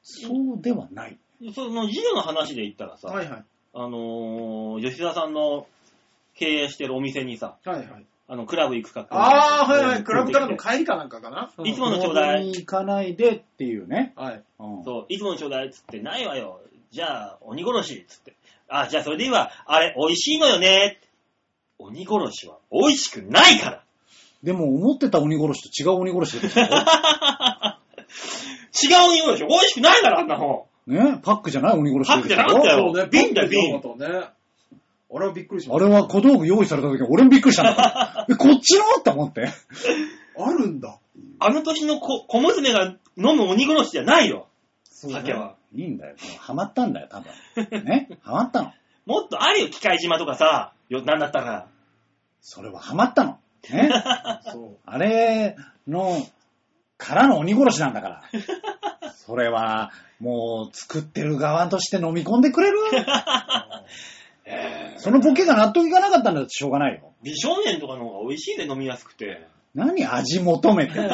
Speaker 1: そうではない。
Speaker 2: その、次女の話で言ったらさ、
Speaker 3: はいはい。
Speaker 2: あのー、吉田さんの経営してるお店にさ、
Speaker 3: はいはい。
Speaker 2: あの、クラブ行くか
Speaker 3: ああ、はいはい。クラブからの
Speaker 2: 会
Speaker 3: 帰りかなんかかな。うん
Speaker 2: いつものちょうだい
Speaker 1: に行かないでっていうね。
Speaker 3: はい。
Speaker 1: うん。
Speaker 2: そう、いつものちょうだいっつって、ないわよ。じゃあ、鬼殺しっつって。あ、じゃあそれでいいわ。あれ、美味しいのよね。鬼殺しは美味しくないから
Speaker 1: でも思ってた鬼殺しと違う鬼殺し出てきたよ。
Speaker 2: 違う鬼殺し美味しくないから、あんなも
Speaker 1: ねパックじゃない鬼殺し出てきた
Speaker 2: パックじゃなかったよ
Speaker 1: よ。
Speaker 3: そうね、
Speaker 2: 瓶だよ
Speaker 3: 瓶とね。あれはびっくりしま
Speaker 1: あ
Speaker 3: し
Speaker 1: れは小道具用意された時に俺もびっくりしたんだから。え、こっちのって思って。
Speaker 3: た。あるんだ。
Speaker 2: ん。あの年の子小娘が飲む鬼殺しじゃないよ。
Speaker 3: そうね
Speaker 2: 酒は。
Speaker 1: いいんだよ。もうハマったんだよ、多分。
Speaker 3: [laughs]
Speaker 1: ねハマったの。
Speaker 2: もっとあるよ、機械島とかさ。よ、なんだったら。
Speaker 1: それはハマったの。ね [laughs]
Speaker 3: そう。
Speaker 1: あれの、からの鬼殺しなん
Speaker 3: [laughs]
Speaker 1: だから。それは、もう、作ってる側として飲み込んでく
Speaker 3: [laughs]
Speaker 1: れるそのボケが納得いかなかったんだってしょうがないよ。
Speaker 2: 美少年とかの方が美味しいね、飲みやすくて。
Speaker 1: 何味求めてんの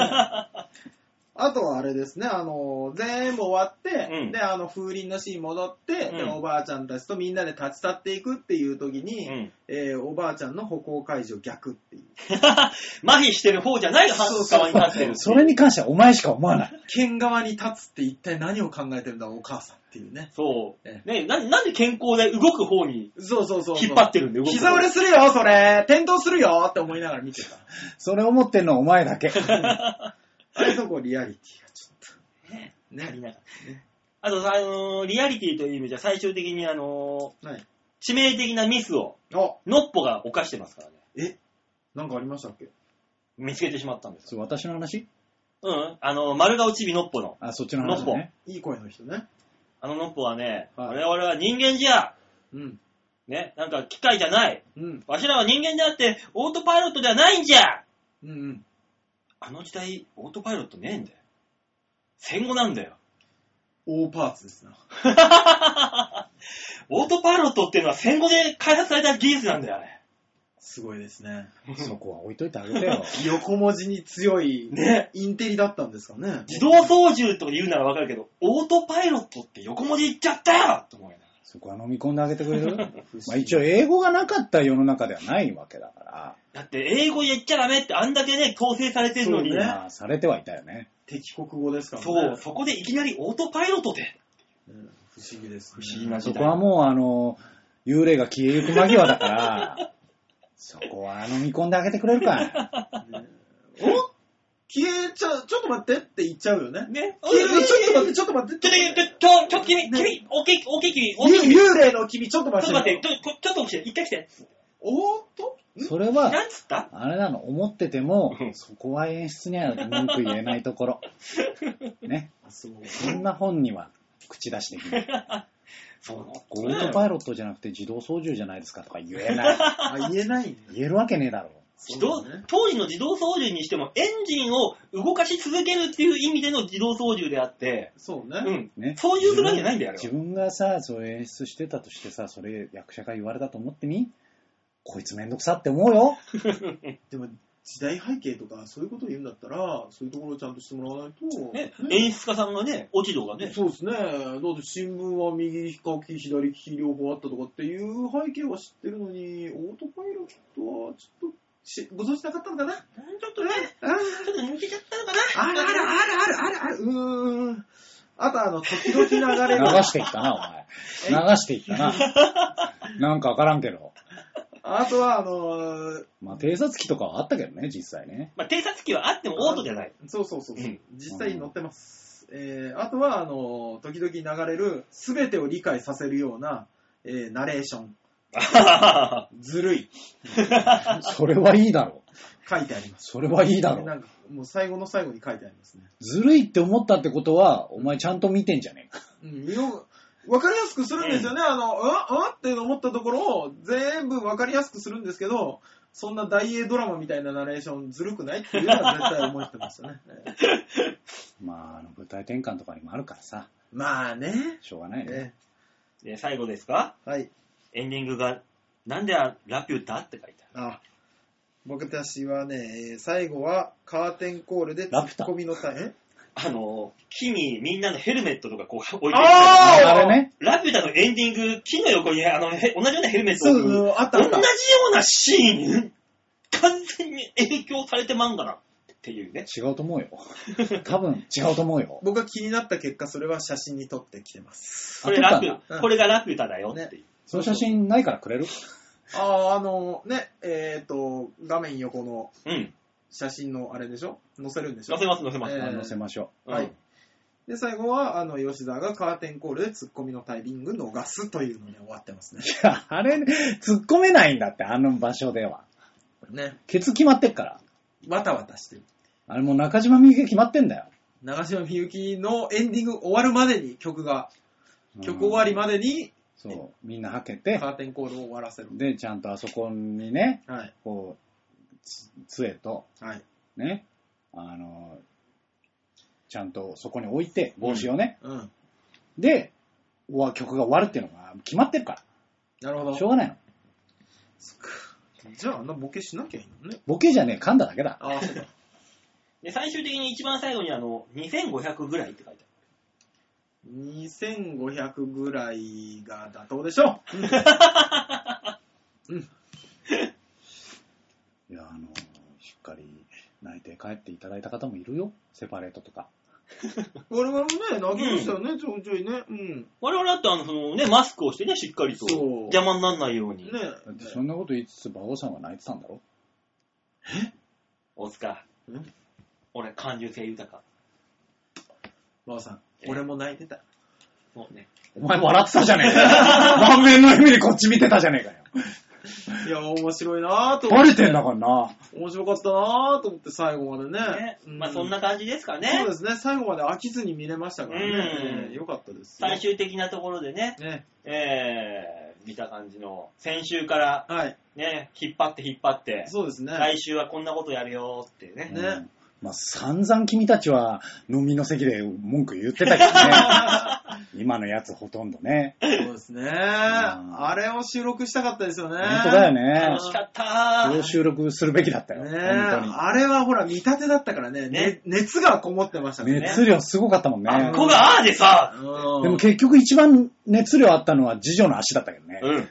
Speaker 3: あとはあれですね、あの、全部終わって、
Speaker 2: うん
Speaker 3: で、あの、風鈴のシーン戻って、で、
Speaker 2: うん
Speaker 3: おばあちゃんたちとみんなで立ち去っていくっていう時
Speaker 2: う
Speaker 3: に、
Speaker 2: ん。 [laughs]
Speaker 3: えーおばあちゃんの歩行解除逆っていう。
Speaker 2: 麻痺してる方じゃない側
Speaker 3: そうそう
Speaker 2: に立ってる。
Speaker 1: それに関してはお前しか思わない。
Speaker 3: [laughs] 剣側に立つって一体何を考えてるんだ、お母さんっていうね。
Speaker 2: そう。
Speaker 3: え
Speaker 2: ね、な、なんで健康で動く方に
Speaker 3: そうそうそうそう。
Speaker 2: 引っ張ってるんで、動く方
Speaker 3: 膝折れするよ、それ転倒するよって思いながら見てた。
Speaker 1: それ思ってんのはお前
Speaker 3: [laughs]
Speaker 1: だけ。
Speaker 3: あれとこリアリティがちょっ
Speaker 2: 足
Speaker 3: と。
Speaker 2: り
Speaker 3: ね。
Speaker 2: なかったあとさ、あのーリアリティという意味じゃ最終的にあの
Speaker 3: はい。
Speaker 2: ー致命的なミスを、
Speaker 3: あ、
Speaker 2: ノッポが犯してますからね。
Speaker 3: なんかありましたっけ
Speaker 2: 見つけてしまったんです
Speaker 1: そ
Speaker 2: よ。
Speaker 1: れ私の話
Speaker 2: うん。あのー丸顔ちびノッポの。
Speaker 1: あ、そっちの話ね。
Speaker 3: いい声の人ね。
Speaker 2: あのノッポはね、
Speaker 3: はい
Speaker 2: 我々は人間じゃ、
Speaker 3: うん。
Speaker 2: ね、なんか機械じゃない。
Speaker 3: うん。
Speaker 2: わしらは人間であって、オートパイロットではないんじゃ
Speaker 3: うんうん。
Speaker 2: あの時代、オートパイロットねえんだよ。戦後なんだよ。
Speaker 3: 大パーツですな。
Speaker 2: オートパイロットっていうのは戦後で開発された技術なんだよ、あれ。
Speaker 3: すごいですね。
Speaker 1: そこは置いといてあげてよ。
Speaker 3: [laughs] 横文字に強い、
Speaker 2: ね。
Speaker 3: インテリだったんですか
Speaker 2: [laughs]
Speaker 3: ね。
Speaker 2: 自動操縦とか言うならわかるけど、オートパイロットって横文字言っちゃったよと思いながら
Speaker 1: そこは飲み込んであげてくれ
Speaker 2: [laughs]
Speaker 1: るまあ一応英語がなかった世の中ではないわけだから。
Speaker 2: だって英語言っちゃダメってあんだけね、強制されてるのに。
Speaker 3: そうね
Speaker 1: まあされてはいたよね。
Speaker 3: 敵国語ですからね。
Speaker 2: そう、そこでいきなりオートパイロットで。
Speaker 3: うん不思議です、ね。
Speaker 2: 不思議な
Speaker 1: そこはもうあの、幽霊が消えゆく間際だ
Speaker 2: [laughs]
Speaker 1: から、そこは飲み込んであげてくれるか。
Speaker 3: ねお消えちゃう、ちょっと待ってって言っちゃうよね。
Speaker 2: ね。
Speaker 3: 消える [laughs] ちょっと待って、
Speaker 2: ち
Speaker 3: ちょっと待
Speaker 2: ょっ
Speaker 3: って。
Speaker 2: と、ちょ、ちょ、ちょ、ちょ、っと君、君、大きい、大きい君、大きい君、ち
Speaker 3: 幽幽霊の君、ちょっと
Speaker 2: ょ
Speaker 3: 待
Speaker 2: っ
Speaker 3: っ
Speaker 2: と
Speaker 3: て。
Speaker 2: 待って、ちょ、ちょちょっと来て、一回来て。
Speaker 3: おーっと
Speaker 1: それは、
Speaker 2: なんつった
Speaker 1: あれなの、思ってても
Speaker 2: う、ん
Speaker 1: そこは演出には文句言えないところ。ね。そんな本には口出してきない。
Speaker 2: [laughs] そうだ
Speaker 1: ゴートパイロットじゃなくて自動操縦じゃないですかとか言えない。
Speaker 3: あ、言えないね。
Speaker 1: 言えるわけねえだろ。
Speaker 2: 自動
Speaker 3: そうだね
Speaker 2: 当時の自動操縦にしても、エンジンを動かし続けるっていう意味での自動操縦であって、
Speaker 3: そう
Speaker 2: う
Speaker 3: ね。
Speaker 2: ん。
Speaker 1: ね。
Speaker 2: 操縦するわけじゃないんだよ、あれ
Speaker 1: 自
Speaker 2: は。
Speaker 1: 分がさ、そう演出してたとしてさ、それ役者が言われたと思ってみこいつめんどくさって思うよ。
Speaker 3: でも、時代背景とか、そういうことを言うんだったら、そういうところをちゃんとしてもらわないと。
Speaker 2: ね、演出家さんがね、落ち度がね、
Speaker 3: そうですね。だって新聞は右利き、左利き両方あったとかっていう背景は知ってるのに、オートパイロットはちょっとしご存知なかったのかな
Speaker 2: うんちょっとね、
Speaker 3: あー
Speaker 2: ちょっと抜けちゃったのか
Speaker 3: あるあるあるあるあるある。うーん。あとあの、時々流
Speaker 1: 流
Speaker 3: れる。
Speaker 1: していったな、お前。流していっ
Speaker 2: [laughs]
Speaker 1: たな。なんかわからんけど。
Speaker 3: あとはあのー
Speaker 1: まあ、偵察機とかはあったけどね、実際ね。
Speaker 2: まあ、偵察機はあってもオートじゃない。。
Speaker 3: そうそうそうそううん実際に載ってます。えー、あとはあのー時々流れる、すべてを理解させるような、えー、ナレーション。ずるい。
Speaker 1: それはいいだろう。
Speaker 3: 書いてあります。
Speaker 1: それはいいだろう
Speaker 3: な。んか、もう最後の最後に書いてありますね。
Speaker 1: ずるいって思ったってことは、お前ちゃんと見てんじゃねえか。
Speaker 3: うん、よわかりやすくするんですよね。あの、うん、うんって思ったところを全部わかりやすくするんですけど、そんな大英ドラマみたいなナレーションずるくないっていうのは絶対思ってましたね。えー
Speaker 1: まあ、あの舞台転換とかにもあるからさ、
Speaker 3: [laughs] まあね。
Speaker 1: しょうがないね。
Speaker 3: え
Speaker 2: で、最後ですか
Speaker 3: ーはい。
Speaker 2: エンディングが、なんでラピュタって書いてあ
Speaker 3: あ、僕たちはね、えー最後はカーテンコールでツ
Speaker 1: ラピュ
Speaker 3: ッ
Speaker 1: タ
Speaker 3: コミのタイム。
Speaker 2: る。あの、木にみんなのヘルメットとかこう置いてる
Speaker 3: あ
Speaker 1: あれね、
Speaker 2: ラピュタのエンディング、木の横にあの、へ同じようなヘルメットを置く
Speaker 3: そう、あったあ
Speaker 2: 同じ
Speaker 3: っ
Speaker 2: よ
Speaker 3: た。
Speaker 2: うなシーン、完全に影響されてまんがなっていうね。
Speaker 1: 違うと
Speaker 2: [laughs]
Speaker 1: 思うよ。多分違うと思うよ。
Speaker 3: 僕が気になった結果、それは写真に撮ってきてます。
Speaker 2: これラピ
Speaker 1: あ撮
Speaker 2: ュ
Speaker 3: う
Speaker 1: っ
Speaker 3: ん
Speaker 2: これがラピュタだよっていう。
Speaker 1: その写真ないからくれる
Speaker 3: ああ、あのね、えっ、と、画面横の
Speaker 2: うん。
Speaker 3: 写真のあれでしょ載せるんでしょ
Speaker 2: 載せます載せます。
Speaker 3: えー
Speaker 1: あ載せましょ
Speaker 2: うん
Speaker 3: はい。で、最後は、あの、吉沢がカーテンコールでツッコミのタイミング逃すというのに終わってますね
Speaker 1: う。。いや、 [laughs] あれ、突っ込めないんだって、あの場所では。
Speaker 3: ね。
Speaker 1: ケツ決まってっから。
Speaker 3: わたわたしてる。
Speaker 1: あれもう中島みゆきが決まってんだよ。
Speaker 3: 長島みゆきのエンディング終わるまでに曲が、曲終わりまでに
Speaker 1: うんそう、みんなはけて
Speaker 3: カ、ーテンコールを終わらせる。
Speaker 1: で、ちゃんとあそこにね、
Speaker 3: はい。
Speaker 1: こう、つ杖と、
Speaker 3: はい。
Speaker 1: ね、あの、ちゃんとそこに置いて、帽子をね、
Speaker 3: うん。
Speaker 1: で、おわ曲が終わるっていうのが決まってるか
Speaker 3: なるほ
Speaker 1: ら、
Speaker 3: ど
Speaker 1: しょ。うがないの。
Speaker 3: そっかじゃあ、あんなボケしなきゃいいのね。
Speaker 1: ボケじゃねえ、噛んだだけだ。
Speaker 3: ああ、そうだ。
Speaker 2: で、最終的に一番最後にあの、2500ぐらいって書いて
Speaker 3: 2500ぐらいが妥当でしょう。
Speaker 1: いや、あの、しっかり泣いて帰っていただいた方もいるよ。セパレートとか。
Speaker 3: 我々もね、投げましたよね、ちょいちょいね。うん。
Speaker 2: ある。我々だってあの、そのね、マスクをしてね、しっかりと。
Speaker 3: そう
Speaker 2: 邪魔にならないように。
Speaker 3: ね。
Speaker 1: だってそんなこと言いつつ、馬王さんは泣いてたんだろ
Speaker 2: 大塚
Speaker 3: うん。
Speaker 2: 俺、感受性豊か。
Speaker 3: 馬尾さん、俺も泣いてた。
Speaker 2: そうね。
Speaker 1: お前笑ってたじゃねえかよ。 [laughs] 満面の笑みでこっち見てたじゃねえかよ。
Speaker 3: いや、面白いなぁと思って
Speaker 1: バレてんだからな。
Speaker 3: 面白かったなぁと思って最後までね
Speaker 2: ね。まあ、そん
Speaker 3: な、
Speaker 2: な感じですか
Speaker 3: そう
Speaker 2: ね
Speaker 3: で。すね、最後まで飽きずに見れましたからね。
Speaker 2: うん
Speaker 3: よかったですよ。
Speaker 2: 最終的なところでね、
Speaker 3: ね。
Speaker 2: えー、見た感じの、先週から
Speaker 3: はい。
Speaker 2: ね、引っ張って引っ張って、
Speaker 3: そうですね。
Speaker 2: 来週はこんなことやるよーってね。
Speaker 3: ね
Speaker 1: うんまあ、散々君たちは飲みの席で文句言ってたけ
Speaker 2: [laughs]
Speaker 1: どね。今のやつほとんどね。
Speaker 3: [laughs] そうですね。あれを収録したかったですよね。
Speaker 1: 本当だよね
Speaker 2: 楽。しかった
Speaker 1: これを
Speaker 2: ー。
Speaker 1: 収録するべきだったよ。
Speaker 3: ね
Speaker 1: 本当に。
Speaker 3: あれはほら、見立てだったからね。ね
Speaker 2: ね
Speaker 3: 熱がこもってましたからね。
Speaker 1: 熱量すごかったもんね。
Speaker 2: あっこがあーでさ、
Speaker 3: うん
Speaker 1: でも結局一番熱量あったのは次女の足だったけどね。
Speaker 2: うん。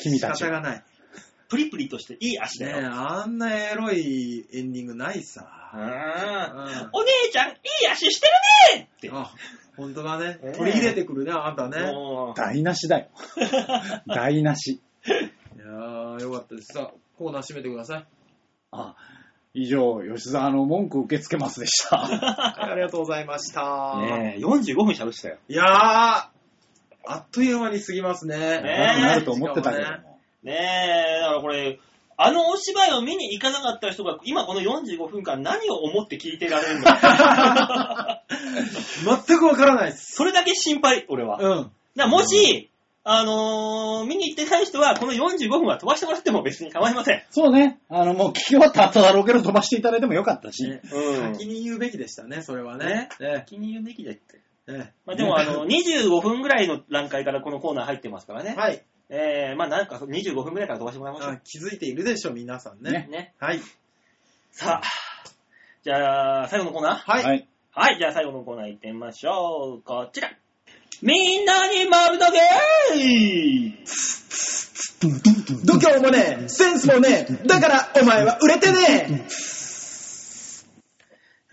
Speaker 1: 君
Speaker 3: 仕
Speaker 1: たち
Speaker 3: 方
Speaker 1: は。
Speaker 3: がない。
Speaker 2: プリプリとしていい足
Speaker 3: ね
Speaker 2: だ
Speaker 3: え、
Speaker 2: よ。
Speaker 3: あんなエロいエンディングない
Speaker 2: うん
Speaker 3: さ。
Speaker 2: お姉ちゃん、いい足してるねーっ
Speaker 3: あ、本当だね
Speaker 2: ええ。
Speaker 3: 取り入れてくるね、あんた
Speaker 2: て。
Speaker 3: ね。
Speaker 2: もう
Speaker 1: 台無し
Speaker 2: [laughs]
Speaker 1: だよ。台無し。
Speaker 3: いやー、よかったです。さあ、コーナー閉めてください。
Speaker 1: あ、以上、吉沢の文句受け付けますでした。
Speaker 3: [laughs] はいありがとうございました。
Speaker 2: ねえ、45分喋ってたよ。
Speaker 3: いやー、あっという間に過ぎますね。
Speaker 2: ねえ
Speaker 1: なると思ってたけども。
Speaker 2: ねえ、だからこれ、あのお芝居を見に行かなかった人が、今この45分間何を思って聞いてられる [laughs] の
Speaker 3: 全くわからないです。
Speaker 2: それだけ心配、俺は。だか
Speaker 3: うん。
Speaker 2: らもし、あのー見に行ってない人は、この45分は飛ばしてもらっても別に構いません。
Speaker 1: そうね。あの、もう聞き終わった後だろうけど飛ばしていただいてもよかったし。
Speaker 3: ね
Speaker 2: うん
Speaker 3: 先に言うべきでしたね、それはね。ね
Speaker 2: 気に入るべきだって。
Speaker 3: ね
Speaker 2: まあ、でも、あの、25分ぐらいの段階からこのコーナー入ってますからね。
Speaker 3: はい。
Speaker 2: えー、まあなんか25分ぐらいから飛ばしてもらいましょ
Speaker 3: あ気づいているでしょ、皆さんね。
Speaker 2: う。ね。
Speaker 3: はい。
Speaker 2: さあ、じゃあ、最後のコーナー
Speaker 3: はい。
Speaker 1: はい。
Speaker 2: はい、じゃあ最後のコーナー行ってみましょう。こちら。みんなに丸投げ
Speaker 3: 度胸もねえ、センスもねえ、だからお前は売れてねえ。
Speaker 2: さ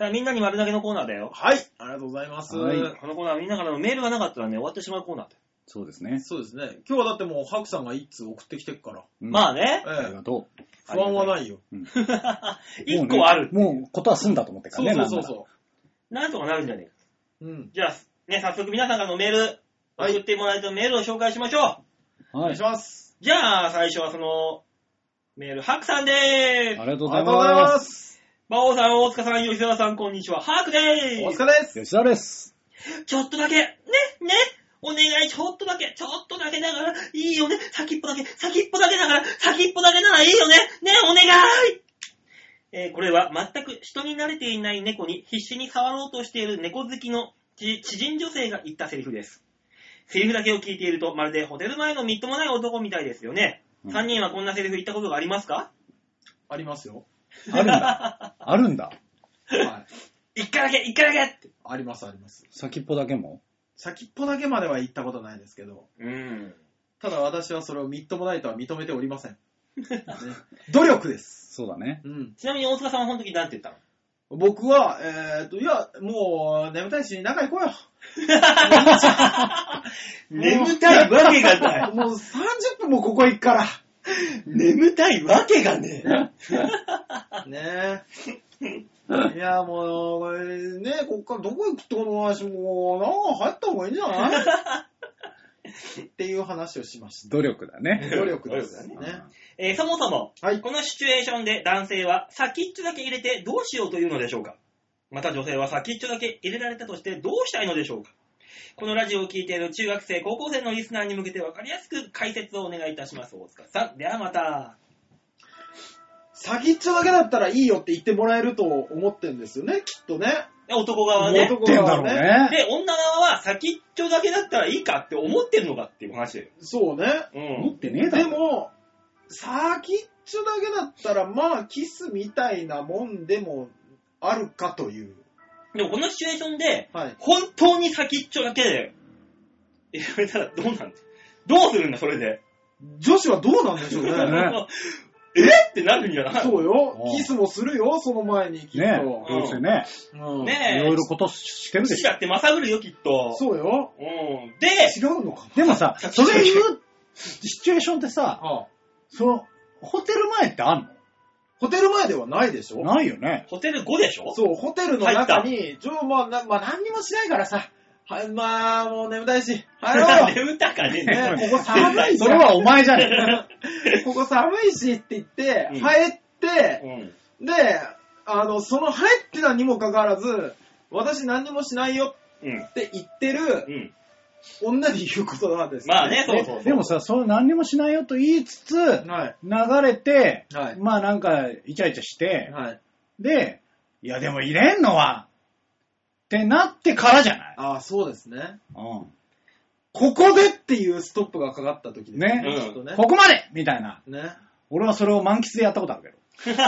Speaker 2: あ、みんなに丸投げのコーナーだよ。
Speaker 3: はい。ありがとうございます。
Speaker 1: はい
Speaker 2: このコーナーはみんなからのメールがなかったらね、終わってしまうコーナーだよ。
Speaker 1: そうですね。
Speaker 3: そうですね。今日はだってもう、ハクさんが一通送ってきてっから。
Speaker 1: うん
Speaker 2: まあね。
Speaker 1: [laughs] あり
Speaker 3: ええ
Speaker 1: がとう。
Speaker 3: 不安はないよ。
Speaker 2: 一個ある。
Speaker 1: もう,、もうことは済んだと思ってか
Speaker 3: そ
Speaker 1: らね。
Speaker 3: うそうそう
Speaker 1: う。
Speaker 3: そ
Speaker 2: なんとかなるんじゃねえか。
Speaker 3: う。うん。
Speaker 2: じゃあ、ね、早速皆さんからのメール、
Speaker 3: はい
Speaker 2: 送ってもらえたメールを紹介しましょう。
Speaker 1: は
Speaker 3: お願
Speaker 1: い
Speaker 3: いし。ます。
Speaker 2: じゃあ、最初はその、メール、ハクさんでー
Speaker 1: あ
Speaker 2: す。
Speaker 1: りがと
Speaker 3: あ
Speaker 1: う
Speaker 3: りがと
Speaker 1: ございう
Speaker 3: ござい
Speaker 1: ま。
Speaker 3: ますす。
Speaker 2: バオさん、大塚さん、吉沢さん、こんにちは。ハクで
Speaker 3: お
Speaker 2: ー
Speaker 3: 疲れです。
Speaker 1: 吉田です。
Speaker 2: す。ちょっとだけ、ね、ね、お願い、ちょっとだけ、ちょっとだけだから、いいよね。先っぽだけ、先っぽだけだから、先っぽだけならいいよね。ね、お願いえーこれは全く人に慣れていない猫に必死に触ろうとしている猫好きの知知人女性が言ったセリフです。セリフだけを聞いていると、まるでホテル前のみっともない男みたいですよね。
Speaker 1: うん
Speaker 2: 3人はこんなセリフ言ったことがありますか
Speaker 3: ありますよ。
Speaker 1: あるんだ。あるんだ。
Speaker 3: はい。
Speaker 2: 一回だけ、一回だけって。
Speaker 3: あります、あります。
Speaker 1: 先っぽだけも。
Speaker 3: 先っぽだけまでは行ったことないですけど、
Speaker 2: うん。
Speaker 3: ただ私はそれをみっともないとは認めておりません。ね努力です。
Speaker 1: そうだね。
Speaker 3: うん。
Speaker 2: ちなみに大塚さんはこの時なんて言ったの
Speaker 3: 僕は、えー、と、いや、もう、眠たいし、仲行 [laughs] こうよ。
Speaker 2: 眠たいわけがない。
Speaker 3: [laughs] もう30分もここ行くから。
Speaker 2: 眠たいわけがね
Speaker 3: ねえ。いや、もう、これね、こっからどこ行くってこの話、もう、なんか入った方がいいんじゃないっていう話をしました。
Speaker 1: 努力だね。
Speaker 3: 努力です。
Speaker 2: 努
Speaker 3: ね
Speaker 1: 力だね。
Speaker 2: え。えーそもそも、
Speaker 3: はい
Speaker 2: このシチュエーションで男性は先っちょだけ入れてどうしようというのでしょうかまた女性は先っちょだけ入れられたとしてどうしたいのでしょうかこのラジオを聴いている中学生、高校生のリスナーに向けて分かりやすく解説をお願いいたします、大塚さん。ではまた。
Speaker 3: 先っちょだけだったらいいよって言ってもらえると思ってんですよね、きっとね。
Speaker 2: で男側はね。
Speaker 1: 言ってんだろうね。
Speaker 2: で、女側は先っちょだけだったらいいかって思ってるのかっていう話だよ。
Speaker 3: そうね。
Speaker 2: う
Speaker 1: 持っ
Speaker 2: ん。
Speaker 1: てねえだ
Speaker 3: で
Speaker 1: ろ。
Speaker 3: も、先っちょだけだったら、まあ、キスみたいなもんでもあるかという。
Speaker 2: でもこのシチュエーションで、
Speaker 3: はい。
Speaker 2: 本当に先っちょだけで、やめたらどうなんだどうするんだ、それで。
Speaker 3: 女子はどうなんでしょう
Speaker 2: [laughs]
Speaker 3: ね。
Speaker 1: ね
Speaker 2: えってなるんじゃない
Speaker 3: そうよ
Speaker 1: う。ん
Speaker 3: キスもするよ、その前に、きっと。
Speaker 1: ね
Speaker 2: う
Speaker 1: どうせね、
Speaker 3: うん
Speaker 2: ねえ
Speaker 1: いろいろことしてるで
Speaker 2: 父
Speaker 1: しょ。
Speaker 2: だってまさぐるよ、きっと。
Speaker 3: そうよ。
Speaker 2: うん。で、
Speaker 3: 違うのか
Speaker 1: でもさ、
Speaker 2: 先
Speaker 1: そ
Speaker 2: っちょ
Speaker 1: れ言うシチュエーションって
Speaker 3: な
Speaker 1: さ、
Speaker 3: ああ
Speaker 1: その、ホテル前ってあん
Speaker 3: ホテル前ではないでし
Speaker 1: の
Speaker 3: ょ
Speaker 1: ないよね。
Speaker 2: ホテル5でしょ
Speaker 3: そう、ホテルの中に、ちょ、まあ、なまあ、何にもしないからさ。はい、まあ、もう眠たいし。入ろうよ。
Speaker 2: [laughs] 眠たかねえな
Speaker 3: ね、ここ寒いし
Speaker 1: [laughs] そ、れはお前じゃね
Speaker 3: ここ寒いしって言って
Speaker 2: うん、
Speaker 3: 入って、
Speaker 2: うん。
Speaker 3: で、あの、その入ってたにもかかわらず、私何にもしないよ
Speaker 2: うん。
Speaker 3: って言って
Speaker 2: う
Speaker 3: る
Speaker 2: ん。
Speaker 3: 女に言うことなんです、
Speaker 2: まあね、 [laughs] そうそうそ
Speaker 1: え。
Speaker 2: う。
Speaker 1: でも、さ、そう何にもしないよと言いつつ、
Speaker 3: はい。
Speaker 1: 流れて、
Speaker 3: はい
Speaker 1: まあなんか、イチャイチャして、
Speaker 3: はい。
Speaker 1: で、いやでも入れんのは、ってなってからじゃない
Speaker 3: ああ、そうですね。
Speaker 1: う
Speaker 3: ここでっていうストップがかかった時です
Speaker 1: ね
Speaker 3: きっと
Speaker 1: ん。
Speaker 3: ね。
Speaker 1: ここまでみたいな。
Speaker 3: ね。
Speaker 1: 俺はそれを満喫でやったことある
Speaker 2: [laughs]
Speaker 1: けど。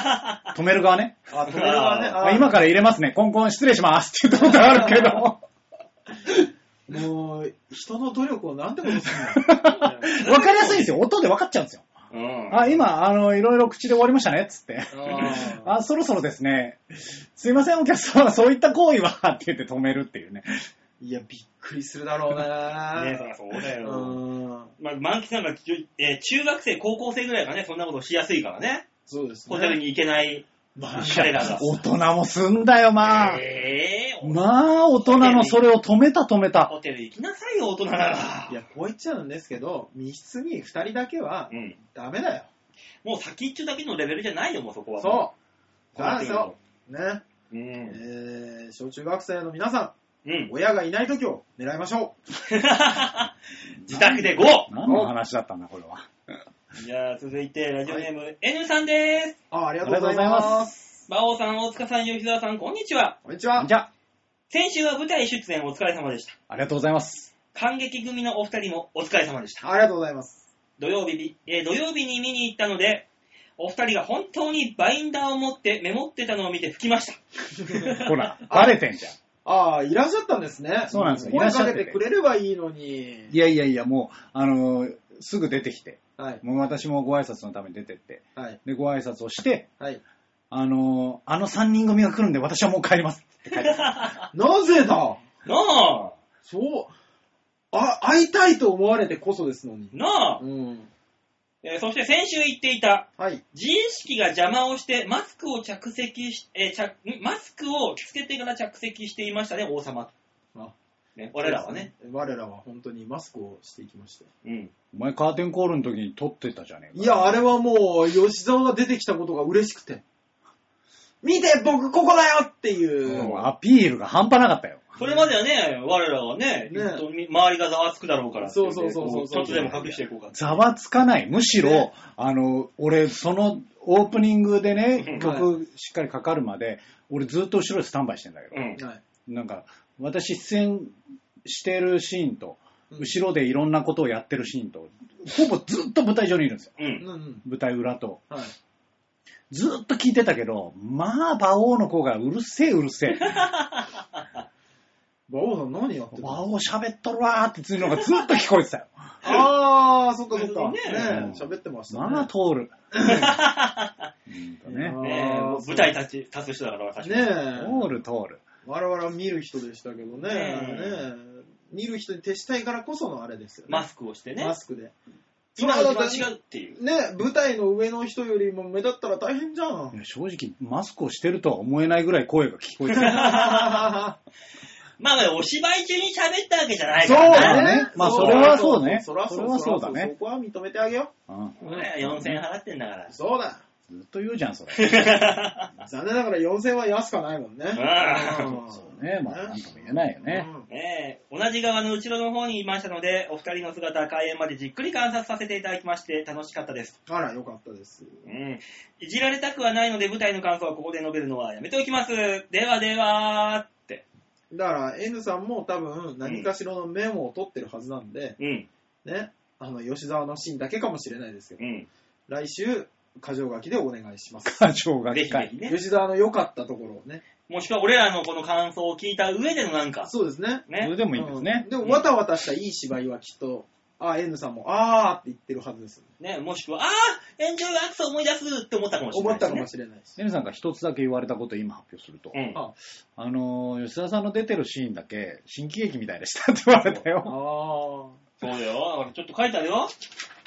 Speaker 1: 止める側ね。
Speaker 3: あ、止めるわね。
Speaker 2: あ
Speaker 1: ま
Speaker 3: [laughs] あ
Speaker 1: あ今から入れますね。コンコン失礼しますって言ったことある
Speaker 2: [laughs]
Speaker 1: けど。
Speaker 3: もう、人の努力をなんてことするのね
Speaker 1: わかりやすいんですよ。音でわかっちゃうんですよ。
Speaker 2: うん。
Speaker 1: あ、今、あの、いろいろ口で終わりましたね、つって。
Speaker 3: あ
Speaker 1: あ、そろそろですね。すいません、お客様、そういった行為は、って言って止めるっていうね。
Speaker 3: ーいや、びっくりするだろ
Speaker 2: ね
Speaker 3: うね。
Speaker 2: そりゃそうだ
Speaker 3: う
Speaker 2: よ。
Speaker 3: ーん
Speaker 2: まあ、満喫なんか、ちゅえー中学生、高校生ぐらいがね、そんなことしやすいからね。
Speaker 3: そうです
Speaker 2: ホテル
Speaker 3: ね。
Speaker 2: に行けない
Speaker 3: まあ
Speaker 2: 彼らが。
Speaker 1: 大人もすんだよ、まあ。
Speaker 2: えー、
Speaker 1: まあ、大人のそれを止めた止めた。
Speaker 2: ホテル行きなさいよ、大人なら。
Speaker 3: いや、こう言っちゃうんですけど、密室に二人だけは
Speaker 2: うん。
Speaker 3: ダメだよ。
Speaker 2: もう先っちょだけのレベルじゃないよ、もうそこは。。
Speaker 3: そう
Speaker 2: なってくると
Speaker 3: う。ね。
Speaker 2: う
Speaker 3: え
Speaker 2: ん。
Speaker 3: ー、小中学生の皆さ
Speaker 2: うん
Speaker 3: ん、。親がいない時を狙いましょ
Speaker 2: 自宅で 5!
Speaker 1: 何の話だったんだ、これは。
Speaker 2: じゃあ、続いて、ラジオネーム、N さんでーす。
Speaker 3: う。あありがとうござい
Speaker 1: ありがとうござい
Speaker 3: ま。
Speaker 1: ます
Speaker 2: 馬王さん、大塚さん、吉沢さん、こんにちは。
Speaker 3: こんにちは。
Speaker 1: じゃあ、
Speaker 2: 先週は舞台出演お疲れ様でした。
Speaker 1: ありがとうございます。
Speaker 2: 感激組のお二人もお疲れ様でした。
Speaker 3: ありがとうございます。
Speaker 2: 土曜日に、えー土曜日に見に行ったので、お二人が本当にバインダーを持ってメモってたのを見て吹きました。
Speaker 1: ほら、バレてんじゃん。
Speaker 3: ああ、いらっしゃったんですね。
Speaker 1: そうなんですよい
Speaker 3: 声
Speaker 1: らっし
Speaker 3: か
Speaker 1: ゃって
Speaker 3: け
Speaker 1: て
Speaker 3: てくれればいいのに。
Speaker 1: いやいやいや、もう、あのーすぐ出てきて、
Speaker 3: はい、
Speaker 1: もう私もご挨拶のために出てって、
Speaker 3: はい、
Speaker 1: で、ご挨拶をして、
Speaker 3: はい。
Speaker 1: あのーあの3人組が来るんで私はもう帰りますって帰ってきた
Speaker 3: なぜだ
Speaker 2: なあ
Speaker 3: そう。あ、会いたいと思われてこそですのに。
Speaker 2: なあ、
Speaker 3: うん。
Speaker 2: えーそして先週言っていた、
Speaker 3: はい。
Speaker 2: 自意識が邪魔をしてマスクを着席し、えー着んマスクをつけてから着席していましたね、王様。
Speaker 3: あ
Speaker 2: ね、我らはね。。
Speaker 3: 我らは本当にマスクをしていきまして。
Speaker 2: うん。
Speaker 1: [laughs] お前カーテンコールの時に撮ってたじゃねえか。
Speaker 3: いや、あ
Speaker 1: れ。
Speaker 3: れはもう、吉沢が出てきたことが嬉しくて。見て、僕ここだよっていう。
Speaker 1: アピールが半端なかったよ。
Speaker 2: それまではね、我らはね、
Speaker 3: ね
Speaker 2: ずっとみ周りがざわつくだろうからっていね。
Speaker 3: そうそうそうそ
Speaker 2: こ
Speaker 3: う
Speaker 2: ちょっとでも隠していこうか。
Speaker 1: ざわつかない。むしろ、
Speaker 3: ね
Speaker 1: あの、俺、そのオープニングで
Speaker 2: う
Speaker 1: ね
Speaker 2: ん、
Speaker 1: 曲しっかりかかるまで、俺ずっと後ろでスタンバイしてんだけど、
Speaker 2: うん。
Speaker 3: はい。
Speaker 1: なんか、私出演してるシーンと、
Speaker 3: うん
Speaker 1: 後ろでいろんなことをやってるシーンと、ほぼずっと舞台上にいるんですよ。
Speaker 2: う。
Speaker 3: うんんうん。
Speaker 1: 舞台裏と。
Speaker 3: はい。
Speaker 1: ずっと聞いてたけど、まあ、馬王の子がうるせえう
Speaker 3: [laughs]
Speaker 1: るせえ。
Speaker 3: 馬王さん何やってる
Speaker 1: 馬王喋っとるわーってつうのがずっと聞こえて
Speaker 3: [laughs]
Speaker 1: たよ。
Speaker 3: あー、そっかそっか。
Speaker 2: ね
Speaker 3: ね
Speaker 2: え
Speaker 3: 喋ってましたね。
Speaker 1: まあ、通
Speaker 3: [laughs]
Speaker 1: る。うんとね。
Speaker 2: ねえ、もう舞台立ち、立つ人だから、私。
Speaker 3: ね
Speaker 1: 通
Speaker 3: え。
Speaker 1: る通る。
Speaker 3: わらわら見る人でしたけどね。
Speaker 2: ね
Speaker 3: ね
Speaker 2: え
Speaker 3: え見る人に徹したいからこそのあれですよね。
Speaker 2: マスクをしてね。
Speaker 3: マスクで。
Speaker 2: 今の時は違うっていう。
Speaker 3: ねえ舞台の上の人よりも目立ったら大変じゃ
Speaker 1: い
Speaker 2: [laughs]
Speaker 3: ん。
Speaker 1: や正直、マスクをしてるとは思えないぐらい声が聞こえてた。
Speaker 2: まあまあ、お芝居中に喋ったわけじゃない
Speaker 3: そ
Speaker 2: か
Speaker 3: う
Speaker 2: ら
Speaker 1: だ
Speaker 2: ね。
Speaker 3: ね。
Speaker 1: まあそれはそうね
Speaker 3: そりゃそう
Speaker 1: それはそうだね
Speaker 3: そりゃそそこは認めてあげよ
Speaker 1: うん
Speaker 2: そうだよ4000円払ってんだから
Speaker 3: う。。そうだ。
Speaker 1: ずっと言うじゃん、それ。
Speaker 3: 残念ながら4000は安かないもんね。
Speaker 2: あー
Speaker 3: ん
Speaker 1: そうね、まあ、なんとも言えないよね。
Speaker 3: うん
Speaker 2: ねえ、同じ側の後ろの方にいましたので、お二人の姿、開演までじっくり観察させていただきまして、楽しかったです。
Speaker 3: あら、よかったです。
Speaker 2: うん。いじられたくはないので、舞台の感想はここで述べるのはやめておきます。ではではって。
Speaker 3: だから N さんも多分何かしらのメモを取ってるはずなんで、
Speaker 2: うん、
Speaker 3: ね、あの、吉沢のシーンだけかもしれないですけど、
Speaker 2: うん。
Speaker 3: 来週、箇条書きでお願いします。
Speaker 1: [laughs] 課長が
Speaker 2: ぜ
Speaker 1: 機
Speaker 2: ひぜ
Speaker 1: 械。
Speaker 2: ひね。
Speaker 3: 吉沢の良かったところをね。
Speaker 2: もしくは俺らのこの感想を聞いた上でのなんか、
Speaker 3: そうですね。
Speaker 1: それ
Speaker 2: ね。
Speaker 1: でもいいですね
Speaker 3: うん。でも、わたわたしたいい芝居はきっと、あー、N さんも、あーって言ってるはずです。
Speaker 2: ね、もしくは、あーエンジョイアクス思い出すって思ったかもしれな
Speaker 3: 思
Speaker 2: い
Speaker 3: っ
Speaker 2: で
Speaker 3: た
Speaker 2: す
Speaker 3: か
Speaker 2: ね、
Speaker 3: もしれないし。
Speaker 1: エミさんが一つだけ言われたことを今発表すると。
Speaker 2: うん。
Speaker 1: あのー、吉田さんの出てるシーンだけ、新喜劇みたいでしたって言われた
Speaker 3: あ
Speaker 1: よ。
Speaker 3: ー。
Speaker 2: そうだよ。だからちょっと書いてあるよ。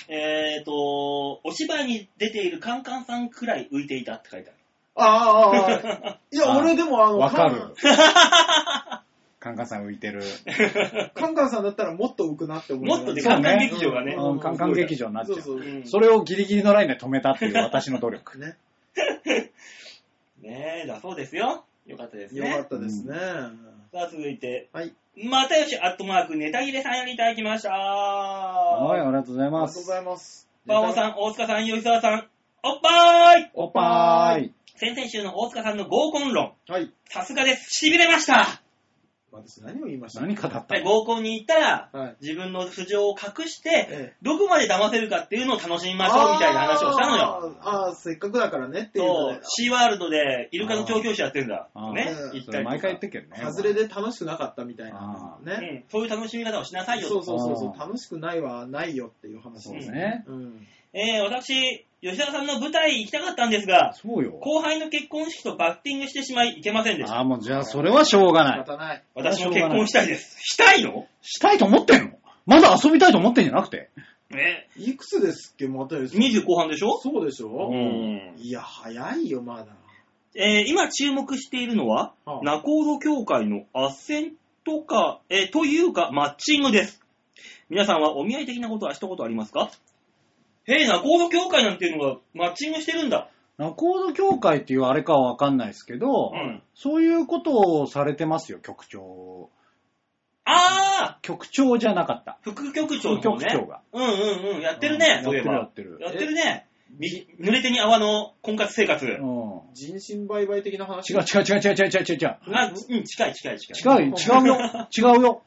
Speaker 2: えっ、ー、と、お芝居に出ているカンカンさんくらい浮いていたって書いてある。
Speaker 3: あーあー、あーいや、
Speaker 1: あ
Speaker 3: 俺でもあの、
Speaker 1: [laughs] わか
Speaker 3: カン [laughs]
Speaker 1: る。カンカンさん浮いてる。
Speaker 3: カンカンさんだったらもっと浮くなって思う。
Speaker 2: もっとで、
Speaker 1: ね
Speaker 2: カンカン
Speaker 1: そうね
Speaker 2: 劇場がね。
Speaker 1: うんカンカン劇場になっちゃう
Speaker 3: そうそ
Speaker 2: ん
Speaker 1: それをギリギリのラインで止めたっていう私の努
Speaker 3: [laughs]
Speaker 1: 力。
Speaker 3: ね。
Speaker 2: ねえ、だそうですよ。よかったです
Speaker 3: よか
Speaker 2: ね
Speaker 3: っ。たですね。
Speaker 2: さあ続いて、
Speaker 3: はい。
Speaker 2: またよし、アットマーク、ネタ切れさんよりいただきました。
Speaker 1: はい、ありがとうござい
Speaker 3: あり
Speaker 1: ま
Speaker 3: がとうご
Speaker 1: す。
Speaker 3: ざいます。
Speaker 2: バオさ
Speaker 3: ん。
Speaker 2: ん、大塚さん、吉沢さん、おっぱーい
Speaker 1: おっぱーい。
Speaker 2: 先々週の大塚さんの合コン論、
Speaker 3: はい。
Speaker 2: さすがです。痺れました
Speaker 3: 私何を言いました
Speaker 1: 何語った
Speaker 2: やっぱり合コンに行ったら、
Speaker 3: はい。
Speaker 2: 自分の素性を隠して、
Speaker 3: ええ
Speaker 2: どこまで騙せるかっていうのを楽しみましょうみたいな話をしたのよ。
Speaker 3: あー。あーせっかくだからねっていうの
Speaker 2: そ
Speaker 3: で
Speaker 2: う、シーワールドでイルカの調教師やってんだ
Speaker 1: あ。ー
Speaker 2: ね
Speaker 3: あ、ー
Speaker 2: 行っ
Speaker 1: そ
Speaker 2: た
Speaker 1: れ
Speaker 2: りとか
Speaker 1: 毎回言ってっけどね。
Speaker 3: 外れで楽しくなかったみたいな
Speaker 1: あ。ー
Speaker 3: ね。
Speaker 2: うんそういう楽しみ方をしなさいよと
Speaker 3: そうそうそうそう
Speaker 1: あ。ー
Speaker 3: 楽しくないはないよっていう話
Speaker 1: そう
Speaker 3: で
Speaker 1: ですす
Speaker 3: ね。
Speaker 1: ね。
Speaker 3: うん。
Speaker 2: えー私、吉田さんの舞台行きたかったんですが、
Speaker 1: そうよ。
Speaker 2: 後輩の結婚式とバッティングしてしまい、行けませんでした。
Speaker 1: ああ、もうじゃあそれはしょうが
Speaker 3: 仕
Speaker 1: ない。
Speaker 3: 方ない。
Speaker 2: 私も結婚したいです。したいの
Speaker 1: したいと思ってんのまだ遊びたいと思ってんじゃなくて。
Speaker 2: え、
Speaker 3: いくつですっけ、またよし。
Speaker 2: 20後半でしょ
Speaker 3: そうでし
Speaker 1: う
Speaker 3: ょ
Speaker 1: ん
Speaker 3: いや、早いよ、まだ。
Speaker 2: えー今注目しているのは、
Speaker 3: はあ
Speaker 2: 仲人協会の斡旋とか、えーというか、マッチングです。皆さんはお見合い的なことはしたことありますかへえ、仲人協会なんていうのがマッチングしてるんだ。
Speaker 1: 仲人協会っていうあれかはわかんないですけど、
Speaker 2: うん。
Speaker 1: そういうことをされてますよ、局長。
Speaker 2: あ
Speaker 1: 局長じゃなかった。
Speaker 2: ー副局長のね。
Speaker 1: 副局長が。
Speaker 2: うんうんうん。やってるね、
Speaker 1: う
Speaker 2: そ
Speaker 1: ん
Speaker 2: うい
Speaker 1: やっ
Speaker 2: え
Speaker 1: てるや
Speaker 2: ば。や
Speaker 1: ってる。
Speaker 2: ってるね。み濡れ手に泡の婚活生活。
Speaker 1: うん。
Speaker 3: 人身売買的な話
Speaker 1: 違う違う違う違う違う違う違う。
Speaker 2: あ、うん、近い近い近い。
Speaker 1: 違うよ、違うよ、違うよ。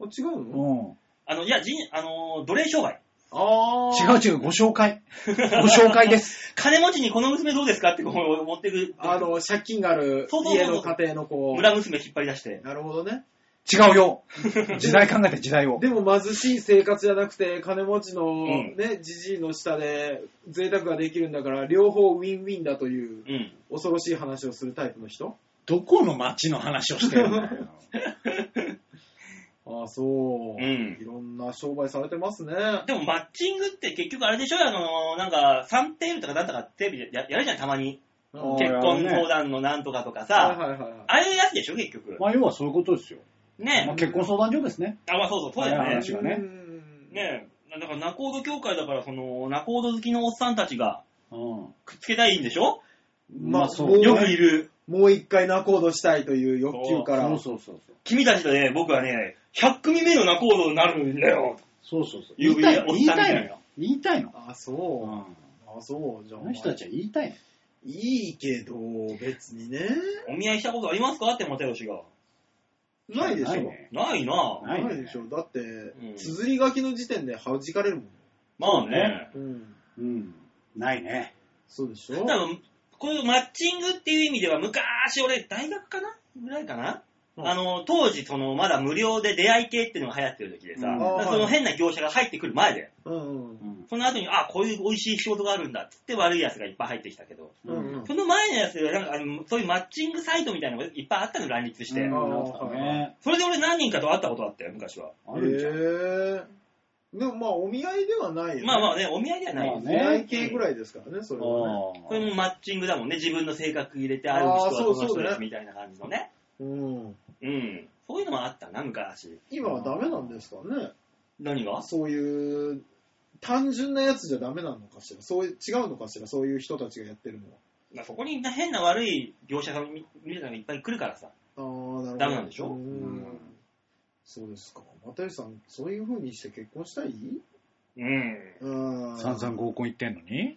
Speaker 3: あ違う
Speaker 1: う
Speaker 3: の
Speaker 1: ん。
Speaker 2: あの、いや、人、あのー、奴隷商売。
Speaker 3: ああ。
Speaker 1: 違う違う、ご紹介。ご紹介です。
Speaker 2: 金持ちにこの娘どうですかってこう持ってく。
Speaker 3: あの、借金がある
Speaker 2: そうそうそう
Speaker 3: 家の家庭の子。
Speaker 2: 村娘引っ張り出して。
Speaker 3: なるほどね。
Speaker 1: 違うよ。時代考えて時代を。
Speaker 3: でも貧しい生活じゃなくて、金持ちの
Speaker 2: ん
Speaker 3: ね、じじいの下で贅沢ができるんだから、両方ウィンウィンだという
Speaker 2: うん。
Speaker 3: 恐ろしい話をするタイプの人
Speaker 1: どこの町の話をしてるんだよ。
Speaker 3: ああ、そ
Speaker 2: う
Speaker 3: う。
Speaker 2: ん
Speaker 3: いろんな商売されてますね。
Speaker 2: でもマッチングって結局あれでしょあのー、なんか、サンテールとかなんとかテレビでややるじゃん、たまに。
Speaker 1: ん
Speaker 3: はい
Speaker 2: 結婚
Speaker 1: やるね
Speaker 2: 相談のなんとかとか
Speaker 3: はい
Speaker 2: さ。
Speaker 3: はいは
Speaker 2: ああいうやつでしょ、結局。
Speaker 1: [laughs] まあ、要はそういうことですよ。まあ、
Speaker 2: ね
Speaker 1: 結婚相談所ですね。
Speaker 2: あ、まあそうそう、そうだよ
Speaker 1: はい
Speaker 2: ね
Speaker 1: はい。話がね
Speaker 3: うん
Speaker 2: ねえ、だから、ナコード協会だから、その、ナコード好きのおっさんたちが、
Speaker 1: うん。
Speaker 2: くっつけたいんでしょ
Speaker 1: まあ、そう
Speaker 3: も。う
Speaker 2: よくいる。
Speaker 3: もう一回仲人したいという欲求から。
Speaker 1: そうそうそうそう。
Speaker 2: 君たちとね、僕はね、100組目のナコードになるんだよ。
Speaker 1: そうそうそう。
Speaker 2: 言
Speaker 1: 言
Speaker 2: う
Speaker 1: いたいの、
Speaker 2: おっ
Speaker 1: 言い
Speaker 2: さんみ
Speaker 1: た
Speaker 2: たい
Speaker 1: い
Speaker 2: な
Speaker 1: のよ。言いたいの。
Speaker 3: ああ、
Speaker 1: う
Speaker 3: そ
Speaker 1: ん。
Speaker 3: う。ああ、そう。じゃあ
Speaker 1: あの人たちは言いたいの。
Speaker 3: いいけど、別にね。
Speaker 2: お見合いしたことありますかって、又吉が。
Speaker 3: ないでしょ。
Speaker 1: ないね
Speaker 2: ないなぁ。
Speaker 1: ないね
Speaker 3: ないでしょ。だって、
Speaker 2: ん
Speaker 3: 綴り書きの時点で弾かれるもん。
Speaker 2: まあね。
Speaker 3: うん。
Speaker 1: うん。ないね。
Speaker 3: そうでしょ
Speaker 2: 多。分、こういうマッチングっていう意味では、昔、俺、大学かなぐらいかな、
Speaker 3: うん
Speaker 2: あの、当時、その、まだ無料で出会い系っていうのが流行ってる時でさ、
Speaker 1: うん
Speaker 2: だからその変な業者が入ってくる前で、
Speaker 3: うんうん。
Speaker 1: うん。
Speaker 2: その後に、あ、こういう美味しい仕事があるんだってって悪い奴がいっぱい入ってきたけど、
Speaker 3: うんうん
Speaker 2: その前のやつで、なんかあの、そういうマッチングサイトみたいなのがいっぱいあったの、乱立して。
Speaker 1: うん
Speaker 3: あ
Speaker 1: あ
Speaker 3: ー
Speaker 1: ったね。
Speaker 2: それで俺何人かと会ったことあったよ、昔は。
Speaker 1: あるんじゃん。
Speaker 3: へえでもまあ、お見合いではないよ、ね。
Speaker 2: まあま
Speaker 3: あ、
Speaker 2: あね、お見合いではないよ
Speaker 1: まあ
Speaker 3: 出
Speaker 1: ね
Speaker 3: 会い系ぐらいですからね、それはね。
Speaker 2: これもマッチングだもんね、自分の性格入れて、ある
Speaker 3: あー
Speaker 2: 人はこ
Speaker 3: そう
Speaker 2: の
Speaker 3: そう
Speaker 2: 人
Speaker 3: だね
Speaker 2: ですみたいな感じのね。
Speaker 3: うん。
Speaker 2: うん。そういうのもあったな、昔。
Speaker 3: 今はダメなんですかね。
Speaker 2: 何が
Speaker 3: そういう、単純なやつじゃダメなのかしら。そういう、違うのかしら、そういう人たちがやってるのは。
Speaker 2: まあそこに変な悪い業者さんみみたいなのがいっぱい来るからさ。
Speaker 3: ああ、なるほど。
Speaker 2: ダメなんでしょ
Speaker 3: うーん
Speaker 1: うん。
Speaker 3: そうですか。又吉さん、そういう風にして結婚したい
Speaker 2: うん。
Speaker 3: うーん。
Speaker 1: 三々合コン行ってんのに
Speaker 2: も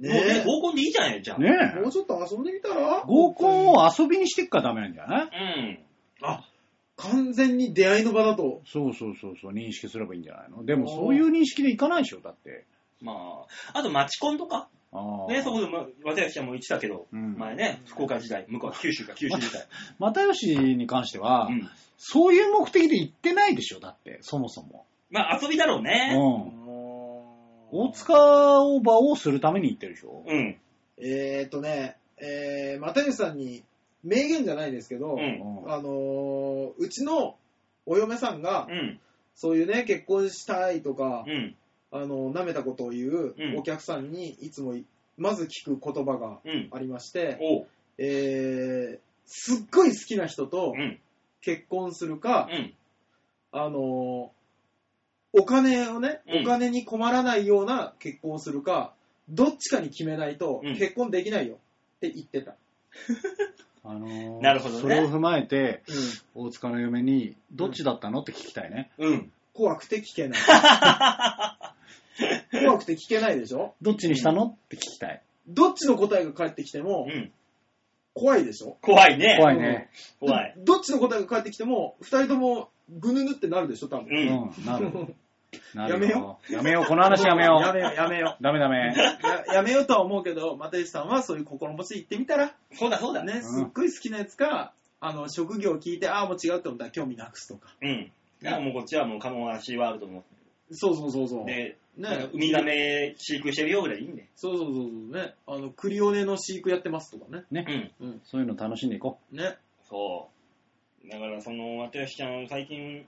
Speaker 2: うね
Speaker 3: ね、
Speaker 2: 合コンでいいじゃないじゃん。
Speaker 1: ね
Speaker 3: え。もう
Speaker 1: え。
Speaker 3: ちょっと遊んでみたら
Speaker 1: 合コンを遊びにしてっからダメなんじゃない
Speaker 2: うん。
Speaker 3: 完全に出会いの場だと。
Speaker 1: そうそうそうそう、認識すればいいんじゃないのでもそういう認識でいかないでしょ、だって。
Speaker 2: まあ、あと、マチコンとか。
Speaker 1: ああ。
Speaker 2: ね、そこで、まあ、渡ちゃんも言ってたけど、
Speaker 1: うん
Speaker 2: 前ね、福岡時代、向こうは九州か、九州時代。
Speaker 1: 又吉に関しては、
Speaker 2: うん。
Speaker 1: そういう目的で行ってないでしょ、だって、そもそも。
Speaker 2: まあ、遊びだろう
Speaker 1: う
Speaker 2: ね。
Speaker 1: ん。大塚を馬をするために行ってるでしょ。
Speaker 2: うん。
Speaker 3: えーっとね、えー、又吉さんに、名言じゃないですけど、
Speaker 2: うん。
Speaker 1: うん
Speaker 3: あのーうちのお嫁さんが
Speaker 2: う、ん。
Speaker 3: そういうね、結婚したいとか、
Speaker 2: うん。
Speaker 3: あの、舐めたことを言
Speaker 2: うん
Speaker 3: うお客さんに、いつもい、まず聞く言葉が
Speaker 2: うん。
Speaker 3: ありまして、
Speaker 2: おう。
Speaker 3: えー、すっごい好きな人と
Speaker 2: うん。
Speaker 3: 結婚するか
Speaker 2: う、ん。
Speaker 3: あの、お金をね、
Speaker 2: うん
Speaker 3: お金に困らないような結婚をするか、どっちかに決めないと
Speaker 2: うん
Speaker 3: 結婚できないよって言ってた。
Speaker 1: あのー
Speaker 2: なるほどね
Speaker 1: それを踏まえて、
Speaker 3: うん
Speaker 1: 大塚の嫁に、どっちだったのって聞きたいね。
Speaker 2: うん。
Speaker 3: 怖くて聞
Speaker 2: [laughs]
Speaker 3: けない。怖くて聞けないでしょ
Speaker 1: どっちにしたのって聞きたい。
Speaker 3: どっちの答えが返ってきて
Speaker 2: う
Speaker 3: も
Speaker 2: ん。
Speaker 3: 怖いでしょ
Speaker 2: 怖いね。
Speaker 1: 怖いね。
Speaker 2: 怖い。
Speaker 3: どっちの答えが返ってきても、二人ともぐぬぬってなるでしょ、多分。
Speaker 2: う。
Speaker 1: うんん、なる。
Speaker 3: [laughs]
Speaker 1: なる
Speaker 3: やめよ
Speaker 1: う。やめよう、この話やめよ
Speaker 3: [laughs] や
Speaker 1: う。
Speaker 3: めよう、やめよ
Speaker 1: ダメダメ。
Speaker 3: [laughs] う。ややめようとは思うけど、又吉さんはそういう心持ちで言ってみたら、
Speaker 2: そうだそうだ。
Speaker 3: ね、
Speaker 1: ん
Speaker 3: すっごい好きなやつか、あの、職業を聞いて、ああ、もう違うって思ったら興味なくすとか。
Speaker 2: うん。だからもうこっちはもうカモアシワールドの。
Speaker 3: そうそうそうそう。ね、
Speaker 2: で、なんかウミガメ飼育してるよぐらいいいね。
Speaker 3: そうそうそうそう。ね、あの、クリオネの飼育やってますとかね。
Speaker 2: うん。
Speaker 1: そういうの楽しんでいこ。
Speaker 3: ね。
Speaker 2: そう。だからその、私ちゃん最近、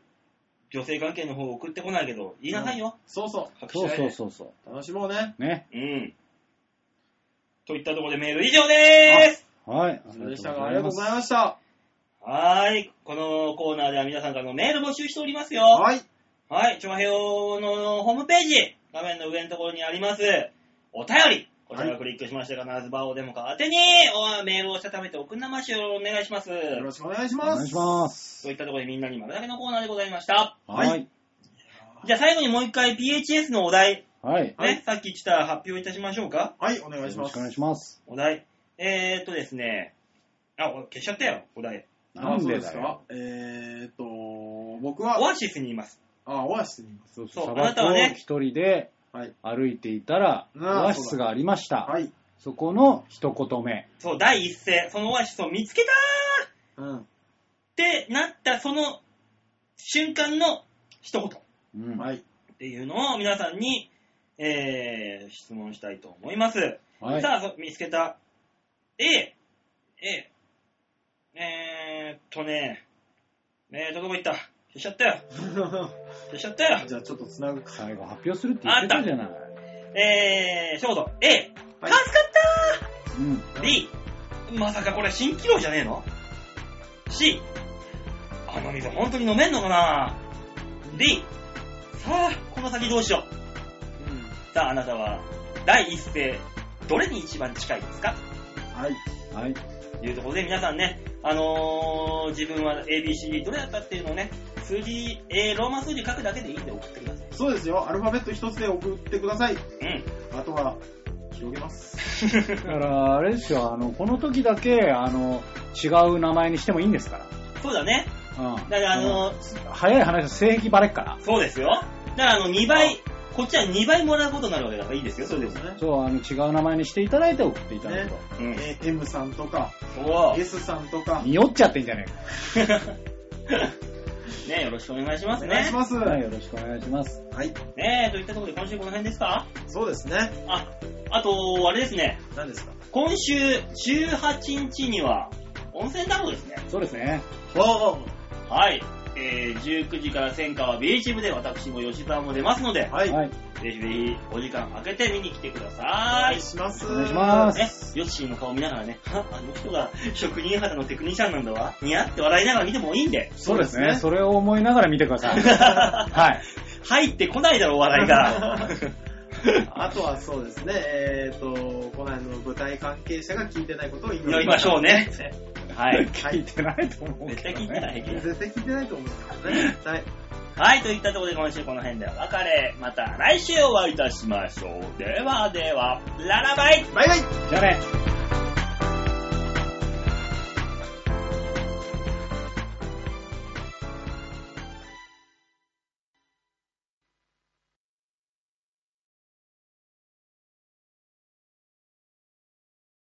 Speaker 2: 女性関係の方送ってこないけど、言いなさいよ。
Speaker 3: そうそう。
Speaker 2: 隠し
Speaker 1: そう
Speaker 2: ない
Speaker 1: そう
Speaker 2: で。
Speaker 1: そうそう
Speaker 3: 楽しもうね。
Speaker 1: う。ね。
Speaker 2: う。ん。といったところでメール以上でーす
Speaker 1: はい。
Speaker 3: それでしたが、ありがとうございました。
Speaker 2: はーい。このコーナーでは皆さんからのメール募集しておりますよ。
Speaker 3: はい。
Speaker 2: はい。長平のホームページ、画面の上のところにあります、お便り。こちらをクリックしまして、必ずバオデモカ宛てに、おメールをしたためておくんなましをお願いします。
Speaker 3: よろしくお願いし
Speaker 1: お
Speaker 3: ます。
Speaker 1: 願いします。
Speaker 2: そういったところでみんなに丸投げのコーナーでございました。
Speaker 3: はい
Speaker 1: はい。
Speaker 2: じゃあ最後にもう一回 PHS のお題、
Speaker 1: はい。
Speaker 3: はい
Speaker 2: ね、さっき来た発表いたしましょうか。
Speaker 3: はい、お願
Speaker 1: よ
Speaker 3: い
Speaker 1: ろ
Speaker 3: し
Speaker 1: し
Speaker 3: ま
Speaker 1: く
Speaker 3: す
Speaker 1: お。願いします。
Speaker 2: お題。えーっとですね、あ、お消しちゃったよ、お題。
Speaker 1: な
Speaker 3: あ
Speaker 1: ん
Speaker 3: そう
Speaker 1: で
Speaker 3: ですか
Speaker 1: だよ。
Speaker 3: えーっと、僕
Speaker 2: オ
Speaker 3: は、
Speaker 2: アシスにいます。
Speaker 3: あ、オアシスにいます。
Speaker 1: そう
Speaker 2: そう
Speaker 1: 砂
Speaker 2: あなた
Speaker 1: 漠
Speaker 2: は
Speaker 1: を
Speaker 2: ね
Speaker 1: 一人で
Speaker 3: はい
Speaker 1: 歩いていたら、
Speaker 3: あ
Speaker 1: オ
Speaker 3: ー
Speaker 1: アシスがありました。
Speaker 3: はい。
Speaker 1: そこの一言目。
Speaker 2: そう、第一声、そのオアシスを見つけたーっ
Speaker 3: うん。
Speaker 2: てなったその瞬間の一言っ
Speaker 1: うんは
Speaker 3: はい。
Speaker 2: ていうのを皆さんに、えー、質問したいと思います。
Speaker 1: い。
Speaker 2: さあそ、見つけた A、A、えーっとね、えー、どこ行った消しちゃったよ。消しちゃったよ。
Speaker 3: じゃあちょっとつなぐか。
Speaker 1: 最後発表するって言ってたじゃない。
Speaker 2: えー、ショート、A、助か
Speaker 3: はい
Speaker 2: っ
Speaker 1: うん。
Speaker 2: たー !B、まさかこれ蜃気楼じゃねえの ?C、あの水本当に飲めんのかな ?D、さあ、この先どうしよう。
Speaker 3: うん
Speaker 2: さあ、あなたは、第一声、どれに一番近いですか
Speaker 3: はい。
Speaker 1: はい。
Speaker 2: というところで皆さんね、あのー、自分は ABCD どれだったっていうのをね、数字、えー、ローマ数字書くだけでいいんで送ってください。
Speaker 3: そうですよ。アルファベット一つで送ってください。
Speaker 2: うん。
Speaker 3: あとは、広げます。
Speaker 1: だから、あれですよ、あの、この時だけ、あの、違う名前にしてもいいんですから。
Speaker 2: そうだね。
Speaker 1: うん。
Speaker 2: だからあのー
Speaker 1: 早い話、性癖バレっから。
Speaker 2: そうですよ。だからあの、2倍、こっちは2倍もらうことになるわけだからいいですよ。
Speaker 3: そうですね。
Speaker 1: そう、あの、違う名前にしていただいて送っていただくと。
Speaker 2: うん。
Speaker 3: えー M さんとか、
Speaker 2: そう
Speaker 3: S さんとか、
Speaker 1: 匂っちゃってんじゃねえか。
Speaker 2: ね、よろしくお願いしま
Speaker 3: お
Speaker 2: す
Speaker 3: 願い
Speaker 2: ね
Speaker 3: し。ます。
Speaker 1: はい、よろしくお願いします。
Speaker 3: はい。
Speaker 2: ねえ、といったところで今週この辺ですか
Speaker 3: そうですね。
Speaker 2: あ、あと、あれですね。
Speaker 3: 何ですか
Speaker 2: 今週18日には、温泉太郎ですね。
Speaker 1: そうですね。
Speaker 3: お
Speaker 2: はい。えー、19時から戦火は B チームで私も吉沢も出ますので、
Speaker 3: はい。
Speaker 1: はい。
Speaker 2: ぜひぜひお時間空けて見に来てくだ
Speaker 3: お
Speaker 2: さ
Speaker 3: 願い
Speaker 2: い。
Speaker 3: します。
Speaker 1: お願いします
Speaker 2: ね、ヨッシーの顔見ながらね、 [laughs] はあの人が職人肌のテクニシャンなんだわ。にやって笑いながら見てもいいんで。
Speaker 1: そうですね。それを思いながら見てく
Speaker 2: [laughs]
Speaker 1: ださい。はい。
Speaker 2: 入ってこないだろ、笑い
Speaker 3: [laughs]
Speaker 2: が。
Speaker 3: あとはそうですね、えっ、と、この辺の舞台関係者が聞いてないことを祈
Speaker 2: 祈りましょうね。
Speaker 3: [laughs]
Speaker 2: はい。
Speaker 3: はい
Speaker 1: [laughs] 聞いてないと思う
Speaker 2: 絶
Speaker 1: け
Speaker 2: 対
Speaker 1: ど
Speaker 2: 聞いてな
Speaker 1: ね。
Speaker 3: [laughs]
Speaker 2: い。
Speaker 3: 絶対聞いてないと思うんですけど [laughs] ね。はい。
Speaker 2: はい、といったところで今週この辺でお別れ。また来週お会いいたしましょう。ではでは、ララバイ
Speaker 3: バイバイ
Speaker 1: じゃあね。